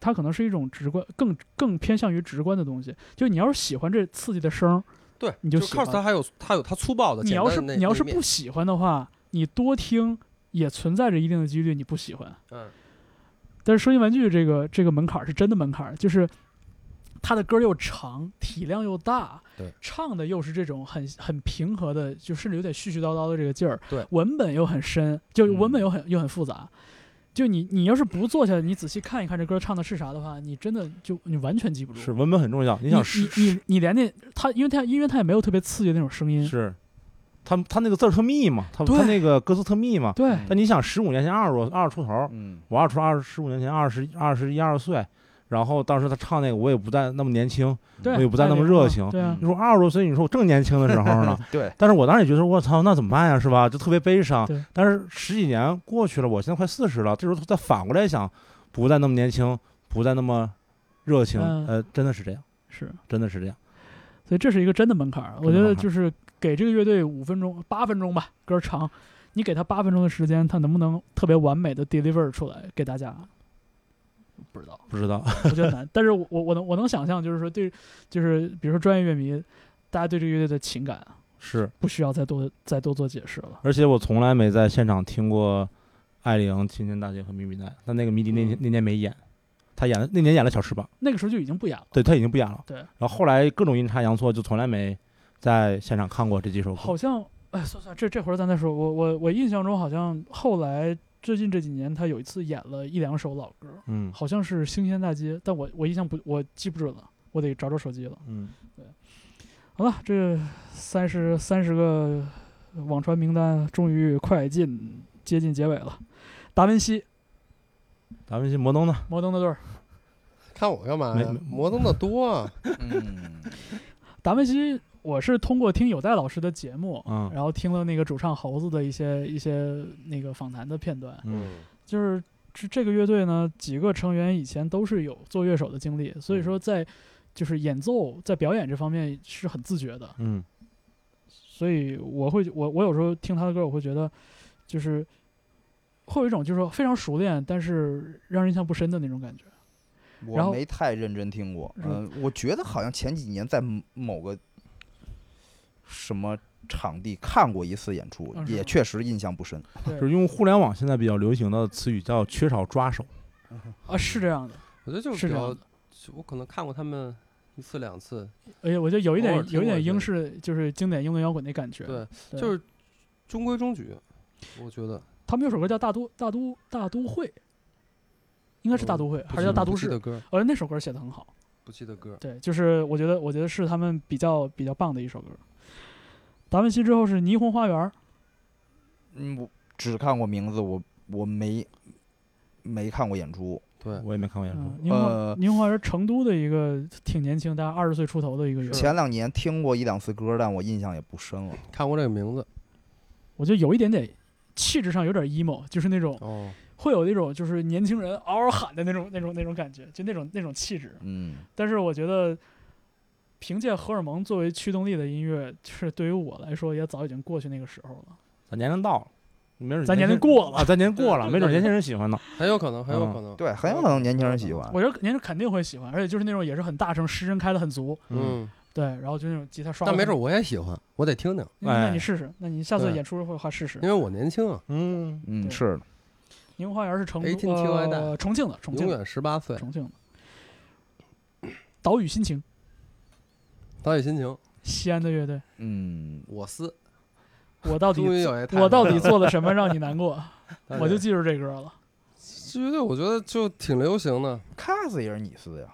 [SPEAKER 1] 它可能是一种直观，更更偏向于直观的东西。就你要是喜欢这刺激的声儿，
[SPEAKER 2] 对，
[SPEAKER 1] 你就
[SPEAKER 2] 就
[SPEAKER 1] 喜
[SPEAKER 2] cos
[SPEAKER 1] 欢
[SPEAKER 2] 他还有他有他粗暴的，
[SPEAKER 1] 你
[SPEAKER 2] 简
[SPEAKER 1] 要
[SPEAKER 2] 单
[SPEAKER 1] 是
[SPEAKER 2] 的那
[SPEAKER 1] 你要是
[SPEAKER 2] 那一面
[SPEAKER 1] 不喜欢的话，你多听也存在着一定的几率你不喜欢。
[SPEAKER 2] 嗯
[SPEAKER 1] 但是声音玩具这个这个门槛儿是真的门槛儿，就是他的歌儿又长，体量又大，
[SPEAKER 2] 对，
[SPEAKER 1] 唱的又是这种很很平和的，就甚至有点絮絮叨叨的这个劲儿，
[SPEAKER 2] 对
[SPEAKER 1] 文本又很深，就
[SPEAKER 3] 嗯
[SPEAKER 1] 文本又很、又很复杂。就你你要是不坐下，你仔细看一看这歌儿唱的是啥的话，你真的就你完全记不住。
[SPEAKER 4] 是文本很重要，你
[SPEAKER 1] 你
[SPEAKER 4] 想是
[SPEAKER 1] 你你你连那他，因为他因为他也没有特别刺激的那种声音，
[SPEAKER 4] 是，他他那个字儿特密嘛，他
[SPEAKER 1] 对
[SPEAKER 4] 他那个歌词特密嘛。
[SPEAKER 2] 嗯
[SPEAKER 1] 对，
[SPEAKER 4] 但你想，十五年前二十多二十出头，
[SPEAKER 3] 嗯，
[SPEAKER 4] 我二出二十五年前二十二十一二岁，然后当时他唱那个我也不再那么年轻，
[SPEAKER 1] 对，
[SPEAKER 4] 我也不再那么
[SPEAKER 1] 太灵
[SPEAKER 4] 热
[SPEAKER 1] 了
[SPEAKER 4] 情嗯
[SPEAKER 1] 对啊
[SPEAKER 4] 你，说二十多岁，你说我正年轻的时候 呢，
[SPEAKER 3] 嗯对，
[SPEAKER 4] 但是我当时也觉得我操，那怎么办呀，是吧？就特别悲伤
[SPEAKER 1] 对。
[SPEAKER 4] 但是十几年过去了，我现在快四十了，这时候再反过来想，不再那么年轻，不再那么热情，
[SPEAKER 1] 嗯
[SPEAKER 4] 呃，真的是这样，
[SPEAKER 1] 是。
[SPEAKER 4] 真的是这样。
[SPEAKER 1] 所以这是一个真的门槛儿。我
[SPEAKER 4] 真的
[SPEAKER 1] 觉得
[SPEAKER 4] 门槛儿
[SPEAKER 1] 就是给这个乐队五分钟、八分钟吧，歌儿长，你给他八分钟的时间，他能不能特别完美的 deliver 出来给大家？不知道，
[SPEAKER 4] 不知道，
[SPEAKER 1] 我觉得难。但是我我我能我能想象，就是说对，就是比如说专业乐迷，大家对这个乐队的情感
[SPEAKER 4] 是，
[SPEAKER 1] 不需要再多再多做解释了。
[SPEAKER 4] 而且我从来没在现场听过艾玲、青天大街和迷迷奈，但那个迷
[SPEAKER 1] 嗯
[SPEAKER 4] 笛那年、那年没演，他演了那年演了小翅膀。
[SPEAKER 1] 那个时候就已经不演了。
[SPEAKER 4] 对他已经不演了。
[SPEAKER 1] 对
[SPEAKER 4] 然后后来各种阴差阳错，就从来没在现场看过这几首歌。
[SPEAKER 1] 好像哎，算算这这会儿咱再说。我我我印象中好像后来最近这几年，他有一次演了一两首老歌儿，
[SPEAKER 4] 嗯
[SPEAKER 1] 好像是《新鲜大街》，但我我印象不，我记不准了，我得找找手机了。
[SPEAKER 4] 嗯，
[SPEAKER 1] 好了，这三十三十个网传名单终于快进接近结尾了。达文西、
[SPEAKER 4] 咱们这摩登呢？
[SPEAKER 1] 摩登的队儿，
[SPEAKER 2] 看我干嘛
[SPEAKER 4] 没
[SPEAKER 2] 呀
[SPEAKER 4] 没？
[SPEAKER 2] 摩登的 多啊，
[SPEAKER 3] 嗯，
[SPEAKER 1] 达文西，我是通过听有代老师的节目，
[SPEAKER 4] 嗯
[SPEAKER 1] 然后听了那个主唱猴子的一些一些那个访谈的片段，
[SPEAKER 4] 嗯，
[SPEAKER 1] 就是这这个乐队呢，几个成员以前都是有做乐手的经历，所以说在就是演奏在表演这方面是很自觉的。
[SPEAKER 4] 嗯，
[SPEAKER 1] 所以我会我我有时候听他的歌，我会觉得就是会有一种就是说非常熟练，但是让人印象不深的那种感觉。然
[SPEAKER 3] 我
[SPEAKER 1] 后
[SPEAKER 3] 没太认真听过，
[SPEAKER 1] 是
[SPEAKER 3] 嗯，我觉得好像前几年在某某个什么场地看过一次演出
[SPEAKER 1] 啊，是吗
[SPEAKER 3] 也确实印象不深。
[SPEAKER 4] 就是用互联网现在比较流行的词语叫缺少抓手。
[SPEAKER 1] 啊，是这样的。
[SPEAKER 2] 我觉得就是
[SPEAKER 1] 是
[SPEAKER 2] 比
[SPEAKER 1] 这
[SPEAKER 2] 较
[SPEAKER 1] 样的，
[SPEAKER 2] 就我可能看过他们一次两次，
[SPEAKER 1] 而哎且我觉得有一
[SPEAKER 2] 偶
[SPEAKER 1] 点
[SPEAKER 2] 尔听
[SPEAKER 1] 有一
[SPEAKER 2] 过
[SPEAKER 1] 点
[SPEAKER 2] 一些
[SPEAKER 1] 英式，就是经典英伦摇滚那感觉。
[SPEAKER 2] 对，
[SPEAKER 1] 对
[SPEAKER 2] 就是中规中矩，我觉得
[SPEAKER 1] 他们有首歌叫《大都大都大都会》，应该是大都会，
[SPEAKER 2] 不
[SPEAKER 1] 还是
[SPEAKER 2] 记
[SPEAKER 1] 叫大
[SPEAKER 2] 哦不
[SPEAKER 1] 都
[SPEAKER 2] 记得
[SPEAKER 1] 市？呃
[SPEAKER 2] 歌，
[SPEAKER 1] 而那首歌写的很好。
[SPEAKER 2] 不记得歌，
[SPEAKER 1] 对，就是我觉得，我觉得是他们比较比较棒的一首歌。达芬奇之后是《霓虹花园》，
[SPEAKER 3] 嗯，我只看过名字，我我没没看过演出。
[SPEAKER 2] 对，
[SPEAKER 4] 我也没看过演出
[SPEAKER 1] 嗯，，霓虹花
[SPEAKER 3] 呃
[SPEAKER 1] 霓虹花园成都的一个挺年轻，大概二十岁出头的一个乐队，
[SPEAKER 3] 前两年听过一两次歌，但我印象也不深了。
[SPEAKER 2] 看过这个名字
[SPEAKER 1] 我觉得有一点点气质上有点 emo，就是那种
[SPEAKER 2] 哦，
[SPEAKER 1] 会有那种就是年轻人嗷嗷喊的那种那种那种感觉，就那种那种气质。
[SPEAKER 3] 嗯，
[SPEAKER 1] 但是我觉得，凭借荷尔蒙作为驱动力的音乐，就是对于我来说也早已经过去那个时候了。
[SPEAKER 4] 咱年龄到了，没准
[SPEAKER 1] 咱
[SPEAKER 4] 年
[SPEAKER 1] 年龄
[SPEAKER 4] 轻
[SPEAKER 1] 过了
[SPEAKER 4] 啊，咱年龄过了，
[SPEAKER 2] 对
[SPEAKER 4] 没准年轻人喜欢呢。
[SPEAKER 2] 很有可能，很
[SPEAKER 1] 嗯
[SPEAKER 2] 有可能，
[SPEAKER 3] 对，很有可能年轻人喜欢。
[SPEAKER 1] 我觉得年轻肯定会喜欢，而且就是那种也是很大声，失真开的很足，
[SPEAKER 4] 嗯，
[SPEAKER 2] 嗯，
[SPEAKER 1] 对，然后就那种吉他刷。
[SPEAKER 2] 但没准我也喜欢，我得听听，
[SPEAKER 1] 那那
[SPEAKER 4] 哎
[SPEAKER 1] 你试试，那你下次
[SPEAKER 2] 对
[SPEAKER 1] 演出会话试试
[SPEAKER 2] 因。为我年轻啊，
[SPEAKER 4] 嗯，
[SPEAKER 3] 嗯，
[SPEAKER 1] 对
[SPEAKER 3] 是的，
[SPEAKER 1] 宁虹花园是成
[SPEAKER 2] 18
[SPEAKER 1] 都、
[SPEAKER 2] 听完
[SPEAKER 1] 呃
[SPEAKER 2] 蛋
[SPEAKER 1] 重庆的，重庆
[SPEAKER 2] 永
[SPEAKER 1] 的，
[SPEAKER 2] 远十八岁，
[SPEAKER 1] 重庆的。岛屿心情，
[SPEAKER 2] 早起心情，
[SPEAKER 1] 西安的乐队，
[SPEAKER 3] 嗯，
[SPEAKER 2] 我思，
[SPEAKER 1] 我到底
[SPEAKER 2] 终于有一太
[SPEAKER 1] 我到
[SPEAKER 2] 阳
[SPEAKER 1] 底
[SPEAKER 2] 了
[SPEAKER 1] 做了什么让你难 过？
[SPEAKER 2] 但
[SPEAKER 1] 我就是记住这歌 了。
[SPEAKER 2] 这乐队我觉得就挺流行的
[SPEAKER 3] 卡斯也是你撕的呀。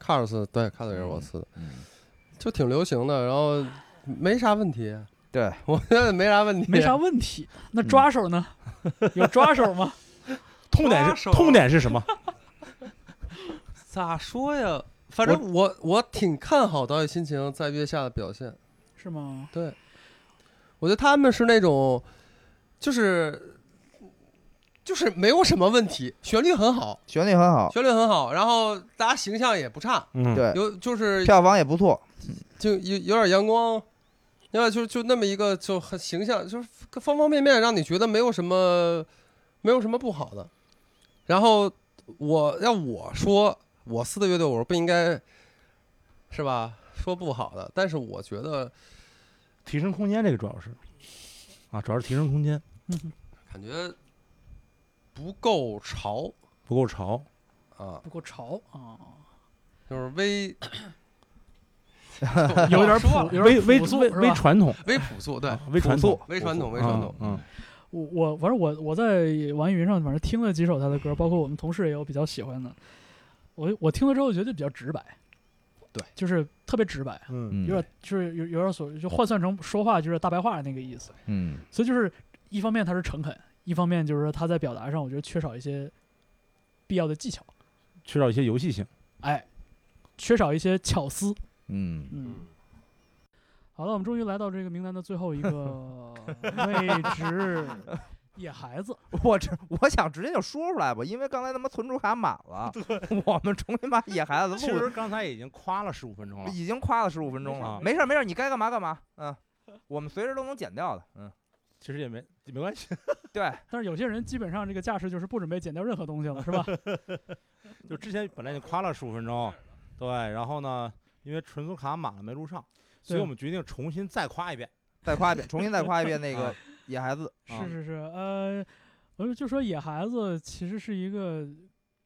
[SPEAKER 2] ，Cars 对，Cars 也是我撕的，
[SPEAKER 3] 嗯，
[SPEAKER 2] 就挺流行的，然后没啥问题，
[SPEAKER 3] 对，
[SPEAKER 2] 我觉得没啥问题，
[SPEAKER 1] 没啥问题。那抓手呢？有抓手吗？
[SPEAKER 4] 痛点
[SPEAKER 2] 抓
[SPEAKER 4] 是
[SPEAKER 2] 手
[SPEAKER 4] 痛点是什么？
[SPEAKER 2] 咋说呀？反正我我挺看好导演心情在月下的表现，
[SPEAKER 1] 是吗？
[SPEAKER 2] 对，我觉得他们是那种，就是就是没有什么问题，旋律很好，
[SPEAKER 3] 旋律很好，
[SPEAKER 2] 旋律很好，然后大家形象也不差，
[SPEAKER 4] 嗯，
[SPEAKER 3] 对，
[SPEAKER 2] 有就是
[SPEAKER 3] 票房也不错。
[SPEAKER 2] 就有有点阳光，另外就就那么一个就很形象，就是方方面面让你觉得没有什么没有什么不好的。然后我要我说我撕的乐队，我说不应该是吧？说不好的，但是我觉得
[SPEAKER 4] 提升空间这个主要是啊，主要是提升空间
[SPEAKER 2] 感觉不够潮
[SPEAKER 4] 不够潮。
[SPEAKER 2] 啊，
[SPEAKER 1] 不够潮啊，
[SPEAKER 2] 就是微
[SPEAKER 1] 有点
[SPEAKER 2] 说
[SPEAKER 1] 朴，哦
[SPEAKER 2] 了
[SPEAKER 1] 啊有
[SPEAKER 4] 微
[SPEAKER 1] 点
[SPEAKER 4] 微
[SPEAKER 1] 朴素
[SPEAKER 4] 微
[SPEAKER 1] 是
[SPEAKER 4] 微
[SPEAKER 1] 吧？
[SPEAKER 4] 传统，
[SPEAKER 2] 微朴素，对
[SPEAKER 4] 啊，微传统，
[SPEAKER 2] 微传统，微
[SPEAKER 4] 微
[SPEAKER 2] 传统。
[SPEAKER 4] 嗯，
[SPEAKER 1] 我我反正我我在网易云上反正听了几首他的歌，包括我们同事也有比较喜欢的。我我听了之后觉得比较直白，
[SPEAKER 2] 对，
[SPEAKER 1] 就是特别直白，
[SPEAKER 4] 嗯
[SPEAKER 3] 嗯，
[SPEAKER 1] 有点就是有有点所就换算成说话就是大白话那个意思。
[SPEAKER 3] 嗯，
[SPEAKER 1] 所以就是一方面他是诚恳，一方面就是说他在表达上我觉得缺少一些必要的技巧，
[SPEAKER 4] 缺少一些游戏性。
[SPEAKER 1] 哎，缺少一些巧思，
[SPEAKER 3] 嗯，
[SPEAKER 1] 嗯。好了，我们终于来到这个名单的最后一个位置，野孩子。
[SPEAKER 3] 我这我想直接就说出来吧，因为刚才他妈存储卡满了，我们重新把野孩子
[SPEAKER 4] 其
[SPEAKER 3] 录
[SPEAKER 4] 实刚才已经夸了十五分钟
[SPEAKER 2] 哎
[SPEAKER 4] 了，
[SPEAKER 3] 已经夸了十五分钟了，
[SPEAKER 1] 没
[SPEAKER 3] 没事儿没事儿，你该干嘛干嘛， 嗯，我们随时都能剪掉的，嗯，
[SPEAKER 4] 其实也没也没关系，
[SPEAKER 3] 对，
[SPEAKER 1] 但是有些人基本上这个架势就是不准备剪掉任何东西了，是吧？
[SPEAKER 4] 就之前本来已经夸了十五分钟，对，然后呢，因为存储卡满了没录上，所以
[SPEAKER 1] 对
[SPEAKER 4] 我们决定重新再夸一遍。
[SPEAKER 3] 再夸一遍，重新再夸一遍那个
[SPEAKER 4] 啊
[SPEAKER 3] 野孩子，
[SPEAKER 4] 啊
[SPEAKER 1] 是是是，呃，我就就说野孩子其实是一个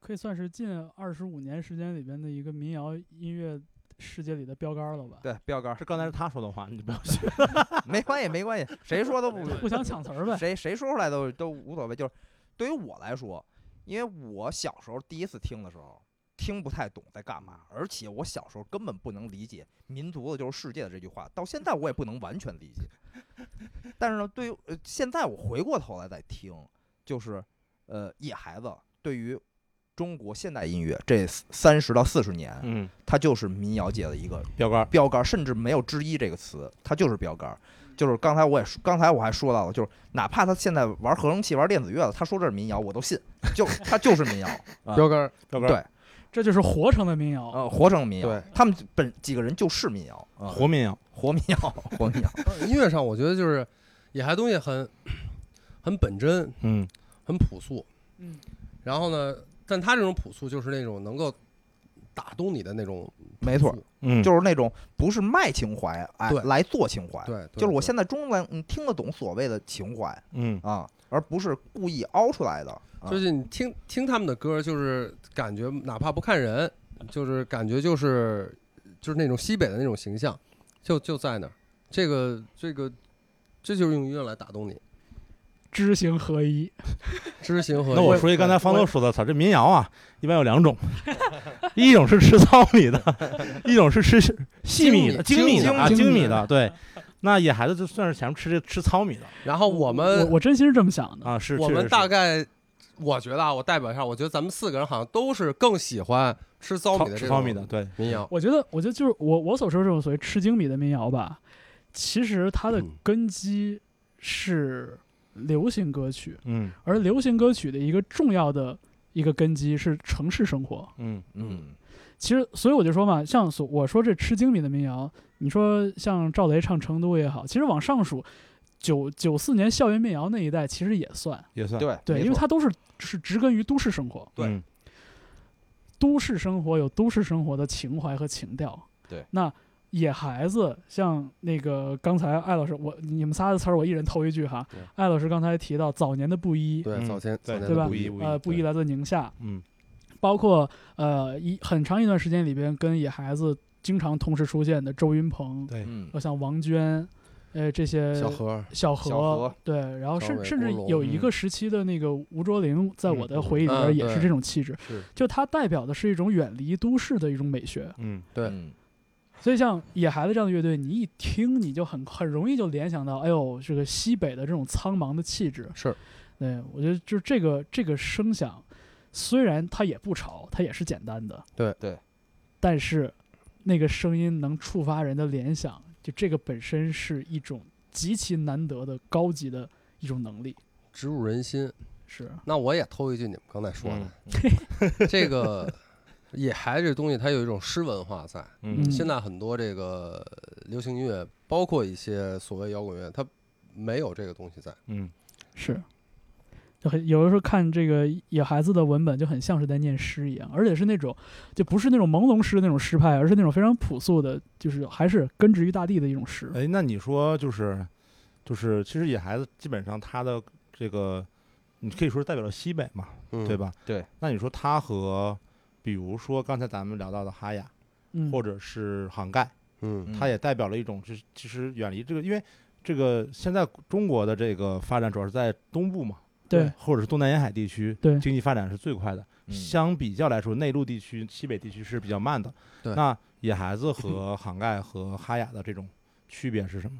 [SPEAKER 1] 可以算是近二十五年时间里边的一个民谣音乐世界里的标杆了吧？
[SPEAKER 3] 对，标杆儿，
[SPEAKER 4] 这刚才是他说的话，你不要信。
[SPEAKER 3] 没关系没关系，谁说都不
[SPEAKER 1] 互相抢词儿呗。
[SPEAKER 3] 谁谁说出来都都无所谓。就是对于我来说，因为我小时候第一次听的时候，听不太懂在干嘛，而且我小时候根本不能理解“民族的就是世界的”这句话，到现在我也不能完全理解。但是呢，对于呃现在我回过头来再听，就是呃野孩子对于中国现代音乐这三十到四十年，
[SPEAKER 4] 嗯，
[SPEAKER 3] 它就是民谣界的一个
[SPEAKER 4] 标杆儿，
[SPEAKER 3] 标杆，甚至没有之一这个词，它就是标杆。就是刚才我也说，刚才我还说到了，就是哪怕他现在玩合成器、玩电子乐了，他说这是民谣，我都信，就他就是民谣，
[SPEAKER 2] 标杆儿，
[SPEAKER 4] 标杆儿，
[SPEAKER 3] 对，
[SPEAKER 1] 这就是活成的民谣。
[SPEAKER 2] 哦
[SPEAKER 3] 呃，活成民谣
[SPEAKER 2] 对，
[SPEAKER 3] 他们本几个人就是民谣，啊，
[SPEAKER 4] 活民谣。
[SPEAKER 3] 活民谣，活 民谣，
[SPEAKER 2] 音乐上我觉得就是野孩东西很 很本真，
[SPEAKER 4] 嗯，
[SPEAKER 2] 很朴素，
[SPEAKER 1] 嗯，
[SPEAKER 2] 然后呢，但他这种朴素就是那种能够打动你的那种
[SPEAKER 3] 没错，
[SPEAKER 4] 嗯，
[SPEAKER 3] 就是那种不是卖情怀，哎
[SPEAKER 2] 对，
[SPEAKER 3] 来做情怀，
[SPEAKER 2] 对，对
[SPEAKER 3] 就是我
[SPEAKER 2] 对
[SPEAKER 3] 现在中文嗯听得懂所谓的情怀
[SPEAKER 4] 嗯
[SPEAKER 3] 啊，而不是故意凹出来的。啊
[SPEAKER 2] 就是你听听他们的歌，就是感觉哪怕不看人，就是感觉就是就是那种西北的那种形象，就就在那儿。这个这个，这就是用音乐来打动你，
[SPEAKER 1] 知行合一，
[SPEAKER 2] 知行合一。
[SPEAKER 4] 那我说一刚才方舟说的，操，这民谣啊，一般有两种， 一种是吃糙米的，一种是吃细米的、
[SPEAKER 2] 精
[SPEAKER 4] 精
[SPEAKER 2] 米
[SPEAKER 4] 米的啊，
[SPEAKER 2] 精米
[SPEAKER 4] 精米的。对，那野孩子就算是前面吃这吃糙米的
[SPEAKER 2] 然后哦我
[SPEAKER 1] 我
[SPEAKER 2] 们
[SPEAKER 1] 我真心是这么想的。
[SPEAKER 4] 啊，是
[SPEAKER 2] 我
[SPEAKER 4] 确实
[SPEAKER 2] 们
[SPEAKER 4] 是
[SPEAKER 2] 大概，我觉得啊，我代表一下，我觉得咱们四个人好像都是更喜欢吃糙米的
[SPEAKER 4] 吃
[SPEAKER 2] 这
[SPEAKER 4] 糙
[SPEAKER 2] 种
[SPEAKER 4] 米的，对，
[SPEAKER 2] 民谣。
[SPEAKER 1] 我觉得，我觉得就是我我所说这种所谓吃精米的民谣吧，其实它的
[SPEAKER 2] 嗯
[SPEAKER 1] 根基是流行歌曲，
[SPEAKER 4] 嗯
[SPEAKER 1] 而流行歌曲的一个重要的一个根基是城市生活。
[SPEAKER 4] 嗯嗯
[SPEAKER 3] 嗯，
[SPEAKER 1] 其实，所以我就说嘛，像所我说这吃精米的民谣，你说像赵雷唱《成都》也好，其实往上数，九九四年校园民谣那一代其实也算
[SPEAKER 4] 也算
[SPEAKER 3] 对
[SPEAKER 1] 对，因为它都是是植根于都市生活，
[SPEAKER 2] 对
[SPEAKER 4] 嗯
[SPEAKER 1] 都市生活有都市生活的情怀和情调。
[SPEAKER 3] 对，
[SPEAKER 1] 那野孩子像那个刚才艾老师，我你们仨的词儿我一人头一句哈
[SPEAKER 2] 对。
[SPEAKER 1] 艾老师刚才提到早年的布衣，
[SPEAKER 2] 对，
[SPEAKER 4] 嗯
[SPEAKER 2] 早前早
[SPEAKER 4] 对
[SPEAKER 2] 前
[SPEAKER 1] 对
[SPEAKER 2] 的
[SPEAKER 1] 吧
[SPEAKER 2] 不
[SPEAKER 4] 不
[SPEAKER 2] 易
[SPEAKER 4] 一，不
[SPEAKER 1] 呃，
[SPEAKER 4] 一
[SPEAKER 1] 布衣
[SPEAKER 4] 对
[SPEAKER 1] 来自宁夏，
[SPEAKER 4] 嗯
[SPEAKER 1] 包括呃一很长一段时间里边跟野孩子经常同时出现的周云鹏，
[SPEAKER 4] 对
[SPEAKER 3] 嗯
[SPEAKER 1] 呃，像王娟，呃这些
[SPEAKER 2] 小何儿
[SPEAKER 1] 小何
[SPEAKER 3] 小何
[SPEAKER 1] 对，然后
[SPEAKER 2] 小
[SPEAKER 1] 甚
[SPEAKER 2] 伟
[SPEAKER 1] 甚至
[SPEAKER 2] 郭龙
[SPEAKER 1] 有一
[SPEAKER 4] 嗯
[SPEAKER 1] 个时期的那个吴卓燹，在我的
[SPEAKER 4] 嗯
[SPEAKER 1] 回忆里
[SPEAKER 2] 嗯
[SPEAKER 1] 边也
[SPEAKER 2] 对
[SPEAKER 1] 是这种气质，
[SPEAKER 2] 是
[SPEAKER 1] 就它代表的是一种远离都市的一种美学。
[SPEAKER 4] 嗯
[SPEAKER 2] 对
[SPEAKER 3] 嗯
[SPEAKER 1] 所以像野孩子这样的乐队，你一听你就很很容易就联想到，哎呦，这个西北的这种苍茫的气质。
[SPEAKER 2] 是，
[SPEAKER 1] 对我觉得就是这个这个声响，虽然它也不潮，它也是简单的，
[SPEAKER 2] 对
[SPEAKER 3] 对，
[SPEAKER 1] 但是那个声音能触发人的联想，就这个本身是一种极其难得的高级的一种能力。
[SPEAKER 2] 植入人心。
[SPEAKER 1] 是，
[SPEAKER 2] 那我也偷一句你们刚才说
[SPEAKER 4] 嗯
[SPEAKER 2] 的，这个野孩子这东西，它有一种诗文化在。
[SPEAKER 1] 嗯
[SPEAKER 2] 现在很多这个流行音乐，包括一些所谓摇滚乐，它没有这个东西在。
[SPEAKER 4] 嗯
[SPEAKER 1] 是，就很有的时候看这个野孩子的文本，就很像是在念诗一样，而且是那种就不是那种朦胧诗那种诗派，而是那种非常朴素的，就是还是根植于大地的一种诗。
[SPEAKER 4] 哎，那你说就是就是，其实野孩子基本上他的这个，你可以说是代表了西北嘛，
[SPEAKER 2] 嗯，
[SPEAKER 4] 对吧？
[SPEAKER 3] 对。
[SPEAKER 4] 那你说他和，比如说刚才咱们聊到的哈雅，
[SPEAKER 1] 嗯，
[SPEAKER 4] 或者是杭盖，
[SPEAKER 2] 嗯，
[SPEAKER 4] 它也代表了一种，就是其实远离这个，因为这个现在中国的这个发展主要是在东部嘛，
[SPEAKER 1] 对，
[SPEAKER 4] 或者是东南沿海地区，
[SPEAKER 1] 对
[SPEAKER 4] 经济发展是最快的。
[SPEAKER 3] 嗯
[SPEAKER 4] 相比较来说，内陆地区、西北地区是比较慢的。
[SPEAKER 2] 对
[SPEAKER 4] 那野孩子 和杭盖和哈雅的这种区别是什么？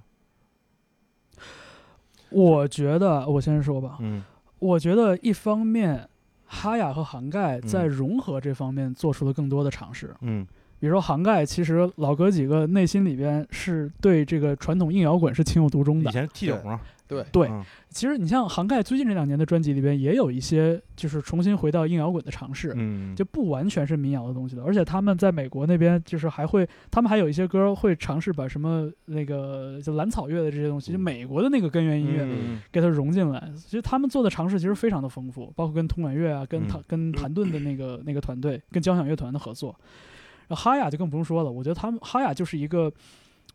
[SPEAKER 1] 我觉得我先说吧，
[SPEAKER 4] 嗯
[SPEAKER 1] 我觉得一方面。哈雅和杭盖在
[SPEAKER 4] 嗯
[SPEAKER 1] 融合这方面做出了更多的尝试，
[SPEAKER 4] 嗯
[SPEAKER 1] 比如说杭盖，其实老哥几个内心里边是对这个传统硬摇滚是情有独钟
[SPEAKER 4] 以
[SPEAKER 1] 的。
[SPEAKER 4] 前是 T 九嘛，
[SPEAKER 2] 对
[SPEAKER 1] 对
[SPEAKER 4] 嗯
[SPEAKER 1] 其实你像杭盖最近这两年的专辑里边，也有一些就是重新回到硬摇滚的尝试，
[SPEAKER 4] 嗯，
[SPEAKER 1] 就不完全是民谣的东西了。而且他们在美国那边就是还会，他们还有一些歌会尝试把什么那个就蓝草乐的这些东西，就美国的那个根源音乐
[SPEAKER 4] 嗯
[SPEAKER 1] 给它融进来。其实他们做的尝试其实非常的丰富，包括跟铜管乐啊、跟
[SPEAKER 4] 嗯
[SPEAKER 1] 谭跟谭盾的那个那个团队、跟交响乐团的合作。然后哈雅就更不用说了，我觉得他们哈雅就是一个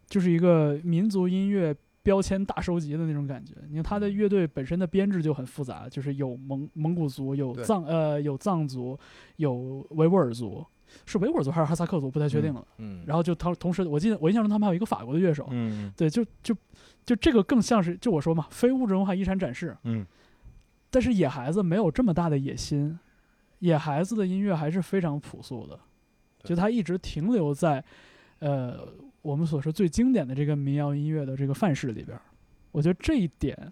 [SPEAKER 1] 就是一个民族音乐。标签大收集的那种感觉，你看他的乐队本身的编制就很复杂，就是有蒙蒙古族，有
[SPEAKER 2] 对
[SPEAKER 1] 藏呃有藏族，有维吾尔族，是维吾尔族还是哈萨克族，不太确定了。
[SPEAKER 3] 嗯，
[SPEAKER 1] 然后就同同时，我记得我印象中他们还有一个法国的乐手，
[SPEAKER 4] 嗯
[SPEAKER 1] 对，就就就这个更像是就我说嘛，非物质文化遗产展示。
[SPEAKER 4] 嗯
[SPEAKER 1] 但是野孩子没有这么大的野心，野孩子的音乐还是非常朴素的，
[SPEAKER 2] 对
[SPEAKER 1] 就他一直停留在，呃，我们所说最经典的这个民谣音乐的这个范式里边儿。我觉得这一点，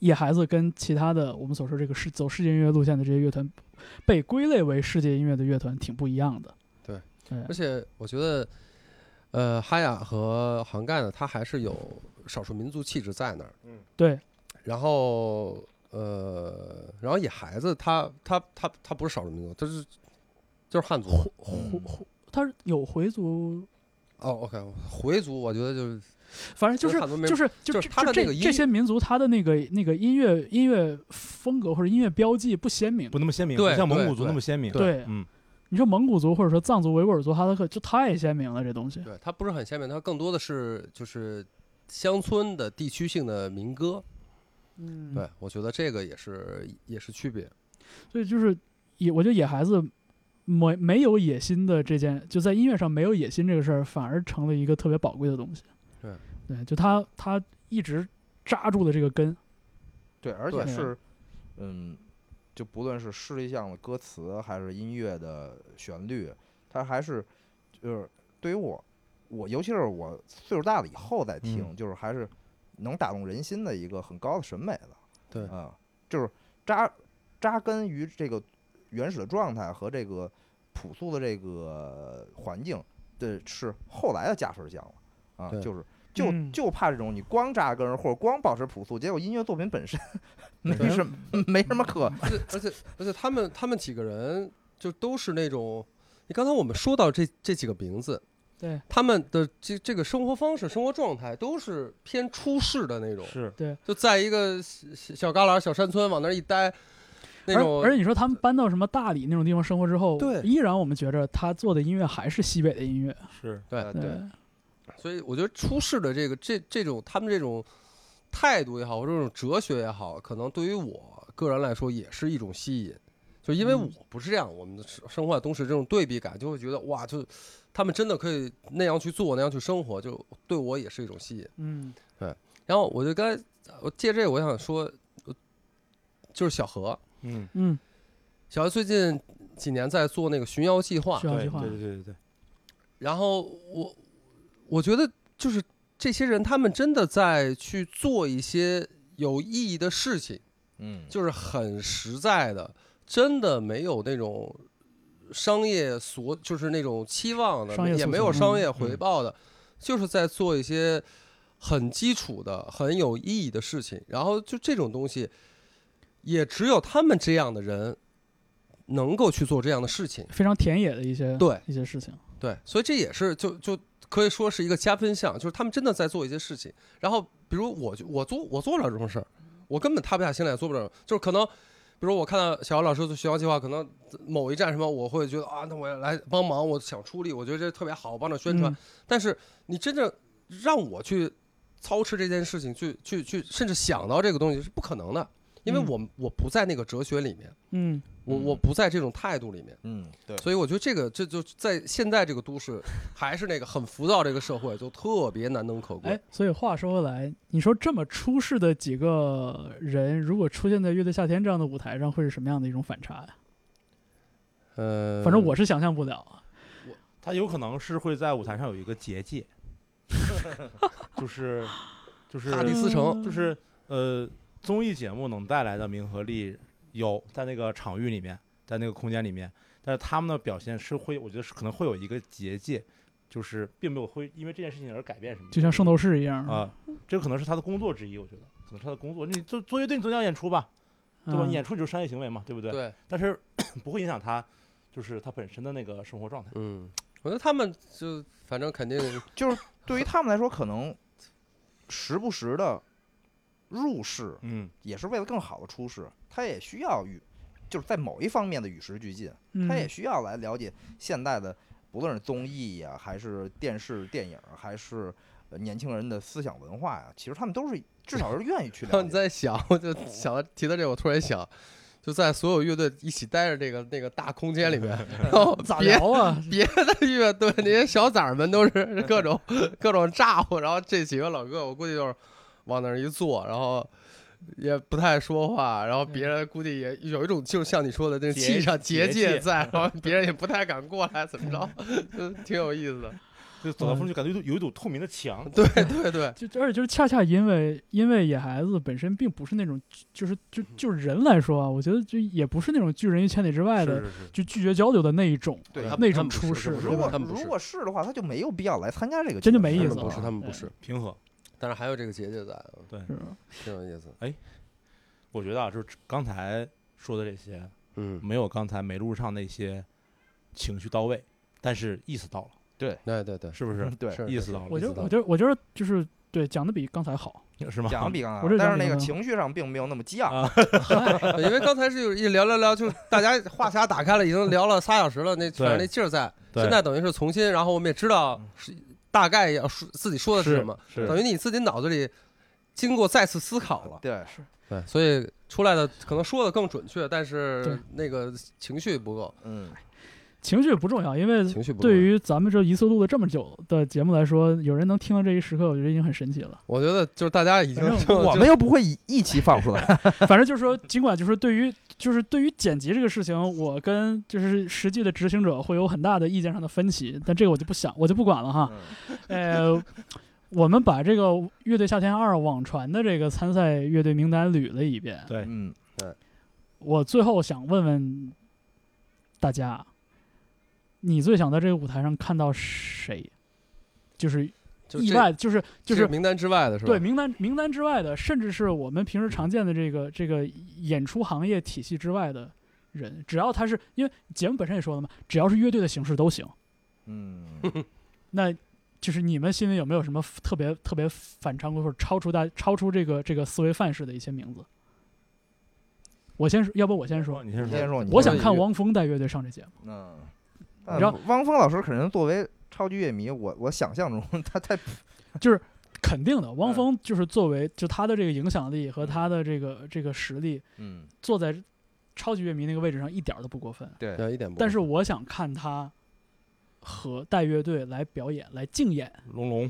[SPEAKER 1] 野孩子跟其他的我们所说这个世走世界音乐路线的这些乐团，被归类为世界音乐的乐团挺不一样的。
[SPEAKER 2] 对
[SPEAKER 1] 嗯，
[SPEAKER 2] 而且我觉得，呃，哈雅和杭盖呢，它还是有少数民族气质在那儿。
[SPEAKER 1] 对，
[SPEAKER 2] 然后，呃，然后野孩子他他他他不是少数民族，他是就是汉族嘛。
[SPEAKER 3] 嗯
[SPEAKER 1] 回回他是有回族，
[SPEAKER 2] 哦，OK，回族我觉得就是
[SPEAKER 1] 反正就
[SPEAKER 2] 跟
[SPEAKER 1] 是
[SPEAKER 2] 汉族没
[SPEAKER 1] 就是就
[SPEAKER 2] 就是他的
[SPEAKER 1] 这
[SPEAKER 2] 那个音
[SPEAKER 1] 这些民族，他的那个那个音乐音乐风格或者音乐标记不鲜明
[SPEAKER 4] 不。那么鲜明，
[SPEAKER 2] 对
[SPEAKER 4] 不像蒙古
[SPEAKER 2] 对
[SPEAKER 4] 族那么鲜明。
[SPEAKER 1] 对
[SPEAKER 4] 嗯
[SPEAKER 1] 你说蒙古族或者说藏族、维吾尔族、哈萨克，就太鲜明了，这东西。
[SPEAKER 2] 对，它不是很鲜明，它更多的是就是乡村的地区性的民歌。
[SPEAKER 1] 嗯
[SPEAKER 2] 对，我觉得这个也是也是区别。
[SPEAKER 1] 所以就是野，我觉得野孩子没没有野心的这件，就在音乐上没有野心这个事儿，反而成了一个特别宝贵的东西。
[SPEAKER 2] 对，
[SPEAKER 1] 对，就他他一直扎住了这个根。
[SPEAKER 3] 对，而
[SPEAKER 1] 对
[SPEAKER 3] 且是，嗯，就不论是视力上的歌词，还是音乐的旋律，它还是就是对于我，我尤其是我岁数大了以后再听，就是还是能打动人心的一个很高的审美了。
[SPEAKER 2] 对
[SPEAKER 3] 啊、就是扎扎根于这个原始的状态和这个朴素的这个环境，这是后来的加分项了啊、
[SPEAKER 2] 对
[SPEAKER 3] 就是就
[SPEAKER 4] 嗯
[SPEAKER 3] 就怕这种你光扎根儿或者光保持朴素，结果音乐作品本身没
[SPEAKER 4] 对
[SPEAKER 3] 什么没什么可
[SPEAKER 2] 而且而且而且他们他们几个人就都是那种，你刚才我们说到这这几个名字，
[SPEAKER 1] 对
[SPEAKER 2] 他们的这这个生活方式、生活状态都是偏出世的那种，
[SPEAKER 4] 是
[SPEAKER 2] 就在一个小小旮旯、小山村往那儿一待，那种
[SPEAKER 1] 而而且你说他们搬到什么大理那种地方生活之后，
[SPEAKER 2] 对
[SPEAKER 1] 依然我们觉着他做的音乐还是西北的音乐。
[SPEAKER 4] 是，
[SPEAKER 2] 对
[SPEAKER 3] 呃
[SPEAKER 1] 对，
[SPEAKER 2] 所以我觉得出世的这个这这种他们这种态度也好，或者这种哲学也好，可能对于我个人来说也是一种吸引。就因为
[SPEAKER 1] 嗯
[SPEAKER 2] 我不是这样，我们的生生活在都市这种对比感，就会觉得哇，就他们真的可以那样去做，那样去生活，就对我也是一种吸引。
[SPEAKER 1] 嗯
[SPEAKER 2] 然后我就刚才我借这个，我想说，呃就是小何，
[SPEAKER 4] 嗯，
[SPEAKER 1] 嗯，
[SPEAKER 2] 小何最近几年在做那个寻妖计划
[SPEAKER 1] 需，要
[SPEAKER 4] 对
[SPEAKER 1] 计
[SPEAKER 4] 对
[SPEAKER 1] 划。
[SPEAKER 4] 对对对，
[SPEAKER 2] 然后我我觉得就是这些人，他们真的在去做一些有意义的事情，
[SPEAKER 3] 嗯，
[SPEAKER 2] 就是很实在的，真的没有那种商业所，就是那种期望的，
[SPEAKER 1] 商业
[SPEAKER 2] 也
[SPEAKER 1] 诉
[SPEAKER 2] 没
[SPEAKER 1] 求
[SPEAKER 2] 有商
[SPEAKER 1] 嗯
[SPEAKER 2] 业回报的，就是在做一些很基础的、很有意义的事情。然后就这种东西，也只有他们这样的人能够去做这样的事情。
[SPEAKER 1] 非常田野的一些
[SPEAKER 2] 对
[SPEAKER 1] 一些事情，
[SPEAKER 2] 对，所以这也是就就可以说是一个加分项，就是他们真的在做一些事情。然后，比如我就我做我做不了这种事儿，我根本塌不下心来做不了。就是可能，比如我看到小姚老师做学校计划，可能某一站什么，我会觉得啊，那我来帮忙，我想出力，我觉得这特别好，帮着宣传。
[SPEAKER 1] 嗯
[SPEAKER 2] 但是你真正让我去操持这件事情，去去去，甚至想到这个东西是不可能的，因为
[SPEAKER 1] 嗯
[SPEAKER 2] 我、我不在那个哲学里面，
[SPEAKER 1] 嗯，
[SPEAKER 2] 我我
[SPEAKER 3] 嗯
[SPEAKER 2] 不在这种态度里面。
[SPEAKER 3] 嗯，对，
[SPEAKER 2] 所以我觉得这个这就在现在这个都市，还是那个很浮躁这个社会，就特别难能可
[SPEAKER 1] 哎
[SPEAKER 2] 贵。，
[SPEAKER 1] 所以话说回来，你说这么出世的几个人，如果出现在乐队夏天这样的舞台上，会是什么样的一种反差呀？
[SPEAKER 2] 呃
[SPEAKER 1] 反正我是想象不了。啊
[SPEAKER 4] 他有可能是会在舞台上有一个结界， 就是 就是
[SPEAKER 2] 大力思
[SPEAKER 1] 嗯
[SPEAKER 2] 成
[SPEAKER 4] 就是呃，综艺节目能带来的名和利有在那个场域里面，在那个空间里面，但是他们的表现是会，我觉得是可能会有一个结界，就是并没有会因为这件事情而改变什么，
[SPEAKER 1] 就像圣斗士一样，
[SPEAKER 4] 啊、这可能是他的工作之一，我觉得可能是他的工作，你做做乐队你总要演出吧，对吧？
[SPEAKER 1] 嗯
[SPEAKER 4] 你演出就是商业行为嘛，对不对？
[SPEAKER 2] 对，
[SPEAKER 4] 但是 不会影响他。就是他本身的那个生活状态，
[SPEAKER 2] 嗯，我觉得他们就反正肯定
[SPEAKER 3] 就是对于他们来说，可能时不时的入世
[SPEAKER 4] 嗯，
[SPEAKER 3] 也是为了更好的出世，他也需要与就是在某一方面的与时俱进，
[SPEAKER 1] 嗯
[SPEAKER 3] 他也需要来了解现代的，不论是综艺呀、还是电视电影儿，还是呃年轻人的思想文化呀、其实他们都是至少是愿意去了
[SPEAKER 2] 你
[SPEAKER 3] 解的。
[SPEAKER 2] 在想，我就想到提到这个，我突然想，就在所有乐队一起待着这个那个大空间里面，然后
[SPEAKER 1] 咋
[SPEAKER 2] 别
[SPEAKER 1] 聊啊？
[SPEAKER 2] 别的乐队哎那些小崽儿们都是各 种各种咋呼，然后这几个老哥我估计就是往那儿一坐，然后也不太说话，然后别人估计也有一种就是像你说的那
[SPEAKER 4] 结
[SPEAKER 2] 气上 结
[SPEAKER 4] 结
[SPEAKER 2] 界
[SPEAKER 4] 界
[SPEAKER 2] 在，然后别人也不太敢过来，怎么着， 就挺有意思的。
[SPEAKER 4] 就
[SPEAKER 1] 嗯
[SPEAKER 4] 走到风就感觉有有一堵透明的墙，
[SPEAKER 2] 对对对，
[SPEAKER 1] 就而且就是恰恰因为因为野孩子本身并不是那种就是就就是人来说啊，我觉得就也不是那种拒人于千里之外的，
[SPEAKER 4] 是是
[SPEAKER 1] 就拒绝交流的那一种，啊
[SPEAKER 3] 对
[SPEAKER 2] 他们
[SPEAKER 1] 那
[SPEAKER 2] 他
[SPEAKER 1] 种
[SPEAKER 2] 们不
[SPEAKER 1] 出
[SPEAKER 2] 是
[SPEAKER 1] 世，
[SPEAKER 2] 他们
[SPEAKER 1] 对
[SPEAKER 2] 不
[SPEAKER 3] 如
[SPEAKER 1] 吧
[SPEAKER 3] 果
[SPEAKER 2] 他？们不
[SPEAKER 3] 如
[SPEAKER 2] 是
[SPEAKER 3] 果是的话，他就没有必要来参加这个节目了，
[SPEAKER 1] 真就没
[SPEAKER 2] 他
[SPEAKER 1] 意
[SPEAKER 2] 们
[SPEAKER 1] 思啊嗯
[SPEAKER 2] 不是
[SPEAKER 1] 了
[SPEAKER 2] 他们不是，
[SPEAKER 4] 平和。
[SPEAKER 2] 但是还有这个结界在，嗯
[SPEAKER 4] 对，
[SPEAKER 1] 是
[SPEAKER 2] 挺有意思。
[SPEAKER 4] 我觉得啊，就是刚才说的这些，
[SPEAKER 2] 嗯，
[SPEAKER 4] 没有刚才没录上那些情绪到位，但是意思到了，
[SPEAKER 2] 对对对，
[SPEAKER 4] 是不是？
[SPEAKER 3] 对，
[SPEAKER 2] 是
[SPEAKER 4] 意思到了。
[SPEAKER 1] 啊我觉
[SPEAKER 2] 意思
[SPEAKER 1] 得我
[SPEAKER 2] 啊到
[SPEAKER 1] 觉得我觉得就是对讲的比刚才好。
[SPEAKER 4] 是吗？
[SPEAKER 3] 讲的比刚才
[SPEAKER 1] 我
[SPEAKER 3] 好
[SPEAKER 1] 是，
[SPEAKER 3] 但
[SPEAKER 1] 这
[SPEAKER 3] 是那
[SPEAKER 1] 样
[SPEAKER 3] 个
[SPEAKER 1] 觉得
[SPEAKER 3] 情绪上并没有那么激昂。
[SPEAKER 4] 啊
[SPEAKER 2] 对因为刚才是有一聊聊聊，就是大家话匣打开了，已经聊了仨小时 了，那反正那劲儿在。
[SPEAKER 4] 对
[SPEAKER 2] 现在等于是重新，然后我们也知道是大概要说自己说嗯的是什么，
[SPEAKER 4] 是
[SPEAKER 2] 等于你自己脑子里经过再次思考了，
[SPEAKER 3] 对，
[SPEAKER 2] 对，所以出来的可能说的更准确，
[SPEAKER 1] 对
[SPEAKER 2] 但是那个情绪不够，
[SPEAKER 3] 嗯，
[SPEAKER 1] 情绪不重要，因为
[SPEAKER 2] 情绪不够。
[SPEAKER 1] 对于咱们这一次录了这么久的节目来说，有人能听到这一时刻，我觉得已经很神奇 了。
[SPEAKER 2] 我觉得就是大家已经
[SPEAKER 1] 反正
[SPEAKER 2] 就
[SPEAKER 3] 我们又不会一一起放出 来。
[SPEAKER 1] 反正就是说，尽管就是对于就是对于剪辑这个事情，我跟就是实际的执行者会有很大的意见上的分歧，但这个我就不想，我就不管了哈。
[SPEAKER 2] 嗯
[SPEAKER 1] 呃，我们把这个《乐队夏天二》网传的这个参赛乐队名单捋了一遍，
[SPEAKER 4] 对
[SPEAKER 3] 嗯，
[SPEAKER 1] 我最后想问问大家，你最想在这个舞台上看到谁？就是
[SPEAKER 2] 就
[SPEAKER 1] 意
[SPEAKER 2] 这
[SPEAKER 1] 外，就是就
[SPEAKER 2] 这
[SPEAKER 1] 是
[SPEAKER 2] 名单之外的是吧？
[SPEAKER 1] 对，名单名单之外的，甚至是我们平时常见的这个这个演出行业体系之外的人，只要他是因为节目本身也说了嘛，只要是乐队的形式都行。
[SPEAKER 3] 嗯，
[SPEAKER 1] 那就是你们心里有没有什么特别特别反常规或者超出大超出这个这个思维范式的一些名字？我先说，要不我先说，
[SPEAKER 4] 你先
[SPEAKER 3] 你先
[SPEAKER 4] 说，
[SPEAKER 3] 说，你
[SPEAKER 1] 我
[SPEAKER 3] 先
[SPEAKER 1] 想看汪峰带乐队上这节目。
[SPEAKER 3] 说嗯，
[SPEAKER 1] 你知道
[SPEAKER 3] 但汪峰老师肯定作为超级乐迷，我我想象中 他太
[SPEAKER 1] 肯定的，汪
[SPEAKER 3] 嗯
[SPEAKER 1] 峰就是作为就他的这个影响力
[SPEAKER 2] 嗯
[SPEAKER 1] 和他的这个这个实力，
[SPEAKER 3] 嗯
[SPEAKER 1] 坐在超级乐迷那个位置上一点儿都不过分。
[SPEAKER 3] 对
[SPEAKER 2] 对，一点不。
[SPEAKER 1] 但是我想看他和带乐队来表演，来竞演。
[SPEAKER 4] 龙龙，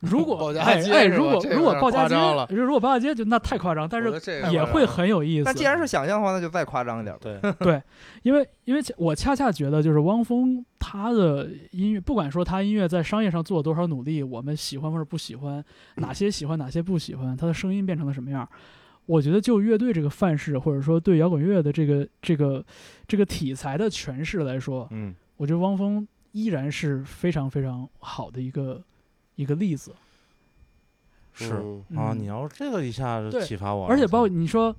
[SPEAKER 1] 如
[SPEAKER 2] 鲍
[SPEAKER 1] 果
[SPEAKER 2] 家
[SPEAKER 1] 哎
[SPEAKER 2] 街
[SPEAKER 1] 哎，
[SPEAKER 2] 是吧
[SPEAKER 1] 如果
[SPEAKER 2] 这个
[SPEAKER 1] 如果
[SPEAKER 2] 有点
[SPEAKER 1] 鲍家
[SPEAKER 2] 夸
[SPEAKER 1] 街
[SPEAKER 2] 张了，
[SPEAKER 1] 如果鲍家街就那太夸张，但
[SPEAKER 2] 我觉
[SPEAKER 1] 是
[SPEAKER 2] 得这个
[SPEAKER 1] 也会很有意思。
[SPEAKER 3] 那既然是想象的话，那就再夸张一点吧。
[SPEAKER 4] 对，嗯
[SPEAKER 1] 因为因为我恰恰觉得，就是汪峰他的音乐，不管说他音乐在商业上做了多少努力，我们喜欢或者不喜欢，哪些喜欢哪些不喜欢，他的声音变成了什么样儿，我觉得就乐队这个范式，或者说对摇滚乐的这个这个这个题材的诠释来说，
[SPEAKER 4] 嗯，
[SPEAKER 1] 我觉得汪峰依然是非常非常好的一个一个例子。
[SPEAKER 4] 是
[SPEAKER 2] 嗯
[SPEAKER 4] 啊，
[SPEAKER 1] 嗯
[SPEAKER 4] 你要是这个一下
[SPEAKER 1] 对
[SPEAKER 4] 启发我了，
[SPEAKER 1] 而且包括
[SPEAKER 4] 嗯
[SPEAKER 1] 你说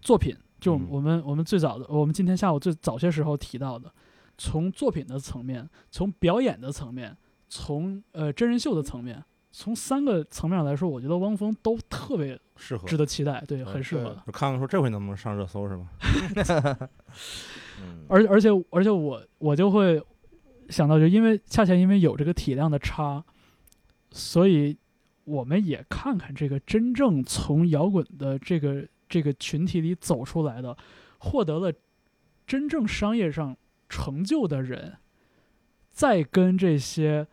[SPEAKER 1] 作品，就
[SPEAKER 4] 嗯
[SPEAKER 1] 我们、我们最早的，我们今天下午最早些时候提到的，从作品的层面，从表演的层面，从呃真人秀的层面，从三个层面来说，我觉得汪峰都特别
[SPEAKER 4] 适合，
[SPEAKER 1] 值得期待，对，
[SPEAKER 4] 嗯
[SPEAKER 1] 很适合
[SPEAKER 2] 对
[SPEAKER 1] 的。
[SPEAKER 4] 我看看说这回能不能上热搜是吗？
[SPEAKER 3] 嗯，
[SPEAKER 1] 而而且而且我我就会想到，就因为恰恰因为有这个体量的差，所以我们也看看这个真正从摇滚的这个这个群体里走出来的，获得了真正商业上成就的人，再跟这些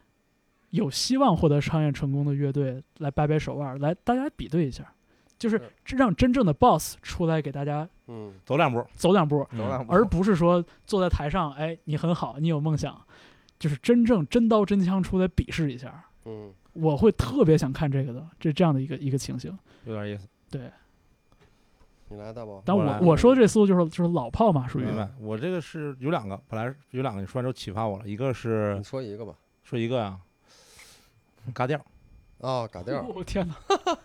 [SPEAKER 1] 有希望获得商业成功的乐队来掰掰手腕儿，来大家比对一下，就是让真正的 boss 出来给大家
[SPEAKER 2] 嗯，
[SPEAKER 4] 走两步，
[SPEAKER 1] 走两步。
[SPEAKER 3] 走两
[SPEAKER 4] 嗯
[SPEAKER 3] 步
[SPEAKER 1] 而不是说坐在台上，哎，你很好，你有梦想，就是真正真刀真枪出来比试一下。
[SPEAKER 2] 嗯，
[SPEAKER 1] 我会特别想看这个的，这这样的一个一个情形。
[SPEAKER 4] 嗯有点意思。
[SPEAKER 2] 你来大宝，
[SPEAKER 1] 但
[SPEAKER 4] 我
[SPEAKER 1] 我
[SPEAKER 4] 来
[SPEAKER 1] 我说这思路就是就是老炮嘛，属于
[SPEAKER 4] 明白，我这个是有两个，本来是有两个，你说完之后启发我了，一个是
[SPEAKER 2] 你说一个吧。
[SPEAKER 4] 说一个呀、嘎调儿，
[SPEAKER 2] 哦，嘎调儿，
[SPEAKER 1] 我、天哪，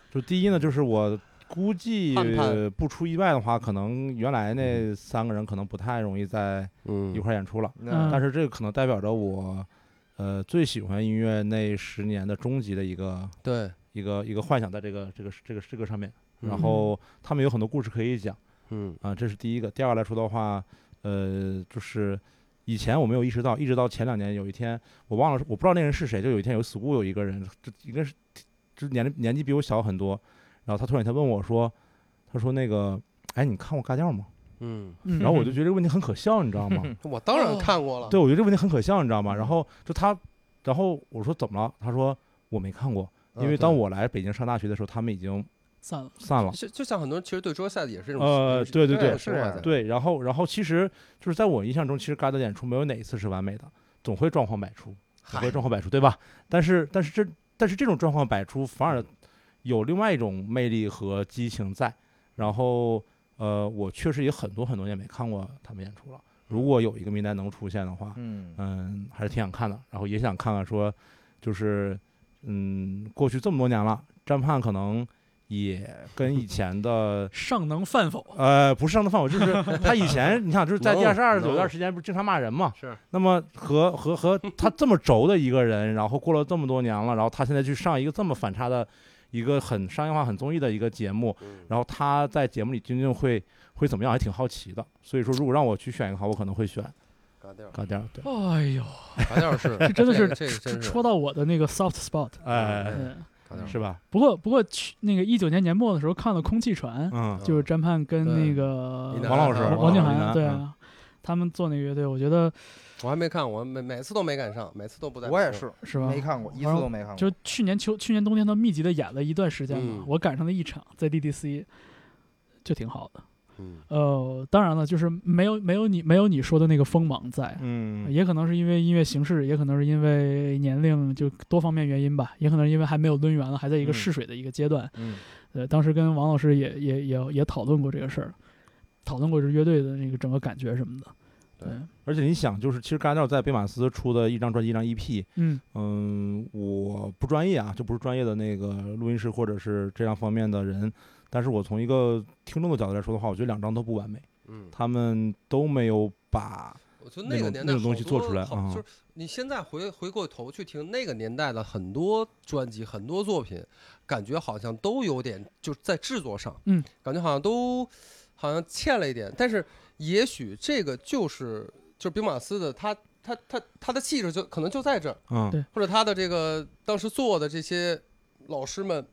[SPEAKER 4] 就第一呢，就是我估计
[SPEAKER 2] 盼盼
[SPEAKER 4] 不出意外的话，可能原来那三个人可能不太容易在
[SPEAKER 2] 嗯
[SPEAKER 4] 一块儿演出了，
[SPEAKER 1] 嗯
[SPEAKER 3] 那
[SPEAKER 4] 但是这个可能代表着我，呃，最喜欢音乐那十年的终极的一个
[SPEAKER 2] 对，
[SPEAKER 4] 一个一个幻想在这个这个这个这个上面，
[SPEAKER 2] 嗯
[SPEAKER 4] 然后他们有很多故事可以讲。
[SPEAKER 2] 嗯
[SPEAKER 4] 啊，这是第一个。第二个来说的话，呃，就是以前我没有意识到，一直到前两年有一天，我忘了是，我不知道那人是谁，就有一天有 school 有一个人，这应该是就年龄年纪比我小很多，然后他突然他问我说，他说那个，哎，你看过尬调吗？
[SPEAKER 2] 嗯，
[SPEAKER 1] 然
[SPEAKER 4] 然后我就觉得这个问题很可笑，你知
[SPEAKER 1] 嗯
[SPEAKER 4] 道吗？
[SPEAKER 5] 嗯
[SPEAKER 1] 哦
[SPEAKER 2] 我当然看过了。
[SPEAKER 4] 对，我觉得这个问题很可笑，你知道吗？然后就他，然后我说怎么了？他说我没看过，
[SPEAKER 2] 嗯，
[SPEAKER 4] 因为当
[SPEAKER 2] 对
[SPEAKER 4] 我来北京上大学的时候，他们已经
[SPEAKER 1] 散了，。
[SPEAKER 4] 散了。
[SPEAKER 2] 就就像很多人其实对桌赛也是一种哎
[SPEAKER 4] 呃对对对
[SPEAKER 2] 是这样
[SPEAKER 3] 是
[SPEAKER 2] 的
[SPEAKER 4] 对，然后然后其实就是在我印象中，其实嘎达演出没有哪一次是完美的，总会状况百出，总会
[SPEAKER 2] 嗨
[SPEAKER 4] 状况百出，对吧？但是但是这但是这种状况百出反而有另外一种魅力和激情在。然后呃，我确实也很多很多年没看过他们演出了。如果有一个名单能出现的话，
[SPEAKER 3] 嗯
[SPEAKER 4] 嗯，还是挺想看的。然后也想看看说，就是嗯，过去这么多年了，战判可能也跟以前的
[SPEAKER 1] 尚能饭否？
[SPEAKER 4] 呃，不是上的范围，就是他以前，你想，就是在
[SPEAKER 2] 能
[SPEAKER 4] 地下室二十九
[SPEAKER 2] 能
[SPEAKER 4] 段时间，不是经常骂人嘛？
[SPEAKER 2] 是
[SPEAKER 4] 那么和和和他这么轴的一个人，然后过了这么多年了，然后他现在去上一个这么反差的一个很商业化、很综艺的一个节目，
[SPEAKER 2] 嗯
[SPEAKER 4] 然后他在节目里究竟会会怎么样，还挺好奇的。所以说，如果让我去选一个话，我可能会选
[SPEAKER 2] 嘎调儿，
[SPEAKER 4] 高调。对，
[SPEAKER 1] 哎呦，
[SPEAKER 2] 嘎调儿 是，
[SPEAKER 1] 这真的是
[SPEAKER 2] 这个
[SPEAKER 1] 戳
[SPEAKER 2] 真是
[SPEAKER 1] 戳到我的那个 soft spot。
[SPEAKER 4] 哎，
[SPEAKER 1] 嗯，
[SPEAKER 2] 嘎调儿
[SPEAKER 4] 是吧？
[SPEAKER 1] 不过不过去那个一九年年末的时候看了《空气船》，
[SPEAKER 4] 嗯，
[SPEAKER 1] 就是詹盼跟
[SPEAKER 2] 对
[SPEAKER 1] 那个
[SPEAKER 2] 李楠
[SPEAKER 4] 王老师，
[SPEAKER 2] 王
[SPEAKER 1] 王
[SPEAKER 4] 俊
[SPEAKER 1] 俊
[SPEAKER 4] 涵，
[SPEAKER 1] 涵对
[SPEAKER 4] 嗯
[SPEAKER 1] 啊，他们做那个乐队，我觉得
[SPEAKER 2] 我还没看，我每每次都没赶上，每次都不在。
[SPEAKER 5] 嗯我也，是
[SPEAKER 1] 是吧
[SPEAKER 5] 没？看过，一次
[SPEAKER 1] 反正
[SPEAKER 5] 都没看过。
[SPEAKER 1] 就去年秋、去年冬天，他密集的演了一段时间嘛
[SPEAKER 2] 嗯，
[SPEAKER 1] 我赶上了一场在 DDC，就挺好的。
[SPEAKER 2] 嗯，
[SPEAKER 1] 呃，当然了，就是没有没有你没有你说的那个锋芒在，
[SPEAKER 4] 嗯，
[SPEAKER 1] 也可能是因为音乐形式，也可能是因为年龄，就多方面原因吧，也可能是因为还没有抡圆了，还在一个
[SPEAKER 4] 嗯
[SPEAKER 1] 试水的一个阶段。
[SPEAKER 4] 嗯，
[SPEAKER 1] 呃，当时跟王老师也也也也讨论过这个事儿，讨论过这乐队的那个整个感觉什么的。对
[SPEAKER 2] 对，
[SPEAKER 4] 而且你想，就是其实嘎调在贝马斯出的一张专辑、一张 E EP，
[SPEAKER 1] 嗯
[SPEAKER 4] 嗯，我不专业啊，就不是专业的那个录音师或者是这样方面的人，但是我从一个听众的角度来说的话，我觉得两张都不完美，
[SPEAKER 2] 嗯，
[SPEAKER 4] 他们都没有把
[SPEAKER 2] 我觉得
[SPEAKER 4] 那
[SPEAKER 2] 那个
[SPEAKER 4] 种
[SPEAKER 2] 年代
[SPEAKER 4] 那种东
[SPEAKER 2] 好
[SPEAKER 4] 西做
[SPEAKER 2] 多
[SPEAKER 4] 出来
[SPEAKER 2] 好
[SPEAKER 4] 嗯
[SPEAKER 2] 就是你现在回回过头去听那个年代的很多专辑、很多作品，感觉好像都有点就是在制作上，
[SPEAKER 1] 嗯，
[SPEAKER 2] 感觉好像都好像欠了一点。但是也许这个就是就是兵马司的他。他他他的气质就可能就在这儿，
[SPEAKER 4] 嗯
[SPEAKER 1] 对
[SPEAKER 2] 或者他的这个当时做的这些老师们，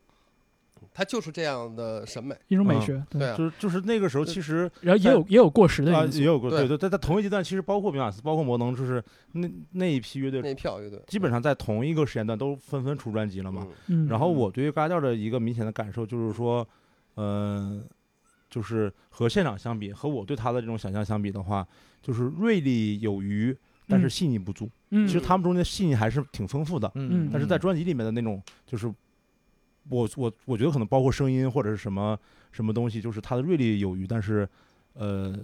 [SPEAKER 2] 他就是这样的审美，
[SPEAKER 1] 一种美
[SPEAKER 4] 嗯
[SPEAKER 1] 学。对
[SPEAKER 2] 对啊，
[SPEAKER 4] 就是就是那个时候其实
[SPEAKER 1] 然后也有也有过时的
[SPEAKER 4] 啊
[SPEAKER 1] 因素。
[SPEAKER 4] 也有过对
[SPEAKER 2] 对
[SPEAKER 4] 对，在在同一阶段，其实包括贝马斯，包括摩登，就是那那一批乐
[SPEAKER 2] 那
[SPEAKER 4] 队，
[SPEAKER 2] 一票乐队
[SPEAKER 4] 基本上在同一个时间段都纷纷出专辑了嘛。
[SPEAKER 1] 嗯，
[SPEAKER 2] 嗯
[SPEAKER 4] 然后我对于嘎调的一个明显的感受就是说，呃，就是和现场相比，和我对他的这种想象相比的话，就是锐利有余，但是
[SPEAKER 1] 嗯
[SPEAKER 4] 细腻不足。
[SPEAKER 1] 嗯
[SPEAKER 4] 其实他们中间细腻还是挺丰富的，
[SPEAKER 1] 嗯
[SPEAKER 4] 但是在专辑里面的那种，就是我我我觉得可能包括声音或者是什么什么东西，就是它的锐利有余，但是呃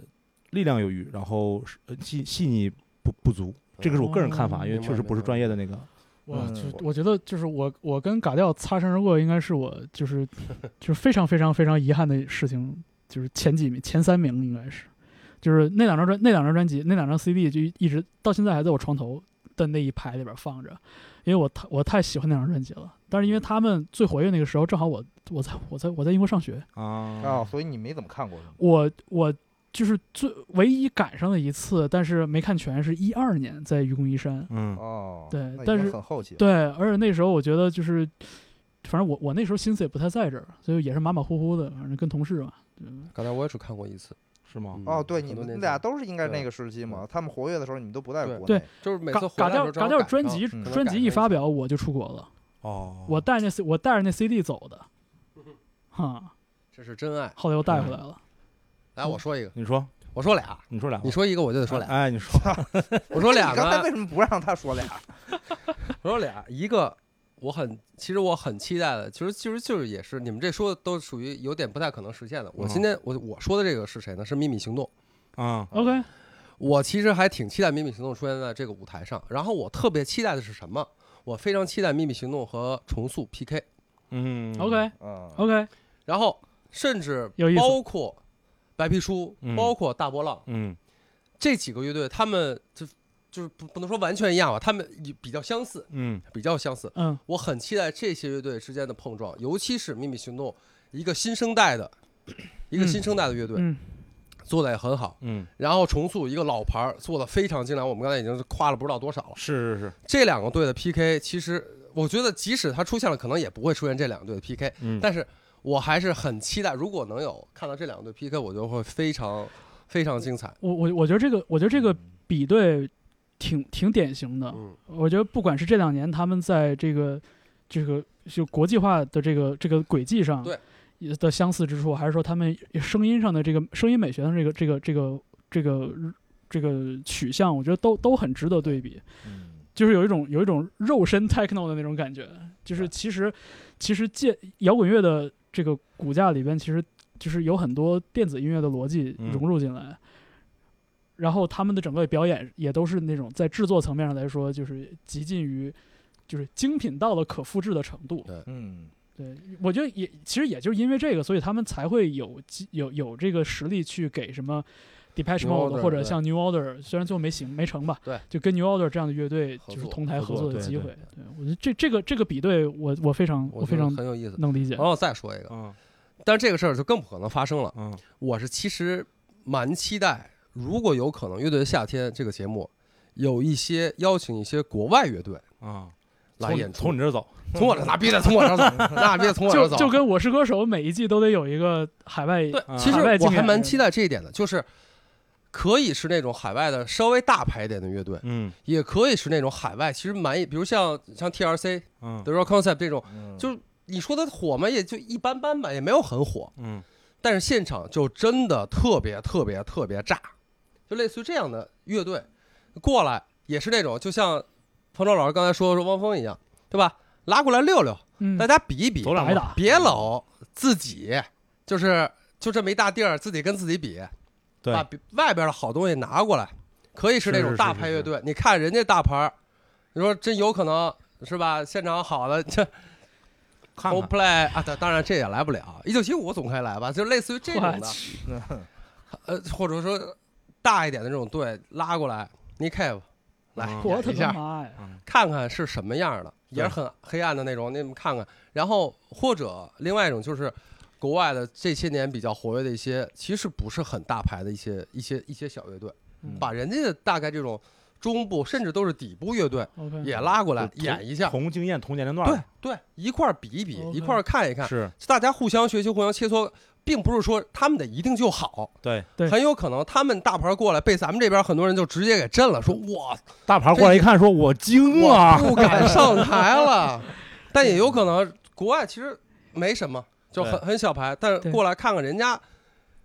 [SPEAKER 4] 力量有余，然后是呃细细腻不不足。这个是我个人看法，
[SPEAKER 1] 哦
[SPEAKER 4] 因为
[SPEAKER 2] 明
[SPEAKER 4] 确
[SPEAKER 2] 白
[SPEAKER 4] 实不
[SPEAKER 2] 明
[SPEAKER 4] 是
[SPEAKER 2] 白
[SPEAKER 4] 专业的那个。
[SPEAKER 1] 我
[SPEAKER 5] 嗯
[SPEAKER 1] 就我觉得就是我我跟嘎调擦身而过，应该是我就是就是非常非常非常遗憾的事情，就是前几名前三名应该是，就是那两张专那两张专辑那两张 CD 就一直到现在还在我床头的那一排里边放着，因为我太我太喜欢那张专辑了。但是因为他们最活跃那个时候，正好我我在我在我在英国上学，
[SPEAKER 5] 啊，
[SPEAKER 3] 哦
[SPEAKER 4] 啊，
[SPEAKER 5] 所以你没怎么看过是吗？
[SPEAKER 1] 我我就是最唯一赶上的一次，但是没看全，是一二年在愚公移山，
[SPEAKER 4] 嗯
[SPEAKER 5] 哦，
[SPEAKER 1] 对
[SPEAKER 5] 那已
[SPEAKER 1] 但
[SPEAKER 5] 经
[SPEAKER 1] 是
[SPEAKER 5] 很后期了。
[SPEAKER 1] 对，而且那时候我觉得就是，反正我我那时候心思也不太在这儿，所以也是马马虎虎的，反正跟同事嘛。
[SPEAKER 2] 刚才我也只看过一次。
[SPEAKER 4] 是吗？
[SPEAKER 2] 嗯
[SPEAKER 5] 哦，对，
[SPEAKER 2] 很
[SPEAKER 5] 你
[SPEAKER 2] 多
[SPEAKER 5] 们
[SPEAKER 2] 年
[SPEAKER 5] 你俩
[SPEAKER 2] 前
[SPEAKER 5] 都是应该
[SPEAKER 2] 对
[SPEAKER 5] 那个时期嘛。他们活跃的时候，你们都不在
[SPEAKER 2] 对
[SPEAKER 5] 国
[SPEAKER 1] 对
[SPEAKER 5] 内。
[SPEAKER 2] 就是每
[SPEAKER 1] 嘎
[SPEAKER 2] 次回
[SPEAKER 1] 嘎
[SPEAKER 2] 来
[SPEAKER 1] 调
[SPEAKER 2] 的时候
[SPEAKER 1] 嘎
[SPEAKER 2] 正
[SPEAKER 1] 调
[SPEAKER 2] 好赶
[SPEAKER 1] 专
[SPEAKER 2] 上嗯
[SPEAKER 1] 辑
[SPEAKER 5] 嗯
[SPEAKER 1] 专
[SPEAKER 2] 赶
[SPEAKER 1] 辑一
[SPEAKER 2] 上
[SPEAKER 1] 发
[SPEAKER 2] 一
[SPEAKER 1] 表我就出国了，
[SPEAKER 4] 哦，
[SPEAKER 1] 我带着那 C 我带着那 CD 走的，哈，
[SPEAKER 2] 这是真爱。
[SPEAKER 1] 后来又带回来了。
[SPEAKER 2] 来，我说一个，
[SPEAKER 4] 你说，
[SPEAKER 2] 我说俩，
[SPEAKER 4] 你说俩，
[SPEAKER 2] 你说一个我就得说 俩，
[SPEAKER 4] 哎，你说，
[SPEAKER 2] 我说俩
[SPEAKER 5] 你刚才为
[SPEAKER 2] 呢，
[SPEAKER 5] 什么不让他说 俩？
[SPEAKER 2] 我说俩，一个我很其实我很期待的，其实其实就是也是你们这说的都属于有点不太可能实现的。我今天我我说的这个是谁呢？是秘密行动。
[SPEAKER 4] 啊，
[SPEAKER 2] 嗯
[SPEAKER 1] OK，
[SPEAKER 2] 我其实还挺期待秘密行动出现在这个舞台上，然后我特别期待的是什么？我非常期待秘密行动和重塑 PK，
[SPEAKER 4] 嗯
[SPEAKER 1] OK
[SPEAKER 5] 嗯，
[SPEAKER 1] OK，
[SPEAKER 2] 然后甚至
[SPEAKER 1] 有意思
[SPEAKER 2] 包括白皮书
[SPEAKER 4] 嗯，
[SPEAKER 2] 包括大波浪。
[SPEAKER 4] 嗯
[SPEAKER 2] 这几个乐队，他们就就是不不能说完全一样吧，他们也比较相似，
[SPEAKER 4] 嗯
[SPEAKER 2] 比较相似。
[SPEAKER 1] 嗯，
[SPEAKER 2] 我很期待这些乐队之间的碰撞，尤其是秘密行动，一个新生 代的，一个新生代的乐队、
[SPEAKER 1] 嗯
[SPEAKER 2] 做的也很好，
[SPEAKER 4] 嗯，
[SPEAKER 2] 然后重塑一个老牌儿做的非常精良，我们刚才已经是夸了不知道多少了。
[SPEAKER 4] 是是是，
[SPEAKER 2] 这两个队的 PK，其实我觉得即使它出现了，可能也不会出现这两个队的 PK，
[SPEAKER 4] 嗯，
[SPEAKER 2] 但是我还是很期待，如果能有看到这两个队 PK，我就会非常非常精彩。
[SPEAKER 1] 我我我觉得这个我觉得这个比对挺挺典型的，
[SPEAKER 2] 嗯
[SPEAKER 1] 我觉得不管是这两年他们在这个这个就国际化的这个这个轨迹上
[SPEAKER 2] 对
[SPEAKER 1] 也的相似之处，还是说他们声音上的这个声音美学上这个这个这个这个这个取向，我觉得都都很值得对比。
[SPEAKER 5] 嗯
[SPEAKER 1] 就是有一种有一种肉身 techno 的那种感觉，就是其实其实借摇滚乐的这个骨架里边，其实就是有很多电子音乐的逻辑
[SPEAKER 4] 嗯
[SPEAKER 1] 融入进来，然后他们的整个表演也都是那种在制作层面上来说，就是极近于就是精品到了可复制的程度。
[SPEAKER 2] 对
[SPEAKER 5] 嗯，
[SPEAKER 1] 对对，我觉得也其实也就是因为这个，所以他们才会有机有有这个实力去给什么 Depeche
[SPEAKER 2] New
[SPEAKER 1] Mode
[SPEAKER 2] Order，
[SPEAKER 1] 或者
[SPEAKER 2] 对
[SPEAKER 1] 像 New Order，虽然最后没行没成吧，
[SPEAKER 2] 对，
[SPEAKER 1] 就跟 New Order 这样的乐队
[SPEAKER 2] 合
[SPEAKER 1] 就是
[SPEAKER 2] 作
[SPEAKER 1] 同台
[SPEAKER 4] 合
[SPEAKER 1] 合
[SPEAKER 4] 作
[SPEAKER 1] 作的
[SPEAKER 4] 对
[SPEAKER 1] 机
[SPEAKER 4] 对
[SPEAKER 1] 会。对我觉得这这个这个比对我我非常
[SPEAKER 2] 我
[SPEAKER 1] 非
[SPEAKER 2] 觉得
[SPEAKER 1] 常
[SPEAKER 2] 很有意思。
[SPEAKER 1] 能理解
[SPEAKER 2] 然。后我再说一个，
[SPEAKER 4] 嗯
[SPEAKER 2] 但这个事儿就更不可能发生了。
[SPEAKER 4] 嗯
[SPEAKER 2] 我是其实蛮期待，如果有可能，《乐队的夏天》这个节目有一些邀请一些国外乐队
[SPEAKER 4] 啊，
[SPEAKER 2] 来
[SPEAKER 4] 从
[SPEAKER 2] 演出
[SPEAKER 4] 从，你这儿走，
[SPEAKER 2] 从我这那逼的从我这儿走，那逼的 从我这
[SPEAKER 1] 就
[SPEAKER 2] 儿走，
[SPEAKER 1] 就跟《我是歌手》每一季都得有一个海外
[SPEAKER 2] 对
[SPEAKER 4] 啊，
[SPEAKER 2] 其实
[SPEAKER 1] 海外
[SPEAKER 2] 我
[SPEAKER 1] 经
[SPEAKER 2] 还
[SPEAKER 1] 典
[SPEAKER 2] 蛮
[SPEAKER 1] 人
[SPEAKER 2] 期待这一点的，就是可以是那种海外的稍微大牌一点的乐队，
[SPEAKER 4] 嗯
[SPEAKER 2] 也可以是那种海外其实蛮，比如像像 TRC、
[SPEAKER 4] 嗯
[SPEAKER 2] The Rock Concept 这种，
[SPEAKER 3] 嗯
[SPEAKER 2] 就是你说它火嘛，也就一般般吧，也没有很火，
[SPEAKER 4] 嗯
[SPEAKER 2] 但是现场就真的特别特别特别炸，就类似于这样的乐队过来，也是那种就像彭超老师刚才说说汪峰一样，对吧？拉过来溜溜，
[SPEAKER 1] 嗯
[SPEAKER 2] 大家比一比，
[SPEAKER 4] 走两
[SPEAKER 1] 打一
[SPEAKER 4] 步
[SPEAKER 1] 打，
[SPEAKER 2] 别老自己就是就这么一大地儿，自己跟自己比，
[SPEAKER 4] 对
[SPEAKER 2] 把比外边的好东西拿过来，可以是那
[SPEAKER 4] 是
[SPEAKER 2] 种
[SPEAKER 4] 是
[SPEAKER 2] 大
[SPEAKER 4] 是
[SPEAKER 2] 牌
[SPEAKER 4] 是
[SPEAKER 2] 乐队。你看人家大牌儿，你说真有可能是吧？现场好的这
[SPEAKER 4] 看
[SPEAKER 2] o
[SPEAKER 4] 看
[SPEAKER 2] play 啊，当当然这也来不了。一九七五总可以来吧？就类似于这
[SPEAKER 1] 我
[SPEAKER 2] 种的，
[SPEAKER 1] 去
[SPEAKER 2] 呃，或者说大一点的这种队拉过来，你 cave 来
[SPEAKER 4] 嗯
[SPEAKER 2] 演
[SPEAKER 1] 我他
[SPEAKER 2] 一
[SPEAKER 1] 他，
[SPEAKER 2] 下
[SPEAKER 1] 妈呀！
[SPEAKER 2] 看看是什么样的，也是很黑暗的那种，你们看看。然后或者另外一种就是国外的这些年比较活跃的一些，其实不是很大牌的一些一些一些小乐队，
[SPEAKER 1] 嗯
[SPEAKER 2] 把人家的大概这种中部甚至都是底部乐队
[SPEAKER 1] OK，
[SPEAKER 2] 也拉过来
[SPEAKER 4] 嗯就同
[SPEAKER 2] 演一下，
[SPEAKER 4] 同经验同年龄段
[SPEAKER 2] 对
[SPEAKER 4] 儿
[SPEAKER 2] 对，一块儿比一比，
[SPEAKER 1] OK
[SPEAKER 2] 一块儿看一看，
[SPEAKER 4] 是
[SPEAKER 2] 大家互相学习、互相切磋。并不是说他们的一定就好，
[SPEAKER 4] 对
[SPEAKER 1] 对
[SPEAKER 2] 很有可能他们大牌过来被咱们这边很多人就直接给震了，说哇
[SPEAKER 4] 大牌过来一看，说我啊惊
[SPEAKER 2] 我
[SPEAKER 4] 了，
[SPEAKER 2] 不 敢上台了。但也有可能国外其实没什么，就很
[SPEAKER 4] 对
[SPEAKER 2] 很小牌，但是
[SPEAKER 1] 对
[SPEAKER 2] 过来看看人家，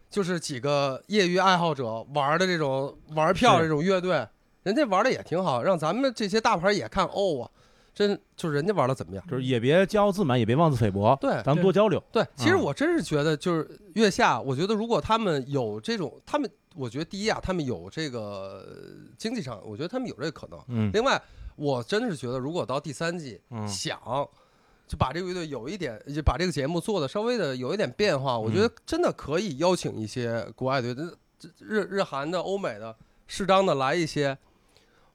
[SPEAKER 2] 就是几个业余爱好者玩的这种玩票
[SPEAKER 4] 是
[SPEAKER 2] 这种乐队，人家玩的也挺好，让咱们这些大牌也看哦啊，真就是人家玩的怎么样？
[SPEAKER 4] 就是也别骄傲自满，也别妄自菲薄，
[SPEAKER 2] 对
[SPEAKER 4] 咱们多交流。
[SPEAKER 2] 对，其实
[SPEAKER 4] 嗯
[SPEAKER 2] 我真是觉得就是月下，我觉得如果他们有这种，他们我觉得第一啊，他们有这个呃经济上，我觉得他们有这个可能。
[SPEAKER 4] 嗯
[SPEAKER 2] 另外，我真是觉得如果到第三季，
[SPEAKER 4] 嗯
[SPEAKER 2] 想就把这个乐队有一点，就把这个节目做的稍微的有一点变化，我觉
[SPEAKER 4] 嗯
[SPEAKER 2] 得真的可以邀请一些国外的这这日日韩的、欧美的，适当的来一些，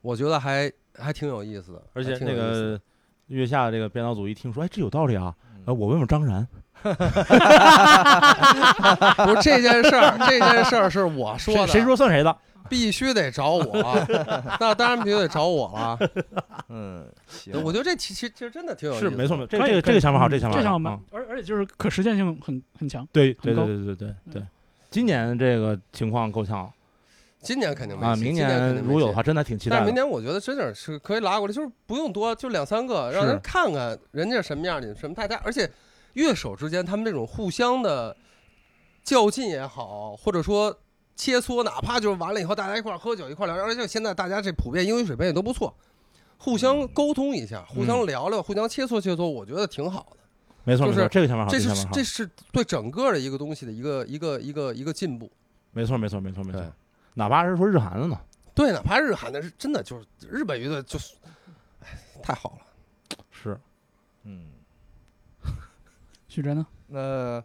[SPEAKER 2] 我觉得还还挺有意思的。
[SPEAKER 4] 而且
[SPEAKER 2] 还挺
[SPEAKER 4] 那
[SPEAKER 2] 有意思的嗯
[SPEAKER 4] 个月下这个编导组一听说，哎，这有道理啊，
[SPEAKER 5] 嗯
[SPEAKER 4] 呃，我问问张然，
[SPEAKER 2] 不是这件事儿，这件事儿是我说
[SPEAKER 4] 谁
[SPEAKER 2] 的，
[SPEAKER 4] 谁说算谁的，
[SPEAKER 2] 必须得找 我，那当然必须得找我了。
[SPEAKER 3] 嗯，行，
[SPEAKER 2] 我觉得这其实其实真的挺有意思
[SPEAKER 4] 是
[SPEAKER 2] 的，
[SPEAKER 4] 没错没错，这
[SPEAKER 1] 可
[SPEAKER 4] 个
[SPEAKER 1] 以
[SPEAKER 4] 这个
[SPEAKER 1] 可以
[SPEAKER 4] 这个想法好，
[SPEAKER 1] 嗯
[SPEAKER 4] 这个想法
[SPEAKER 1] 这
[SPEAKER 4] 好
[SPEAKER 1] 想法
[SPEAKER 4] 嗯
[SPEAKER 1] 蛮，而而且就是可实践性很很强。
[SPEAKER 4] 对对
[SPEAKER 1] 高
[SPEAKER 4] 对对对对对
[SPEAKER 1] 嗯，
[SPEAKER 4] 今年这个情况够呛
[SPEAKER 2] 今年肯定没戏
[SPEAKER 4] 啊，明
[SPEAKER 2] 今年肯
[SPEAKER 4] 年
[SPEAKER 2] 定没
[SPEAKER 4] 如果有
[SPEAKER 2] 戏
[SPEAKER 4] 的话，真的还挺期
[SPEAKER 2] 但
[SPEAKER 4] 待
[SPEAKER 2] 是明
[SPEAKER 4] 的。
[SPEAKER 2] 年我觉得真的是可以拉过来，就是不用多，就两三个，让人
[SPEAKER 4] 是
[SPEAKER 2] 看看人家什么样，你什么态态。而且乐手之间他们这种互相的较劲也好，或者说切磋，哪怕就是完了以后大家一块儿喝酒一块儿聊，而且现在大家这普遍英语水平也都不错，互
[SPEAKER 4] 嗯
[SPEAKER 2] 相沟通一下，互相聊聊，互相切磋切磋，我觉得挺好的。
[SPEAKER 4] 没错
[SPEAKER 2] 就
[SPEAKER 4] 没错，
[SPEAKER 2] 是
[SPEAKER 4] 这个想法好，
[SPEAKER 2] 这
[SPEAKER 4] 个
[SPEAKER 2] 是
[SPEAKER 4] 想法好
[SPEAKER 2] 这，是对整个的一个东西的一个一个一个一个进步。
[SPEAKER 4] 没错没错没错没
[SPEAKER 2] 对
[SPEAKER 4] 错，哪怕是说日韩的呢，
[SPEAKER 2] 对，哪怕日韩的是真的就是日本乐队就是，哎，太好了。
[SPEAKER 4] 是
[SPEAKER 3] 嗯，
[SPEAKER 1] 许真呢？
[SPEAKER 3] 那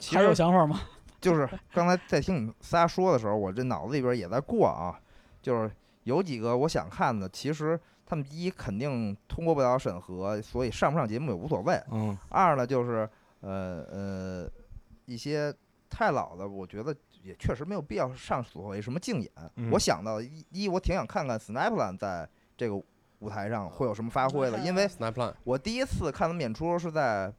[SPEAKER 3] 其
[SPEAKER 1] 还有
[SPEAKER 3] 实
[SPEAKER 1] 想法吗？
[SPEAKER 3] 就是 刚才在听你们仨说的时候，我这脑子里边也在过啊，就是有几个我想看的，其实他们第一肯定通过不了审核，所以上不上节目也无所谓。
[SPEAKER 4] 嗯
[SPEAKER 3] 二呢就是呃呃一些太老的，我觉得也确实没有必要上所谓什么竞演。
[SPEAKER 4] 嗯
[SPEAKER 3] 我想到一一，我挺想看看 Snapland 在这个舞台上会有什么发挥的，因为
[SPEAKER 2] Snap Line。
[SPEAKER 3] 我第一次看他们演出是在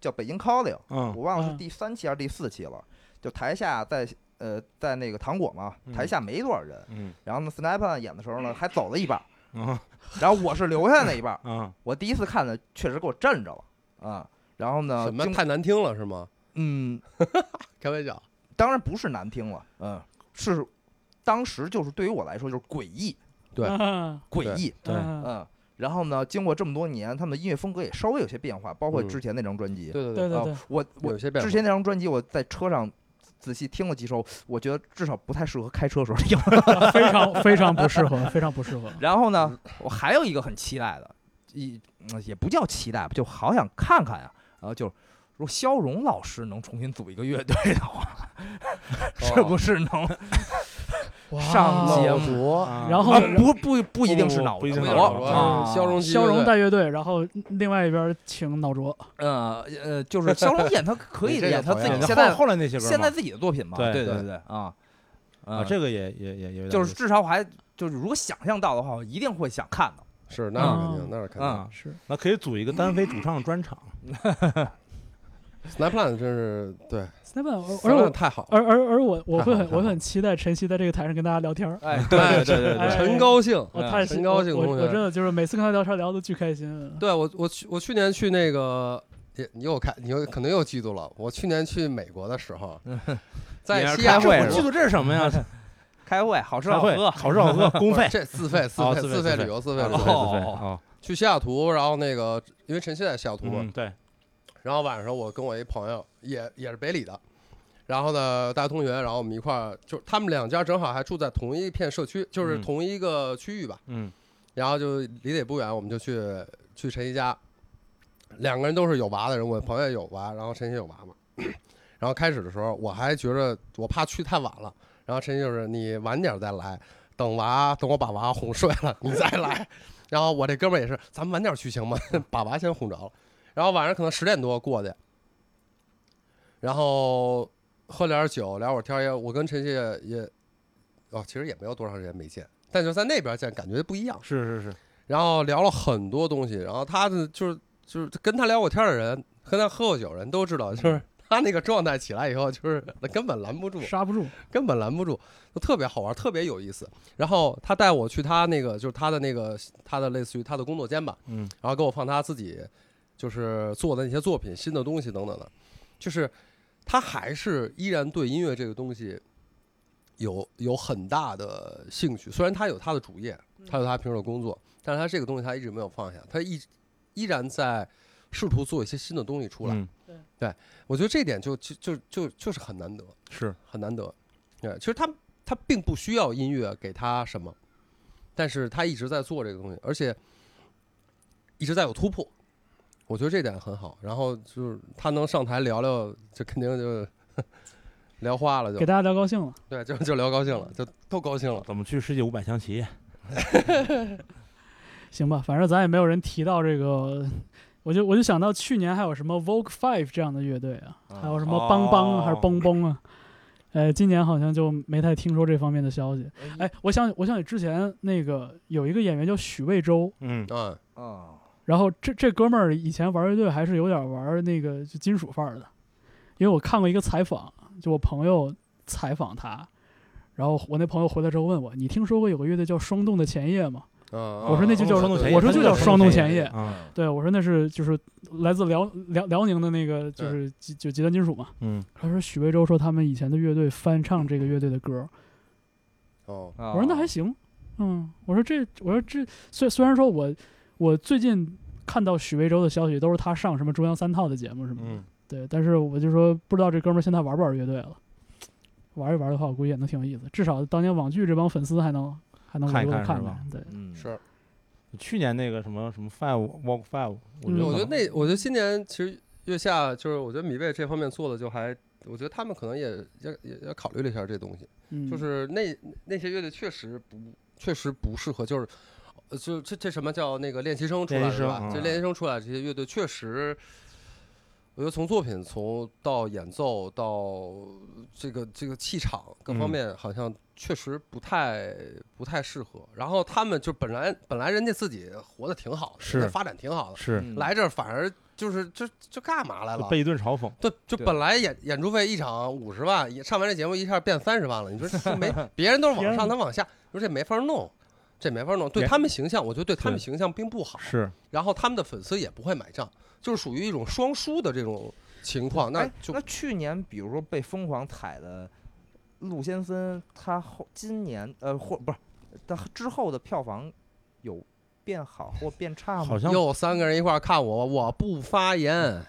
[SPEAKER 3] 叫北京 Calling，
[SPEAKER 4] 嗯
[SPEAKER 3] 我忘
[SPEAKER 1] 嗯
[SPEAKER 3] 了是第三期还是第四期了，就台下在。呃，在那个糖果嘛，台
[SPEAKER 4] 嗯
[SPEAKER 3] 下没多少人。
[SPEAKER 4] 嗯
[SPEAKER 3] 然后呢，Snap 演的时候呢，还走了一半儿，
[SPEAKER 4] 嗯。
[SPEAKER 3] 然后我是留下那一半儿
[SPEAKER 4] 嗯，
[SPEAKER 3] 我第一次看的，确实给我震着了啊、然后呢，
[SPEAKER 2] 什么
[SPEAKER 3] 经
[SPEAKER 2] 太难听了是吗？
[SPEAKER 3] 嗯，
[SPEAKER 2] 开玩笑，
[SPEAKER 3] 当然不是难听了，嗯，是当时就是对于我来说就是诡异，
[SPEAKER 2] 对
[SPEAKER 1] 啊
[SPEAKER 3] 诡异，
[SPEAKER 4] 对
[SPEAKER 1] 啊
[SPEAKER 3] 嗯。然后呢，经过这么多年，他们的音乐风格也稍微有些变化，包括
[SPEAKER 2] 嗯
[SPEAKER 3] 之前那张专辑。
[SPEAKER 2] 对对
[SPEAKER 1] 对对
[SPEAKER 3] 啊
[SPEAKER 1] 对，
[SPEAKER 3] 我我
[SPEAKER 2] 有些变化
[SPEAKER 3] 之前那张专辑，我在车上仔细听了几首，我觉得至少不太适合开车时候听。
[SPEAKER 1] 非常非常不适合，非常不适合。
[SPEAKER 3] 然后嗯呢，我还有一个很期待的，一嗯也不叫期待吧，就好想看看呀、然后就是如果肖荣老师能重新组一个乐队的 话，
[SPEAKER 4] 哦
[SPEAKER 3] 是不是能
[SPEAKER 1] 哇
[SPEAKER 3] 上节目
[SPEAKER 2] 目
[SPEAKER 4] 啊
[SPEAKER 1] 然后
[SPEAKER 3] 啊不不不一定是
[SPEAKER 4] 不
[SPEAKER 3] 脑
[SPEAKER 4] 不一
[SPEAKER 3] 子
[SPEAKER 4] 定
[SPEAKER 3] 活
[SPEAKER 4] 是脑子
[SPEAKER 3] 啊，
[SPEAKER 2] 肖荣基
[SPEAKER 1] 肖
[SPEAKER 2] 乐
[SPEAKER 1] 荣
[SPEAKER 2] 队
[SPEAKER 1] 带乐队，然后另外一边请脑浊，
[SPEAKER 3] 呃呃，就是肖荣演他 可以
[SPEAKER 2] 你这
[SPEAKER 3] 演
[SPEAKER 2] 个
[SPEAKER 3] 他
[SPEAKER 2] 讨
[SPEAKER 3] 自
[SPEAKER 2] 厌
[SPEAKER 3] 己
[SPEAKER 2] 了
[SPEAKER 3] 现
[SPEAKER 4] 后
[SPEAKER 3] 在
[SPEAKER 4] 后来那些歌
[SPEAKER 3] 现在
[SPEAKER 4] 嘛
[SPEAKER 3] 自己的作品嘛，
[SPEAKER 4] 对
[SPEAKER 3] 对
[SPEAKER 2] 对
[SPEAKER 3] 对啊
[SPEAKER 4] 啊，
[SPEAKER 3] 啊
[SPEAKER 4] 这个也也也也有点
[SPEAKER 3] 就
[SPEAKER 4] 意
[SPEAKER 3] 是
[SPEAKER 4] 思
[SPEAKER 3] 至少我还就是如果想象到的话，我一定会想看的。
[SPEAKER 2] 是那是肯
[SPEAKER 1] 啊
[SPEAKER 2] 定，那是肯定。
[SPEAKER 3] 嗯，
[SPEAKER 1] 是
[SPEAKER 4] 那可以组一个单飞主唱专场，
[SPEAKER 2] Snaplan 真是对
[SPEAKER 1] Stephen，而
[SPEAKER 2] ，Snaplan
[SPEAKER 1] 我
[SPEAKER 2] 太好了，
[SPEAKER 1] 而而而我我会
[SPEAKER 2] 太好了
[SPEAKER 1] 很
[SPEAKER 2] 太
[SPEAKER 1] 我
[SPEAKER 2] 好
[SPEAKER 1] 会很期待晨曦在这个台上跟大家聊天儿，
[SPEAKER 3] 哎，对对对对
[SPEAKER 1] 哎
[SPEAKER 3] 对，
[SPEAKER 2] 陈高兴。
[SPEAKER 1] 我
[SPEAKER 3] 嗯
[SPEAKER 1] 太
[SPEAKER 2] 陈高兴
[SPEAKER 1] 我
[SPEAKER 2] 同
[SPEAKER 1] 我
[SPEAKER 2] 学
[SPEAKER 1] 真的就是每次跟他聊天聊的巨开心。
[SPEAKER 2] 对我，我去，我去年去那个，也你又看，你又可能又嫉妒了。我去年去美国的时候，在
[SPEAKER 3] 也是
[SPEAKER 2] 西
[SPEAKER 3] 开
[SPEAKER 2] 雅
[SPEAKER 3] 会
[SPEAKER 2] 图
[SPEAKER 4] 我
[SPEAKER 3] 是吧
[SPEAKER 4] 记住这是什么呀？
[SPEAKER 3] 开会，好吃
[SPEAKER 4] 开
[SPEAKER 3] 好
[SPEAKER 4] 会
[SPEAKER 3] 喝，
[SPEAKER 4] 考试好喝，公
[SPEAKER 2] 不是
[SPEAKER 4] 费
[SPEAKER 2] 这自费自
[SPEAKER 4] 哦
[SPEAKER 2] 费
[SPEAKER 4] 自费
[SPEAKER 2] 自费
[SPEAKER 4] 自费
[SPEAKER 2] 旅游自费
[SPEAKER 4] 啊
[SPEAKER 2] 旅
[SPEAKER 4] 自费
[SPEAKER 2] 游
[SPEAKER 4] 自费啊，
[SPEAKER 2] 去西雅图，然后那个因为晨曦在西雅图嘛，
[SPEAKER 4] 嗯对，
[SPEAKER 2] 然后晚上我跟我一朋友也也是北理的，然后呢大学同学，然后我们一块儿就是他们两家正好还住在同一片社区，就是
[SPEAKER 4] 嗯
[SPEAKER 2] 同一个区域吧，
[SPEAKER 4] 嗯
[SPEAKER 2] 然后就离得也不远，我们就去去陈曦家，两个人都是有娃的人，我朋友也有娃，然后陈曦有娃嘛。 然后开始的时候我还觉着我怕去太晚了，然后陈曦就是你晚点再来，等娃等我把娃哄睡了你再来。 然后我这哥们儿也是，咱们晚点去行吗？ 把娃先哄着了，然后晚上可能十点多过去，然后喝点酒聊会儿天儿也，我跟陈曦也也，哦，其实也没有多长时间没见，但就在那边见感觉不一样。
[SPEAKER 4] 是是是，
[SPEAKER 2] 然后聊了很多东西，然后他的就是就是跟他聊过天的人，跟他喝过酒的人都知道，就是他那个状态起来以后，就是根本拦不住，
[SPEAKER 1] 刹不住，
[SPEAKER 2] 根本拦不住，就特别好玩，特别有意思。然后他带我去他那个就是他的那个他的类似于他的工作间吧，
[SPEAKER 4] 嗯
[SPEAKER 2] 然后给我放他自己就是做的那些作品、新的东西等等的，就是他还是依然对音乐这个东西有有很大的兴趣。虽然他有他的主业，他有他平时的工作，但是他这个东西他一直没有放下，他一依然在试图做一些新的东西出来。
[SPEAKER 4] 嗯
[SPEAKER 2] 我觉得这点就就就就就是很难得，
[SPEAKER 4] 是
[SPEAKER 2] 很难得。对，其实他他并不需要音乐给他什么，但是他一直在做这个东西，而且一直在有突破。我觉得这点很好。然后就是他能上台聊聊，就肯定就 聊花了就，
[SPEAKER 1] 给大家聊高兴了。
[SPEAKER 2] 对，就就聊高兴了，就都高兴了。
[SPEAKER 4] 怎么去世界五百强企业？
[SPEAKER 1] 行吧，反正咱也没有人提到这个，我就我就想到去年还有什么 Vogue Five 这样的乐队啊，还有什么邦邦啊，还是蹦蹦啊，呃，今年好像就没太听说这方面的消息。哎，我想起我想起之前那个有一个演员叫许魏洲，
[SPEAKER 4] 嗯
[SPEAKER 2] 嗯，
[SPEAKER 3] 哦
[SPEAKER 5] 啊，
[SPEAKER 1] 然后这这哥们儿以前玩乐队还是有点玩那个就金属范儿的，因为我看过一个采访，就我朋友采访他。然后我那朋友回来之后问我：“你听说过有个乐队叫双动的前夜吗？”
[SPEAKER 2] 嗯
[SPEAKER 1] 我说那就叫
[SPEAKER 4] 双动前夜
[SPEAKER 1] 我说就叫双动前夜
[SPEAKER 4] 啊
[SPEAKER 1] 对，我说那是就是来自辽辽辽宁的那个就是极就极端金属嘛。
[SPEAKER 4] 嗯，
[SPEAKER 1] 他说许魏洲说他们以前的乐队翻唱这个乐队的歌儿，
[SPEAKER 2] 哦，
[SPEAKER 3] 我
[SPEAKER 1] 我说那还行，嗯，我说这我说这虽虽然说我我最近看到许魏洲的消息都是他上什么中央三套的节目什么的，
[SPEAKER 4] 嗯
[SPEAKER 1] 对，但是我就说不知道这哥们儿现在玩不玩乐队了，玩一玩的话我估计也能挺有意思，至少当年网剧这帮粉丝还能还能
[SPEAKER 4] 看一
[SPEAKER 1] 围过来
[SPEAKER 4] 看
[SPEAKER 1] 看
[SPEAKER 4] 是吧
[SPEAKER 1] 对，
[SPEAKER 5] 嗯，
[SPEAKER 2] 是。
[SPEAKER 4] 去年那个什么什么 Five Walk Five，我
[SPEAKER 1] 嗯
[SPEAKER 4] 觉
[SPEAKER 2] 我
[SPEAKER 4] 得
[SPEAKER 2] 觉得
[SPEAKER 4] 很好
[SPEAKER 2] 那，我觉得今年其实月下就是，我觉得米未这方面做的就还，我觉得他们可能也也也也考虑了一下这东西。
[SPEAKER 1] 嗯，
[SPEAKER 2] 就是那那些乐队确实不确实不适合，就是呃就这这什么叫那个练习生出来
[SPEAKER 4] 练
[SPEAKER 2] 的
[SPEAKER 4] 习
[SPEAKER 2] 是吧？
[SPEAKER 4] 生
[SPEAKER 2] 这
[SPEAKER 4] 嗯
[SPEAKER 2] 练习生出来这些乐队确实，我觉得从作品从到演奏到这个这个气场各方
[SPEAKER 4] 嗯
[SPEAKER 2] 面，好像确实不太不太适合。然后他们就本来本来人家自己活得挺好的，人家
[SPEAKER 4] 是
[SPEAKER 2] 发展挺好的，
[SPEAKER 4] 是
[SPEAKER 5] 嗯
[SPEAKER 2] 来这儿反而就是这这干嘛来了？
[SPEAKER 4] 被一顿嘲讽，
[SPEAKER 2] 对，就
[SPEAKER 3] 对
[SPEAKER 2] 本来演演出费一场五十万，也上完这节目一下变三十万了。你说这没别人都是往上，他往下，你说这没法弄，这没法弄。对
[SPEAKER 4] 也
[SPEAKER 2] 他们形象，我觉得对他们
[SPEAKER 4] 对
[SPEAKER 2] 形象并不好。
[SPEAKER 4] 是
[SPEAKER 2] 然后他们的粉丝也不会买账，就是属于一种双输的这种情况。那
[SPEAKER 5] 哎
[SPEAKER 2] 就
[SPEAKER 5] 那去年比如说被疯狂踩的陆先森，他后今年呃或不是他之后的票房有变好或变差
[SPEAKER 4] 好
[SPEAKER 5] 吗？
[SPEAKER 4] 像
[SPEAKER 2] 又三个人一块儿看我，我不发言，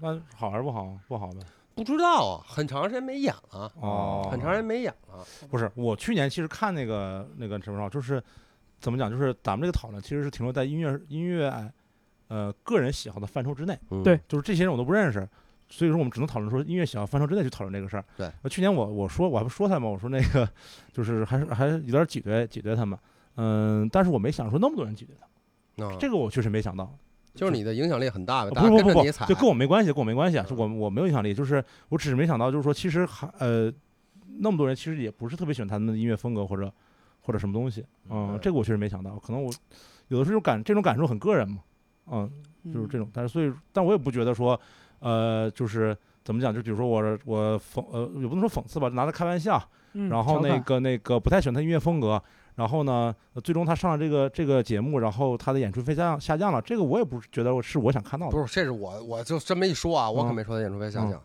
[SPEAKER 4] 那好还是不好？不好呗。
[SPEAKER 2] 不知道啊，很长时间没演了，
[SPEAKER 4] 哦，
[SPEAKER 2] 很长时间没演了。
[SPEAKER 4] 不是，我去年其实看那个那个什么，就是怎么讲，就是咱们这个讨论其实是停留在音乐音乐呃个人喜好的范畴之内，
[SPEAKER 2] 嗯
[SPEAKER 1] 对
[SPEAKER 4] 就是这些人我都不认识，所以说我们只能讨论说音乐喜好范畴之内去讨论这个事儿。
[SPEAKER 2] 对
[SPEAKER 4] 呃，去年我我说我还不说他们，我说那个就是还是还是有点挤兑挤兑他们，嗯，但是我没想说那么多人挤兑他们，
[SPEAKER 2] 啊，
[SPEAKER 4] 这个我确实没想到。
[SPEAKER 2] 就是你的影响力很大呗，
[SPEAKER 4] 呃
[SPEAKER 2] 大
[SPEAKER 4] 不
[SPEAKER 2] 家
[SPEAKER 4] 是
[SPEAKER 2] 跟
[SPEAKER 4] 不不
[SPEAKER 2] 着
[SPEAKER 4] 不
[SPEAKER 2] 你踩，，
[SPEAKER 4] 就跟我没关系，跟我没关系啊，
[SPEAKER 2] 嗯
[SPEAKER 4] 就我我没有影响力，就是我只是没想到，就是说其实还呃那么多人其实也不是特别喜欢他们的音乐风格或者或者什么东西，嗯
[SPEAKER 2] 嗯，
[SPEAKER 4] 这个我确实没想到，可能我有的时候感这种感受很个人嘛，嗯，就是这种，但是所以但我也不觉得说呃就是怎么讲，就比如说我我讽呃也不能说讽刺吧，拿他开玩笑，
[SPEAKER 1] 嗯
[SPEAKER 4] 然后
[SPEAKER 3] 调
[SPEAKER 4] 那
[SPEAKER 3] 侃
[SPEAKER 4] 个那个不太喜欢他音乐风格，然后呢，呃最终他上了这个这个节目，然后他的演出费下降下降了，这个我也不是觉得是我想看到的
[SPEAKER 2] 不。是，这是我我就这么一说啊，我可没说他演出费下降，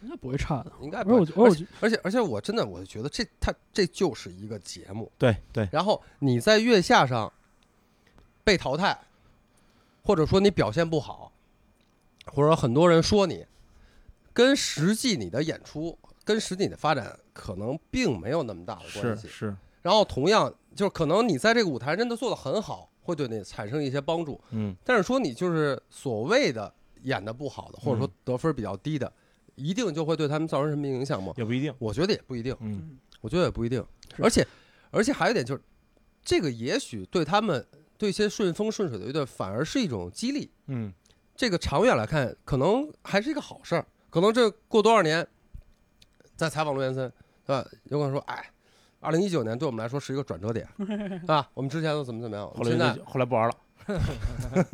[SPEAKER 1] 应该不会差的。
[SPEAKER 2] 应该
[SPEAKER 4] 哎
[SPEAKER 1] 而我
[SPEAKER 2] 不
[SPEAKER 1] 觉
[SPEAKER 2] 会，
[SPEAKER 1] 而我
[SPEAKER 2] 而且
[SPEAKER 1] 觉
[SPEAKER 2] 而且而且我真的我觉得这他这就是一个节目，
[SPEAKER 4] 对对，
[SPEAKER 2] 然后你在月下上被淘汰，或者说你表现不好，或者很多人说你，跟实际你的演出跟实际你的发展可能并没有那么大的
[SPEAKER 4] 是
[SPEAKER 2] 关系。
[SPEAKER 4] 是，
[SPEAKER 2] 然后同样就是可能你在这个舞台真的做得很好，会对你产生一些帮助，
[SPEAKER 4] 嗯，
[SPEAKER 2] 但是说你就是所谓的演得不好的，或者说
[SPEAKER 4] 嗯
[SPEAKER 2] 得分比较低的，一定就会对他们造成什么影响吗？
[SPEAKER 4] 也不一定，
[SPEAKER 2] 我觉得也不一定。
[SPEAKER 4] 嗯
[SPEAKER 2] 我觉得也不一定。
[SPEAKER 1] 是
[SPEAKER 2] 而且，而且还有一点就是，这个也许对他们对一些顺风顺水的乐队反而是一种激励。
[SPEAKER 4] 嗯，
[SPEAKER 2] 这个长远来看，可能还是一个好事儿。可能这过多少年，再采访罗延森，对吧？有可能说，哎，二零一九年对我们来说是一个转折点啊。我们之前都怎么怎么样，我
[SPEAKER 4] 后
[SPEAKER 2] 们现
[SPEAKER 4] 来
[SPEAKER 2] 在
[SPEAKER 4] 就后来不玩了，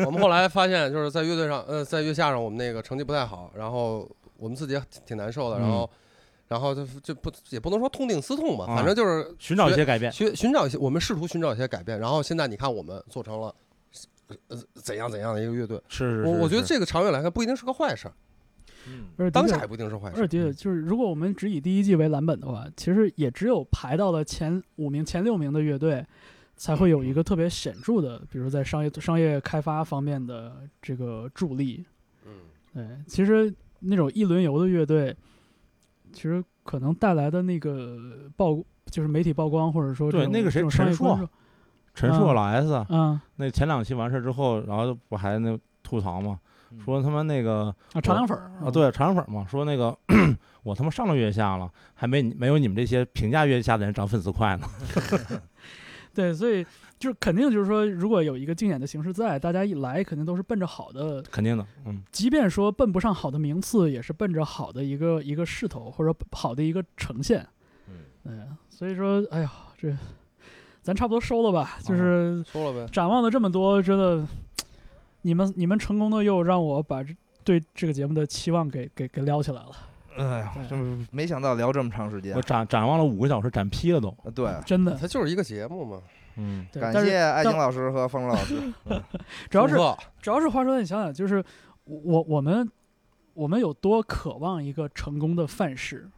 [SPEAKER 2] 我们后来发现，就是在乐队上，呃，在月下上，我们那个成绩不太好，然后我们自己也挺挺难受的，然
[SPEAKER 4] 嗯
[SPEAKER 2] 后，然后就就不也不能说痛定思痛吧，
[SPEAKER 4] 啊
[SPEAKER 2] 反正就是
[SPEAKER 4] 寻找一
[SPEAKER 2] 学
[SPEAKER 4] 些改变，
[SPEAKER 2] 寻寻找一些，我们试图寻找一些改变。然后现在你看，我们做成了呃怎样怎样的一个乐队，
[SPEAKER 4] 是是，
[SPEAKER 2] 我我觉得
[SPEAKER 4] 是，
[SPEAKER 2] 这个长远来看不一定是个坏事儿，
[SPEAKER 4] 嗯
[SPEAKER 1] 而且
[SPEAKER 2] 当
[SPEAKER 1] 的
[SPEAKER 2] 下
[SPEAKER 1] 确
[SPEAKER 2] 也不一定是坏事
[SPEAKER 1] 而
[SPEAKER 2] 儿。
[SPEAKER 1] 且就是，如果我们只以第一季为蓝本的话，其实也只有排到了前五名、前六名的乐队，才会有一
[SPEAKER 4] 嗯
[SPEAKER 1] 个特别显著的，比如在商业商业开发方面的这个助力。
[SPEAKER 2] 嗯，
[SPEAKER 1] 对，其实那种一轮游的乐队，其实可能带来的那个曝，就是媒体曝光，或者说
[SPEAKER 4] 对
[SPEAKER 1] 这种
[SPEAKER 4] 那个谁
[SPEAKER 1] 这
[SPEAKER 4] 啊
[SPEAKER 1] 种商业
[SPEAKER 4] 陈硕
[SPEAKER 1] 关注，
[SPEAKER 4] 陈硕
[SPEAKER 1] 嗯
[SPEAKER 4] 老 S 啊
[SPEAKER 1] 嗯
[SPEAKER 4] 那前两期完事儿之后，然后我还那吐槽嘛，
[SPEAKER 3] 嗯
[SPEAKER 4] 说他妈那个
[SPEAKER 1] 啊，朝阳粉儿
[SPEAKER 4] 啊，，对，长粉嘛，说那个 我他妈上了月下了，还没你没有你们这些评价月下的人涨粉丝快呢，
[SPEAKER 1] 对，所以就是肯定就是说，如果有一个竞演的形式在，大家一来肯定都是奔着好的
[SPEAKER 4] 肯定的，嗯，
[SPEAKER 1] 即便说奔不上好的名次，也是奔着好的一个一个势头或者好的一个呈现。
[SPEAKER 3] 嗯
[SPEAKER 1] 嗯，所以说，哎呀，这咱差不多收了
[SPEAKER 5] 啊
[SPEAKER 1] 吧。就是
[SPEAKER 2] 说了呗，
[SPEAKER 1] 展望了这么多，真的，你们你们成功的又让我把这对这个节目的期望给给给撩起来了，
[SPEAKER 5] 哎呀，真没想到聊这么长时
[SPEAKER 2] 哎
[SPEAKER 5] 间
[SPEAKER 4] 我。展展望了五个小时，展劈了都，
[SPEAKER 5] 呃对，
[SPEAKER 1] 真的。
[SPEAKER 2] 它就是一个节目嘛。
[SPEAKER 4] 嗯，
[SPEAKER 1] 对，
[SPEAKER 5] 感
[SPEAKER 1] 但
[SPEAKER 5] 谢
[SPEAKER 1] 是
[SPEAKER 5] 艾晶老师和方舟老师。
[SPEAKER 1] 主要
[SPEAKER 2] 顾
[SPEAKER 1] 是
[SPEAKER 2] 客
[SPEAKER 1] 主要是话说，你想想，就是我我我们我们有多渴望一个成功的范式。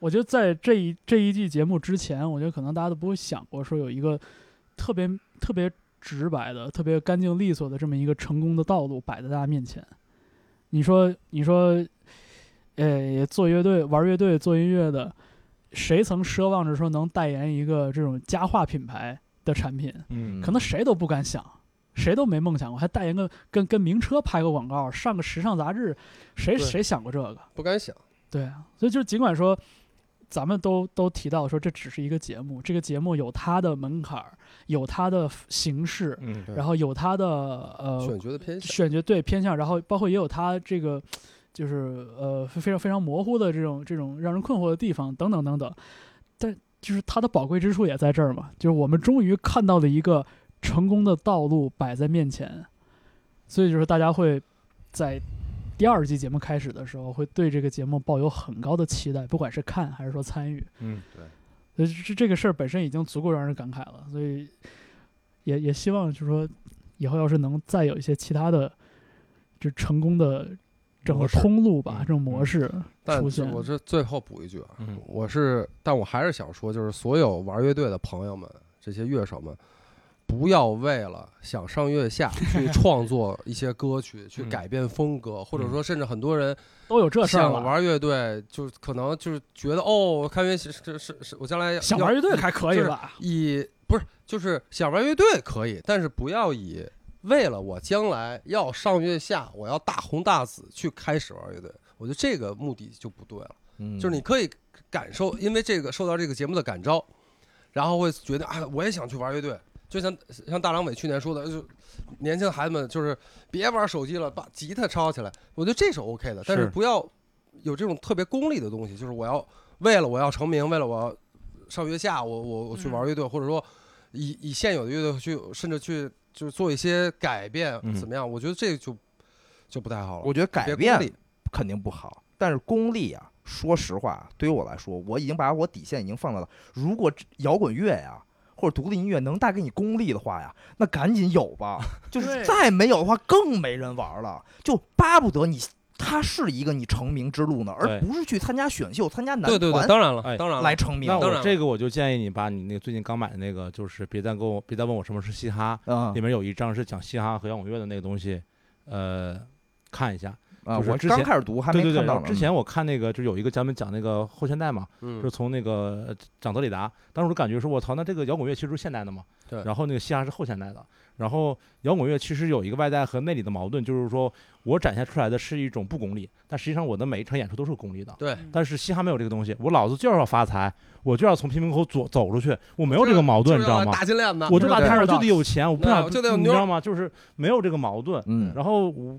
[SPEAKER 1] 我觉得在这一这一季节目之前，我觉得可能大家都不会想过说有一个特别特别直白的、特别干净利索的这么一个成功的道路摆在大家面前。你说，你说，呃，做乐队、玩乐队、做音乐的，谁曾奢望着说能代言一个这种家化品牌的产品？
[SPEAKER 4] 嗯
[SPEAKER 1] 可能谁都不敢想，谁都没梦想过，还代言个跟跟名车拍个广告，上个时尚杂志，谁
[SPEAKER 2] 对
[SPEAKER 1] 谁想过这个？
[SPEAKER 2] 不敢想，
[SPEAKER 1] 对啊，所以就尽管说，咱们都都提到说这只是一个节目，这个节目有它的门槛儿，有它的形式，
[SPEAKER 4] 嗯
[SPEAKER 2] 对
[SPEAKER 1] 然后有它的呃
[SPEAKER 2] 选角的偏向。
[SPEAKER 1] 选角对偏向，然后包括也有它这个就是呃非常非常模糊的这种这种让人困惑的地方等等等等，但就是它的宝贵之处也在这儿嘛，就是我们终于看到了一个成功的道路摆在面前，所以就是大家会在第二季节目开始的时候会对这个节目抱有很高的期待，不管是看还是说参与，
[SPEAKER 4] 嗯，
[SPEAKER 1] 所以这这个事儿本身已经足够让人感慨了，所以也也希望就是说，以后要是能再有一些其他的，就成功的这种
[SPEAKER 4] 模式
[SPEAKER 1] 通路吧，
[SPEAKER 4] 嗯
[SPEAKER 1] 这种模式
[SPEAKER 2] 但
[SPEAKER 1] 出
[SPEAKER 2] 是
[SPEAKER 1] 现。
[SPEAKER 2] 我这最后补一句啊
[SPEAKER 4] 嗯，
[SPEAKER 2] 我是，但我还是想说，就是所有玩乐队的朋友们，这些乐手们。不要为了想上月下去创作一些歌曲，去
[SPEAKER 4] 嗯
[SPEAKER 2] 改变风格，或者说，甚至很多人
[SPEAKER 1] 都有这事儿
[SPEAKER 2] 想
[SPEAKER 1] 了，
[SPEAKER 2] 玩乐队，就是可能就是觉得哦，看乐是是是是，我将来要
[SPEAKER 1] 想玩乐队还可以
[SPEAKER 2] 就是
[SPEAKER 1] 吧？
[SPEAKER 2] 以不是就是想玩乐队可以，但是不要以为了我将来要上月下，我要大红大紫去开始玩乐队，我觉得这个目的就不对了。
[SPEAKER 3] 嗯
[SPEAKER 2] 就是你可以感受，因为这个受到这个节目的感召，然后会觉得啊，我也想去玩乐队。就像像大张伟去年说的，就年轻孩子们就是别玩手机了，把吉他抄起来。我觉得这是 OK 的，但是
[SPEAKER 4] 是
[SPEAKER 2] 不要有这种特别功利的东西，就是我要为了我要成名，为了我要上月下，我我我去玩乐队，或者说以以现有的乐队去，甚至去就是做一些改变，
[SPEAKER 4] 嗯
[SPEAKER 2] 怎么样？我觉得这就就不太好了。
[SPEAKER 3] 我觉得改
[SPEAKER 2] 别
[SPEAKER 3] 变
[SPEAKER 2] 功利
[SPEAKER 3] 肯定不好，但是功利啊，说实话，对于我来说，我已经把我底线已经放到了，如果这摇滚乐呀、或者独立音乐能带给你功利的话呀，那赶紧有 吧。就是
[SPEAKER 1] 对
[SPEAKER 3] 再没有的话，更没人玩了，就巴不得你它是一个你成名之路呢，而
[SPEAKER 4] 对
[SPEAKER 3] 不是去参加选秀、参加男
[SPEAKER 2] 对对对，
[SPEAKER 3] 团
[SPEAKER 2] 当然了，
[SPEAKER 4] 哎
[SPEAKER 2] 当然了
[SPEAKER 3] 来，成名
[SPEAKER 4] 那。
[SPEAKER 2] 当然
[SPEAKER 4] 我
[SPEAKER 2] 了
[SPEAKER 4] 这个我就建议你把你那个最近刚买的那个，就是别再跟我别再问我什么是嘻哈，
[SPEAKER 3] 啊
[SPEAKER 4] 里面有一章是讲嘻哈和摇滚乐的那个东西，呃，看一下。
[SPEAKER 3] 啊！
[SPEAKER 4] 就是
[SPEAKER 3] 我
[SPEAKER 4] 之
[SPEAKER 3] 刚
[SPEAKER 4] 前
[SPEAKER 3] 开始读还
[SPEAKER 4] 对
[SPEAKER 3] 没
[SPEAKER 4] 对对，
[SPEAKER 3] 看
[SPEAKER 4] 然
[SPEAKER 3] 到
[SPEAKER 4] 后
[SPEAKER 3] 呢。
[SPEAKER 4] 之前我看那个就有一个咱们讲那个后现代嘛，
[SPEAKER 2] 嗯
[SPEAKER 4] 就是从那个呃长德里达，当时我就感觉说，我操，那这个摇滚乐其实是现代的嘛，
[SPEAKER 2] 对
[SPEAKER 4] 然后那个嘻哈是后现代的，然后摇滚乐其实有一个外在和内里的矛盾，就是说我展现出来的是一种不功利，但实际上我的每一场演出都是功
[SPEAKER 3] 嗯
[SPEAKER 4] 利的。
[SPEAKER 2] 对。
[SPEAKER 4] 但是嘻哈没有这个东西，我老子就是要发财，我就要从贫民窟走走出去，我没有这个矛盾，你知道吗？
[SPEAKER 2] 大金链子，
[SPEAKER 4] 我就
[SPEAKER 1] 知道
[SPEAKER 4] 打
[SPEAKER 1] 知
[SPEAKER 4] 天，
[SPEAKER 1] 道
[SPEAKER 4] 我就得有钱，我不
[SPEAKER 2] 那
[SPEAKER 4] 想
[SPEAKER 2] 我就得有
[SPEAKER 4] 你
[SPEAKER 2] 妞
[SPEAKER 4] 知
[SPEAKER 2] 儿
[SPEAKER 4] 道吗？就是没有这个矛盾，
[SPEAKER 3] 嗯，
[SPEAKER 4] 然后我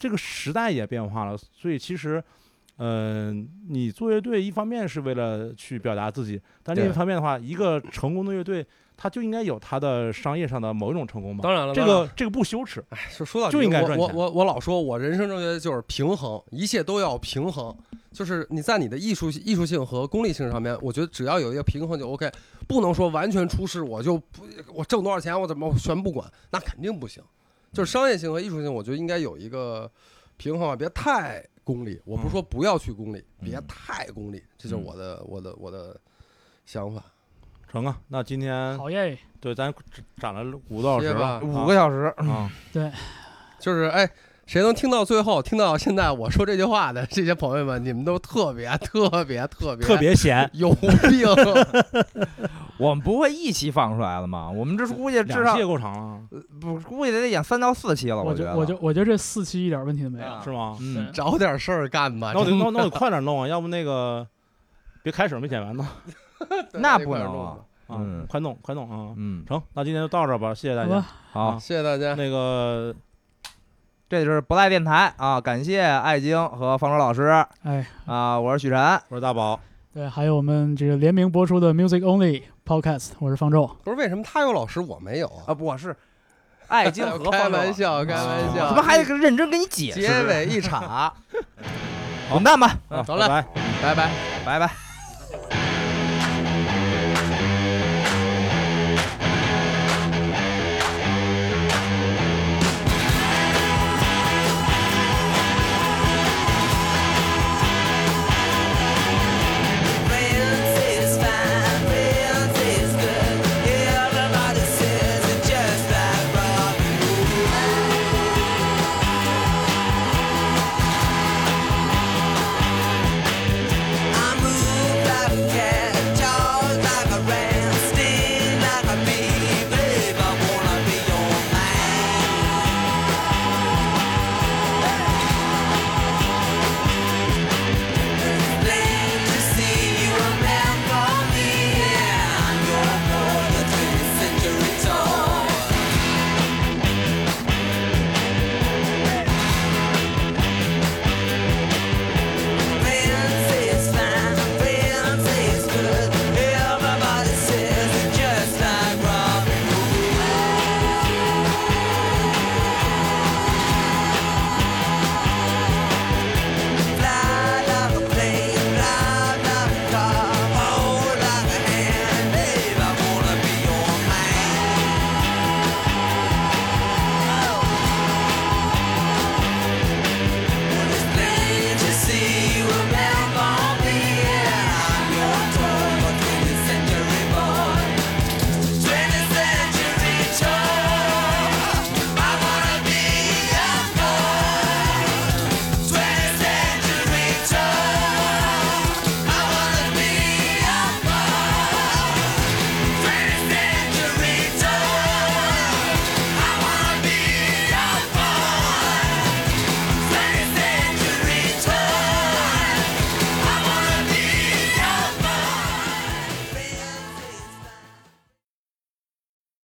[SPEAKER 4] 这个时代也变化了，所以其实，呃，你做乐队一方面是为了去表达自己，但另一
[SPEAKER 3] 对
[SPEAKER 4] 方面的话，一个成功的乐队，它就应该有它的商业上的某一种成功吧。
[SPEAKER 2] 当然了，
[SPEAKER 4] 这
[SPEAKER 2] 当然
[SPEAKER 4] 个
[SPEAKER 2] 了
[SPEAKER 4] 这个不羞耻，
[SPEAKER 2] 哎说说到底
[SPEAKER 4] 就应该
[SPEAKER 2] 我
[SPEAKER 4] 赚
[SPEAKER 2] 我
[SPEAKER 4] 钱
[SPEAKER 2] 我我老说，我人生中觉得就是平衡，一切都要平衡，就是你在你的艺术艺术性和功利性上面，我觉得只要有一个平衡就 OK，不能说完全出世我就不我挣多少钱我怎么我全不管，那肯定不行。就是商业性和艺术性，我觉得应该有一个平衡啊，别太功利。我不是说
[SPEAKER 4] 嗯
[SPEAKER 2] 不要去功利，别太功利，这就是我的我的我的想法。
[SPEAKER 4] 成啊！那今天
[SPEAKER 1] 好耶！
[SPEAKER 4] 对咱只展了五个多小时
[SPEAKER 2] 谢谢
[SPEAKER 4] 了
[SPEAKER 2] 吧，嗯
[SPEAKER 3] 五个小时，
[SPEAKER 4] 啊，
[SPEAKER 2] 就是哎，谁能听到最后，听到现在我说这句话的这些朋友们，你们都特别特别特别，
[SPEAKER 4] 特别闲
[SPEAKER 2] 有病。
[SPEAKER 3] 我们不会一期放出来了吗？我们这估计至
[SPEAKER 4] 两
[SPEAKER 3] 少
[SPEAKER 4] 期也够长了，
[SPEAKER 3] 不估计得演三到四期了，
[SPEAKER 1] 我
[SPEAKER 3] 觉得。
[SPEAKER 1] 我就我觉得这四期一点问题都没有。
[SPEAKER 3] 啊
[SPEAKER 4] 是吗？
[SPEAKER 3] 嗯，
[SPEAKER 2] 找点事儿干吧
[SPEAKER 4] 那我得那我那我得快点弄啊，要不那个别开始没剪完呢
[SPEAKER 3] 那不能啊。
[SPEAKER 4] 啊
[SPEAKER 3] 嗯，
[SPEAKER 4] 快弄快弄啊！
[SPEAKER 3] 嗯，
[SPEAKER 4] 成，那今天就到这儿吧，谢谢大
[SPEAKER 1] 好
[SPEAKER 4] 家。
[SPEAKER 1] 吧，
[SPEAKER 3] 好，
[SPEAKER 2] 谢谢大家，
[SPEAKER 4] 那个
[SPEAKER 3] 这就是不赖电台啊！感谢艾晶和方舟老 师
[SPEAKER 1] 哎，
[SPEAKER 3] 啊，我是许晨，
[SPEAKER 4] 我是大宝，
[SPEAKER 1] 对，还有我们这个联名播出的 Music Only Podcast，我是方舟。
[SPEAKER 2] 不是为什么他有老师我没有啊？
[SPEAKER 3] 啊，不我是艾晶和
[SPEAKER 2] 开
[SPEAKER 3] 方舟老
[SPEAKER 2] 玩
[SPEAKER 3] 师，
[SPEAKER 2] 笑，开玩
[SPEAKER 3] 我
[SPEAKER 2] 笑，
[SPEAKER 3] 他啊妈还得认真跟你解释，啊
[SPEAKER 2] 结尾一场，
[SPEAKER 3] 滚蛋吧，
[SPEAKER 4] 啊
[SPEAKER 2] 走
[SPEAKER 3] 嗯
[SPEAKER 4] 拜
[SPEAKER 2] 了
[SPEAKER 4] 拜。
[SPEAKER 2] 拜拜。
[SPEAKER 3] 拜拜。